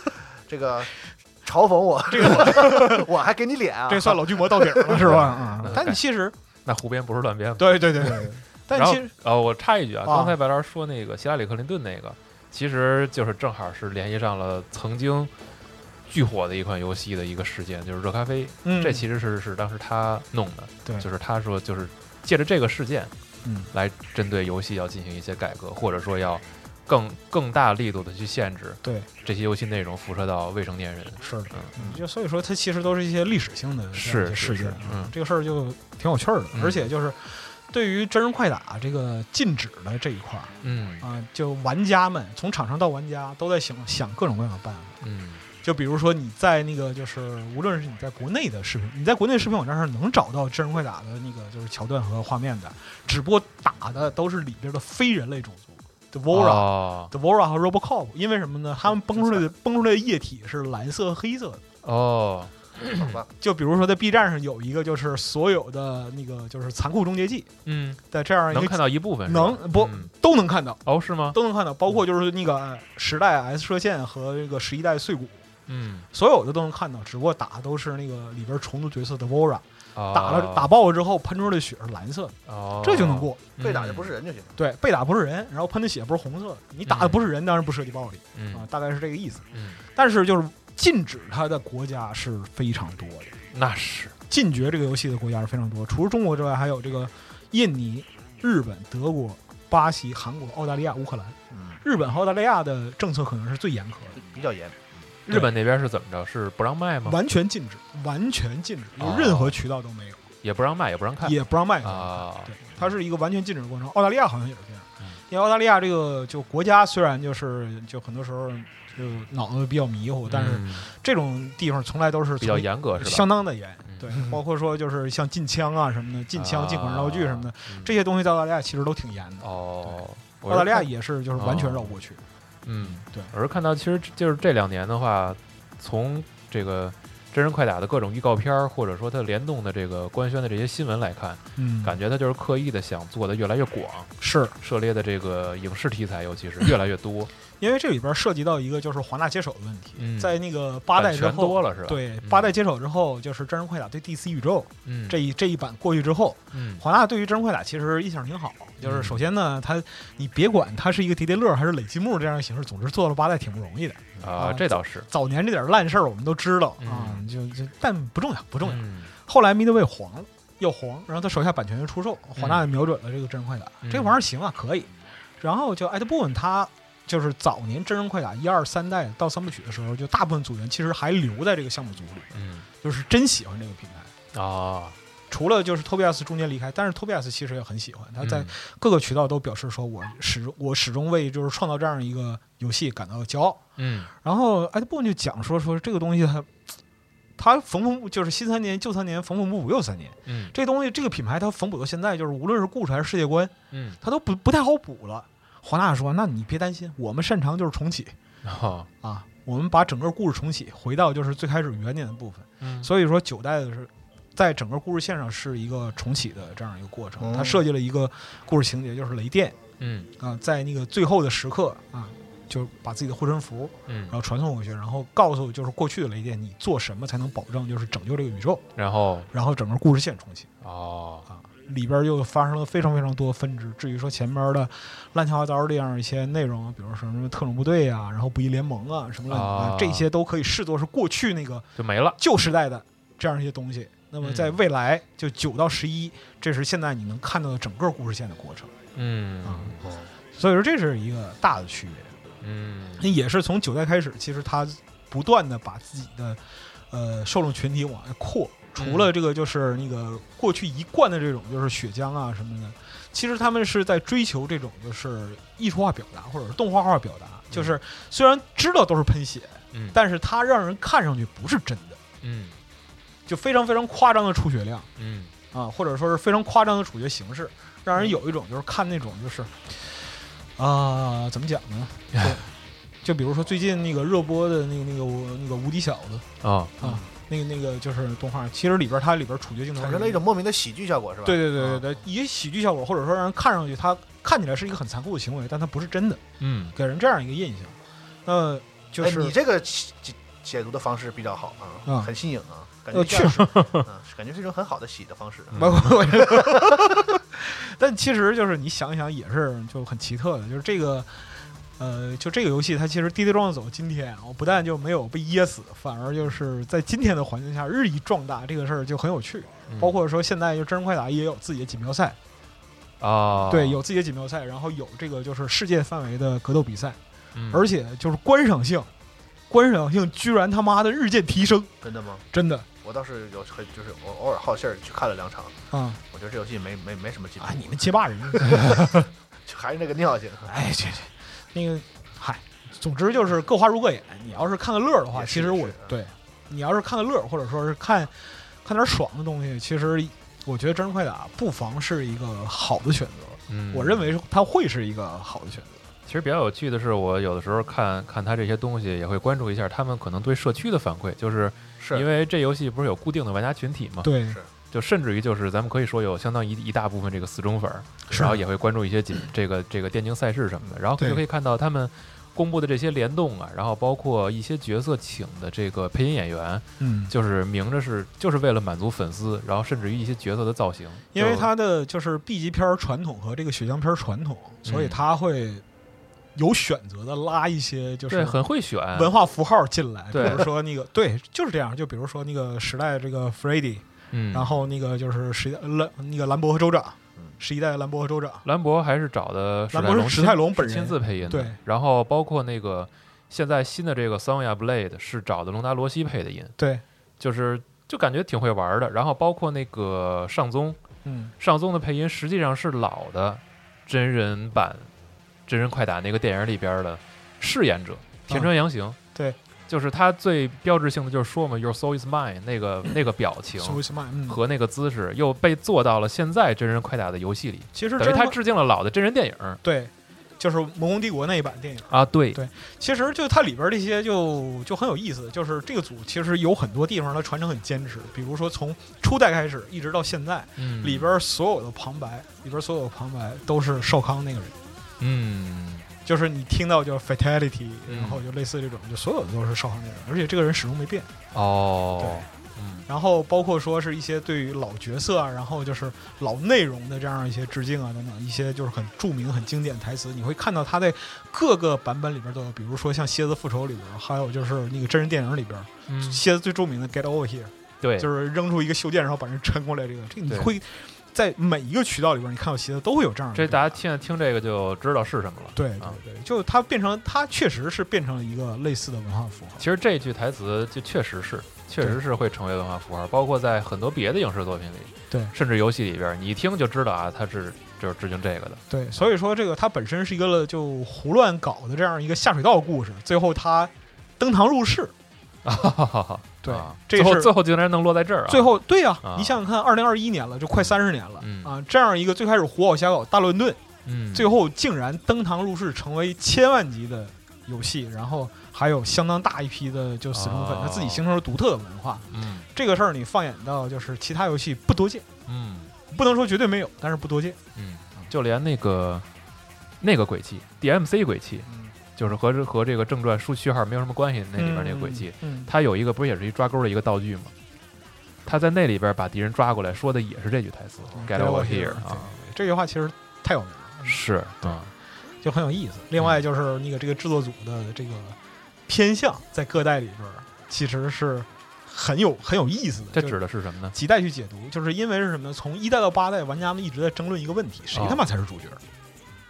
B: 这个嘲讽 我，这个 我还给你脸啊？
D: 这算老巨魔到底儿 了是吧？啊，
C: 嗯
D: 但你其实
C: 那胡编不是乱编嘛。
D: 对对对对，但
C: 然后
D: 其实
C: 呃，我插一句啊，
D: 啊
C: 刚才白老师说那个希拉里克林顿那个，其实就是正好是联系上了曾经巨火的一款游戏的一个事件，就是热咖啡。
D: 嗯
C: 这其实是是当时他弄的，
D: 对
C: 就是他说就是借着这个事件，
D: 嗯，
C: 来针对游戏要进行一些改革，或者说要更更大力度的去限制
D: 对
C: 这些游戏内容辐射到未成年人。
D: 是的
C: 嗯，
D: 就所以说它其实都是一些历史性的这样一些
C: 是
D: 事件
C: 是，嗯
D: 这个事儿就挺有趣儿的，
C: 嗯
D: 而且就是对于真人快打这个禁止的这一块儿
C: 嗯
D: 啊，就玩家们从厂商到玩家都在想想各种各样的办法。
C: 嗯
D: 就比如说你在那个就是无论是你在国内的视频，你在国内视频网站上能找到真人快打的那个就是桥段和画面的，只不过打的都是里边的非人类种族，The Vora、
C: 哦嗯
D: The Vora 和 RoboCop，因为什么呢？他们崩出来的崩出来的液体是蓝色和黑色的。
C: 哦
B: 好吧，
D: 就比如说在 B 站上有一个就是所有的那个就是残酷终结技
C: 嗯，
D: 的这样一个
C: 能看到一部分是吧
D: 能不、
C: 嗯
D: 都能看到
C: 哦是吗？
D: 都能看到，包括就是那个十代 S 射线和这个十一代碎骨，
C: 嗯，
D: 所有的都能看到，只不过打的都是那个里边重组角色的 Vora，
C: 哦
D: 打了打爆了之后喷出来的血是蓝色的，
C: 哦，
D: 这就能过。
C: 嗯，
B: 被打就不是人就行。
D: 对，被打不是人，然后喷的血不是红色的，你打的不是人，当然不涉及暴力啊
C: 嗯，
D: 大概是这个意思。
C: 嗯，
D: 但是就是禁止它的国家是非常多的。
C: 那是
D: 禁绝这个游戏的国家是非常多，除了中国之外，还有这个印尼、日本、德国、巴西、韩国、澳大利亚、乌克兰。
B: 嗯，
D: 日本和澳大利亚的政策可能是最严苛的，
B: 比较严。
C: 日本那边是怎么着？是不让卖吗？
D: 完全禁止，完全禁止，有
C: 哦
D: 任何渠道都没有，
C: 也不让卖，也不让看
D: 也不让卖给他们
C: 啊
D: 对，它是一个完全禁止的过程。澳大利亚好像也是这样
C: 嗯，
D: 因为澳大利亚这个就国家虽然就是就很多时候就脑子比较迷糊，但是
C: 嗯
D: 这种地方从来都是
C: 比较
D: 从
C: 严格是吧
D: 相？当的严
C: 嗯。
D: 对，包括说就是像禁枪啊什么的，禁枪、禁管制道具什么的，
C: 嗯
D: 这些东西在澳大利亚其实都挺严的。
C: 哦，我是
D: 澳大利亚
C: 看啊
D: 也是，就是完全绕过去。
C: 嗯，
D: 对
C: 我是看到，其实就是这两年的话，从这个真人快打的各种预告片儿，或者说它联动的这个官宣的这些新闻来看，
D: 嗯，
C: 感觉它就是刻意的想做的越来越广，
D: 是
C: 涉猎的这个影视题材，尤其是越来越多，
D: 因为这里边涉及到一个就是华纳接手的问题，
C: 嗯
D: 在那个八代
C: 版
D: 之
C: 权
D: 后
C: 多。了是吧？，
D: 对
C: 嗯
D: 八代接手之后，就是《真人快打》对 DC 宇宙
C: 嗯，
D: 这一这一版过去之后，
C: 嗯
D: 华纳对于《真人快打》其实印象挺好。就是首先呢，它你别管它是一个叠叠乐还是垒积木这样的形式，总之做了八代挺不容易的。
C: 啊，这倒是
D: 早年这点烂事儿我们都知道啊
C: 嗯，
D: 就就但不重要，
C: 不
D: 不重要。
C: 嗯
D: 后来 Midway 黄了，又黄，然后他手下版权就出售，华纳瞄准了这个真人快打，
C: 嗯
D: 这玩意儿行啊，可以。然后就艾德布恩他就是早年真人快打一二三代到三部曲的时候，就大部分组员其实还留在这个项目组里，
C: 嗯
D: 就是真喜欢这个平台。
C: 啊，
D: 除了就是托比亚斯中间离开，但是托比亚斯其实也很喜欢，他在
C: 嗯
D: 各个渠道都表示说，我始我始终为就是创造这样一个游戏感到骄傲。
C: 嗯
D: 然后艾德布恩就讲说说这个东西它，他缝缝补就是新三年旧三年缝缝补补又三年，
C: 嗯
D: 这东西这个品牌它缝补到现在，就是无论是故事还是世界观，
C: 嗯，
D: 它都不不太好补了。华纳说：“那你别担心，我们擅长就是重启
C: 哦，
D: 啊，我们把整个故事重启，回到就是最开始原点的部分。
C: 嗯
D: 所以说九代的是在整个故事线上是一个重启的这样一个过程。
B: 哦
D: 它设计了一个故事情节，就是雷电
C: 嗯
D: 啊，在那个最后的时刻啊，就把自己的护身符
C: 嗯
D: 然，后传送回去，然后告诉就是过去的雷电，你做什么才能保证就是拯救这个宇宙，
C: 然后
D: 然后整个故事线重启。”
C: 哦，
D: 啊，里边儿又发生了非常非常多的分支。至于说前边儿的乱七八糟这样一些内容，比如说什么特种部队啊，然后不义联盟啊，什么乱七八
C: 啊
D: 糟，这些都可以视作是过去那个
C: 就没了，
D: 旧时代的这样一些东西。那么在
C: 嗯
D: 未来，就九到十一，这是现在你能看到的整个故事线的过程啊
C: 嗯。
D: 所以说，这是一个大的区别。
C: 嗯
D: 那也是从九代开始，其实他不断的把自己的呃受众群体往外扩。除了这个，就是那个过去一贯的这种，就是血浆啊什么的，其实他们是在追求这种就是艺术化表达，或者是动画化表达。就是虽然知道都是喷血，
C: 嗯
D: 但是它让人看上去不是真的，
C: 嗯
D: 就非常非常夸张的出血量
C: 嗯
D: 啊，或者说是非常夸张的处决形式，让人有一种就是看那种就是啊、怎么讲呢？就就比如说最近那个热播的那个那个我那个无敌小子
C: 啊
D: 啊，那个那个就是动画，其实里边它里边处决镜头
B: 产生了一种啊莫名的喜剧效果，是吧？
D: 嗯对对对对对，以喜剧效果或者说让人看上去它看起来是一个很残酷的行为，但它不是真的，
C: 嗯
D: 给人这样一个印象。那就
B: 哎
D: 是
B: 你这个解解读的方式比较好啊，
D: 嗯
B: 很新颖啊，感
D: 呃
B: 觉
D: 确嗯
B: 实， 嗯，感觉是一种很好的洗的方式啊。
C: 嗯
D: 包括我， 但其实就是你想一想也是就很奇特的，就是这个，呃，就这个游戏它其实跌跌撞撞走到今天，我不但就没有被噎死，反而就是在今天的环境下日益壮大，这个事儿就很有趣。
C: 嗯
D: 包括说现在就真人快打也有自己的锦标赛，
C: 啊，
D: 对，有自己的锦标赛，然后有这个就是世界范围的格斗比赛，
C: 嗯，
D: 而且就是观赏性，观赏性居然他妈的日渐提升，
B: 真的吗？
D: 真的
B: 我倒是有很，就是我偶尔好信儿去看了两场，
C: 嗯
D: 啊
B: 我觉得这游戏没没没什么进步
D: 啊！，你们街霸人。
B: 就还是那个尿性。
C: 啊
D: 哎，这这，那个，嗨，总之就是各花入各眼。你要是看个乐儿的话，
B: 也是
D: 其实我
B: 也是嗯
D: 对你要是看个乐儿，或者说是看看点爽的东西，其实我觉得《真人快打》不妨是一个好的选择。
C: 嗯
D: 我认为是它会是一个好的选择。
C: 其实比较有趣的是，我有的时候看看他这些东西，也会关注一下他们可能对社区的反馈，就是
B: 是
C: 因为这游戏不是有固定的玩家群体嘛，
D: 对
B: 是
C: 就甚至于就是咱们可以说有相当一一大部分这个死忠粉儿，
D: 是
C: 然后也会关注一些锦这个这个电竞赛事什么的，然后
D: 对
C: 就可以看到他们。公布的这些联动啊，然后包括一些角色请的这个配音演员，
D: 嗯，
C: 就是明着是就是为了满足粉丝，然后甚至于一些角色的造型，
D: 因为
C: 就
D: 它的就是 B 级片儿传统和这个血浆片儿传统，所以
C: 嗯
D: 它会有选择的拉一些就是
C: 对很会选
D: 文化符号进来，比
C: 对
D: 如说那个对，就是这样。就比如说那个时代这个 Freddy，
C: 嗯，
D: 然后那个就是十一代兰那个兰博和州长
B: 嗯，
D: 十一代兰博和州长，
C: 兰博还是找的史
D: 兰
C: 泰
D: 博
C: 龙
D: 是史泰龙
C: 亲
D: 本
C: 亲
D: 人
C: 自配音的，
D: 对
C: 然后包括那个现在新的这个 Sonya Blade 是找的隆达罗西配的音，
D: 对，
C: 就是就感觉挺会玩的。然后包括那个上宗，
D: 嗯
C: 上宗的配音实际上是老的真人版真人快打那个电影里边的饰演者田川阳行、
D: 嗯对，
C: 就是他最标志性的就是说嘛，Your soul is mine 那 个那个表情。
D: ，So is mine，嗯，
C: 和那个姿势又被做到了现在真人快打的游戏里，
D: 其实
C: 等于
D: 真
C: 他
D: 人
C: 致敬了老的真人电影
D: 对，就是《魔宫帝国》那一版电影。
C: 啊。对，
D: 其实就它里边这些就就很有意思，就是这个组其实有很多地方它传承很坚持，比如说从初代开始一直到现在，
C: 嗯
D: 里边所有的旁白，里边所有的旁白都是少康那个人，
C: 嗯
D: 就是你听到叫 fatality，
C: 嗯
D: 然后就类似这种，就所有的都是少康那个人，而且这个人始终没变。
C: 哦
D: 对，
C: 嗯
D: 然后包括说是一些对于老角色啊，然后就是老内容的这样一些致敬啊等等，一些就是很著名、很经典的台词，你会看到他在各个版本里边都有，比如说像《蝎子复仇》里边，还有就是那个真人电影里边，
C: 嗯，
D: 蝎子最著名的 “Get over here”，
C: 对，
D: 就是扔出一个袖箭，然后把人抻过来，这个这个你
C: 对
D: 会在每一个渠道里边，你看到蝎子都会有这样的
C: 这
D: 表达。
C: 大家现在听这个就知道是什么了。
D: 对
C: 啊
D: 对对，就它变成它确实是变成了一个类似的文化符号。
C: 其实这句台词就确实是，确实是会成为文化符号，包括在很多别的影视作品里，
D: 对
C: 甚至游戏里边，你一听就知道啊，它是就是致敬这个的。
D: 对，所以说这个它本身是一个就胡乱搞的这样一个下水道故事，最后它登堂入室。对
C: 啊
D: 这
C: 最后
D: 是
C: 最后竟然能落在这儿啊！
D: 最后，对呀、
C: 啊
D: 你想想看，二零二一年了，就快三十年了、
C: 嗯
D: 啊！这样一个最开始胡搞瞎搞大乱炖，
C: 嗯，
D: 最后竟然登堂入室，成为千万级的游戏，然后还有相当大一批的就死忠粉，他自
C: 哦
D: 己形成了独特的文化。
C: 嗯
D: 这个事儿你放眼到就是其他游戏不多见，
C: 嗯
D: 不能说绝对没有，但是不多见。
C: 嗯，就连那个那个轨迹 DMC 轨迹，
D: 嗯，
C: 就是和这和这个正传书序号没有什么关系，那里边那个轨迹，
D: 嗯，
C: 他有一个不是也是一抓钩的一个道具吗？他在那里边把敌人抓过来，说的也是这句台词
D: 嗯
C: ，“Get
D: “Get
C: over
D: over
C: here”
D: here，
C: 啊，
D: 这句话其实太有名了。
C: 是啊，
D: 就很有意思。另
C: 嗯
D: 外就是那个这个制作组的这个偏向，在各代里边儿其实是很有很有意思的。
C: 这
D: 就
C: 指的是什么呢？
D: 几代去解读，就是因为是什么呢？从一代到八代，玩家们一直在争论一个问题：谁
C: 啊
D: 他妈才是主角？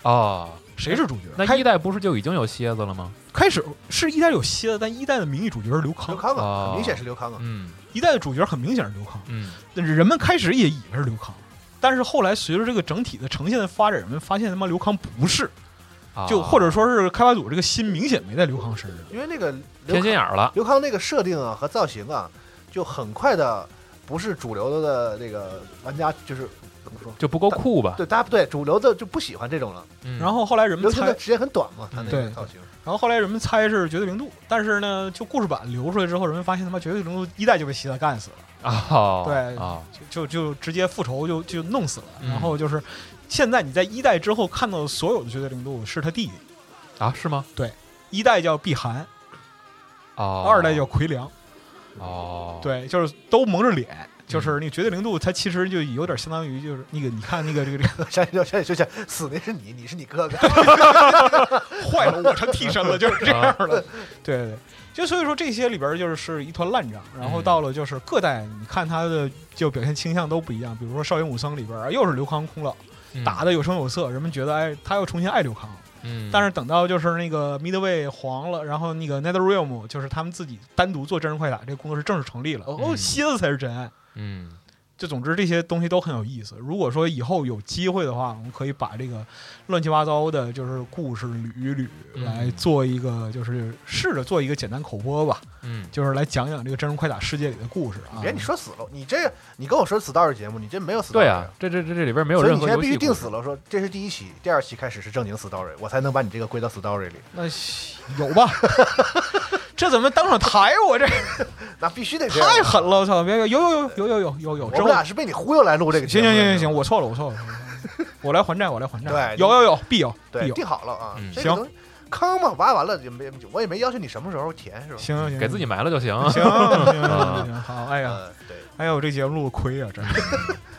C: 哦，
D: 谁是主角？
C: 那
D: 开
C: 一代不是就已经有蝎子了吗？
D: 开始是一代有蝎子，但一代的名义主角是刘
B: 刘
D: 康，
B: 康啊，
C: 哦
B: 很明显是刘康啊。
C: 嗯
D: 一代的主角很明显是刘康。
C: 嗯
D: 但是人们开始也以为是刘康，但是后来随着这个整体的呈现的发展，人们发现他妈刘康不是，
C: 啊，
D: 就或者说是开发组这个心明显没在刘康身上。
C: 嗯
B: 因为那个刘
C: 偏心
B: 康
C: 眼儿了，
B: 刘康那个设定啊和造型啊，就很快的不是主流的那个玩家，就是怎么说？
C: 就不够酷吧？
B: 对，大家不对，主流的就不喜欢这种了。
C: 啊嗯
D: 然后后来人们
B: 刘
D: 猜
B: 康的时间很短嘛，他那个
D: 对
B: 造型。
D: 然后后来人们猜是绝对零度，但是呢，就故事版流出来之后，人们发现他妈绝对零度一代就被希腊干死了，
C: 啊，
D: 对
C: 啊，
D: 就就就直接复仇就就弄死了。
C: 嗯
D: 然后就是现在你在一代之后看到的所有的绝对零度是他弟弟，
C: 啊是吗？
D: 一代叫碧寒，
C: 哦，
D: 二代叫奎良，
C: 哦，，
D: 对，就是都蒙着脸。就是那个绝对零度，它其实就有点相当于就是那个，你看那个这个这个
B: 想起就想起就想，死那是你，你是 你哥哥。
D: 坏了，我成替身了，就是这样的。对对对，就所以说这些里边儿就是是一团烂账，然后
C: 嗯
D: 到了就是各代，你看他的就表现倾向都不一样。比如说《少林武僧》里边儿啊又是刘康空
C: 嗯
D: 老，打
C: 的，
D: 的有声有色，人们觉得哎他又重新爱刘康了。
C: 嗯，
D: 但是等到就是那个 Midway 黄了，然后那个 NetherRealm 就是他们自己单独做真人快打，这个工作室正式成立了。哦，
C: 嗯
D: 蝎子才是真爱。
C: 嗯
D: 就总之这些东西都很有意思。如果说以后有机会的话，我们可以把这个乱七八糟的，就是故事捋一捋，
C: 嗯
D: 来做一个，就是试着做一个简单口播吧，
C: 嗯，
D: 就是来讲讲这个真人快打世界里的故事啊。
B: 别你说死了，你这你跟我说死道士节目，你这没有死道
C: 对
B: 士
C: 啊，这这这这里边没有
B: 所以
C: 任
B: 你
C: 何
B: 现在
C: 游
B: 必
C: 戏
B: 须定
C: 故事
B: 死了，说这是第一期，第二期开始是正经死道士，我才能把你这个归到死道士里。
D: 那有吧？这怎么当场抬我？这
B: 那必须得这样
D: 太狠了！我操！别别有有有有有有有有，
B: 我
D: 之
B: 们
D: 后
B: 俩是被你忽悠来录这个节
D: 行行
B: 目的。
D: 行行行，我错了我错了，我来还债我来还债。
B: 对
D: 有有有必有必
B: 对，
D: 有。
B: 定好了啊
C: 嗯。
B: 这个东西坑嘛，挖完了也没，我也没要求你什么时候填，是吧？
D: 行啊行行，啊
C: 给自己埋了就行。
D: 行行行行行好，哎呀，
B: 嗯，对
D: 哎呦，这节目录亏啊，真是。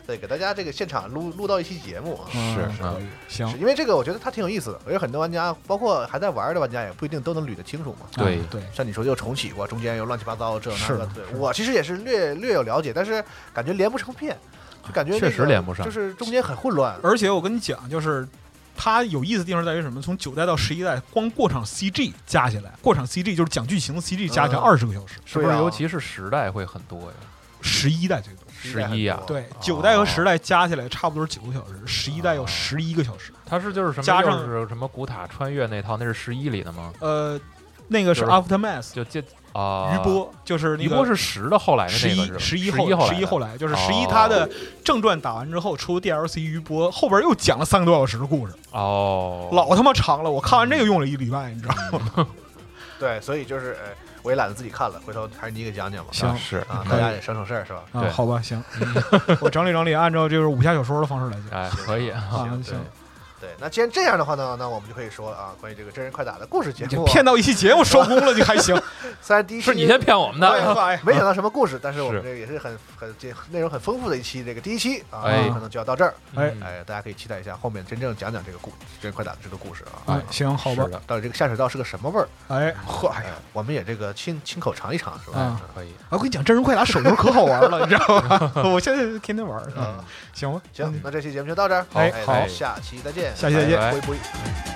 B: 对，给大家这个现场录录到一期节目啊。
D: 嗯
C: 是啊
D: 行
B: 是因为这个，我觉得它挺有意思的，而且很多玩家，包括还在玩的玩家，也不一定都能捋得清楚嘛。
C: 对
D: 啊对，
B: 像你说又重启过，中间又乱七八糟这那
D: 是
B: 个
D: 的，
B: 对
D: 是的
B: 我其实也是略略有了解，但是感觉连不成片，就感觉那个
C: 确实连不上
B: 就是中间很混乱。
D: 而且我跟你讲，就是它有意思的地方在于什么？从九代到十一代，光过场 CG 加起来，过场 CG 就是讲剧情的 CG 加起来
B: 嗯
D: 二十个小时，
C: 是不是？尤其是时代会很多呀，
D: 十一代最多。
C: 十一啊呀
D: 对，九代和十代加起来差不多是九个小时，十一代要十一个小时。
C: 它是就是什么
D: 加上
C: 就是什么古塔穿越那套，那是十一里的吗？
D: 呃，那个是
C: 就是
D: Aftermath
C: 就接啊，
D: 余波，就是那
C: 余
D: 个
C: 波是十的后来的
D: 十
C: 那个是
D: 一十
C: 一
D: 一
C: 后
D: 后十
C: 十
D: 一后来就是
C: 哦
D: 十一，它的正传打完之后出 DLC 余波，后边又讲了三个多小时的故事，
C: 哦，
D: 老他妈长了。我看完这个用了一礼拜，你知道吗？
B: 对，所以就是呃，我也懒得自己看了，回头还是你给讲讲吧。
D: 行
C: 啊是
B: 啊，
D: 可
B: 大
D: 以
B: 家也省省事儿是吧？
D: 啊
C: 对，
D: 好吧， 行，我整理整理，按照就是武侠小说的方式来讲
C: 哎，可以，
D: 啊，
B: 行
D: 行，
B: 对，那既然这样的话呢，那我们就可以说啊，关于这个真人快打的故事节
D: 你
B: 目
D: 这
B: 啊，
D: 骗到一期节目收工了，你 还行？
B: 虽然第一期
C: 是你先骗我们
B: 对
C: 的，
D: 哎
B: 没想到什么故事，但是我们
C: 是
B: 这个也是很很这内容很丰富的一期，这个第一期啊，
C: 哎
B: 可能就要到这儿，
D: 哎
C: 嗯
B: 哎，大家可以期待一下后面真正讲讲这个故真人快打的这个故事啊，
D: 哎，行，好吧
C: 是，的，
B: 到底这个下水道是个什么味儿？
D: 哎，嚯，哎
B: 哎
D: 呀，
B: 呀，我们也这个亲亲口尝一尝是吧
D: 啊？
C: 可以，
D: 我跟你讲，真人快打手游可好玩了，你知道吗？ 我现在天天玩儿，嗯
B: 嗯，
D: 行吧，
B: 行，那这期节目就到这儿，
D: 哎
B: 哎
D: 好
B: 那下期再见，
D: 下期再见
B: 拜拜。拜拜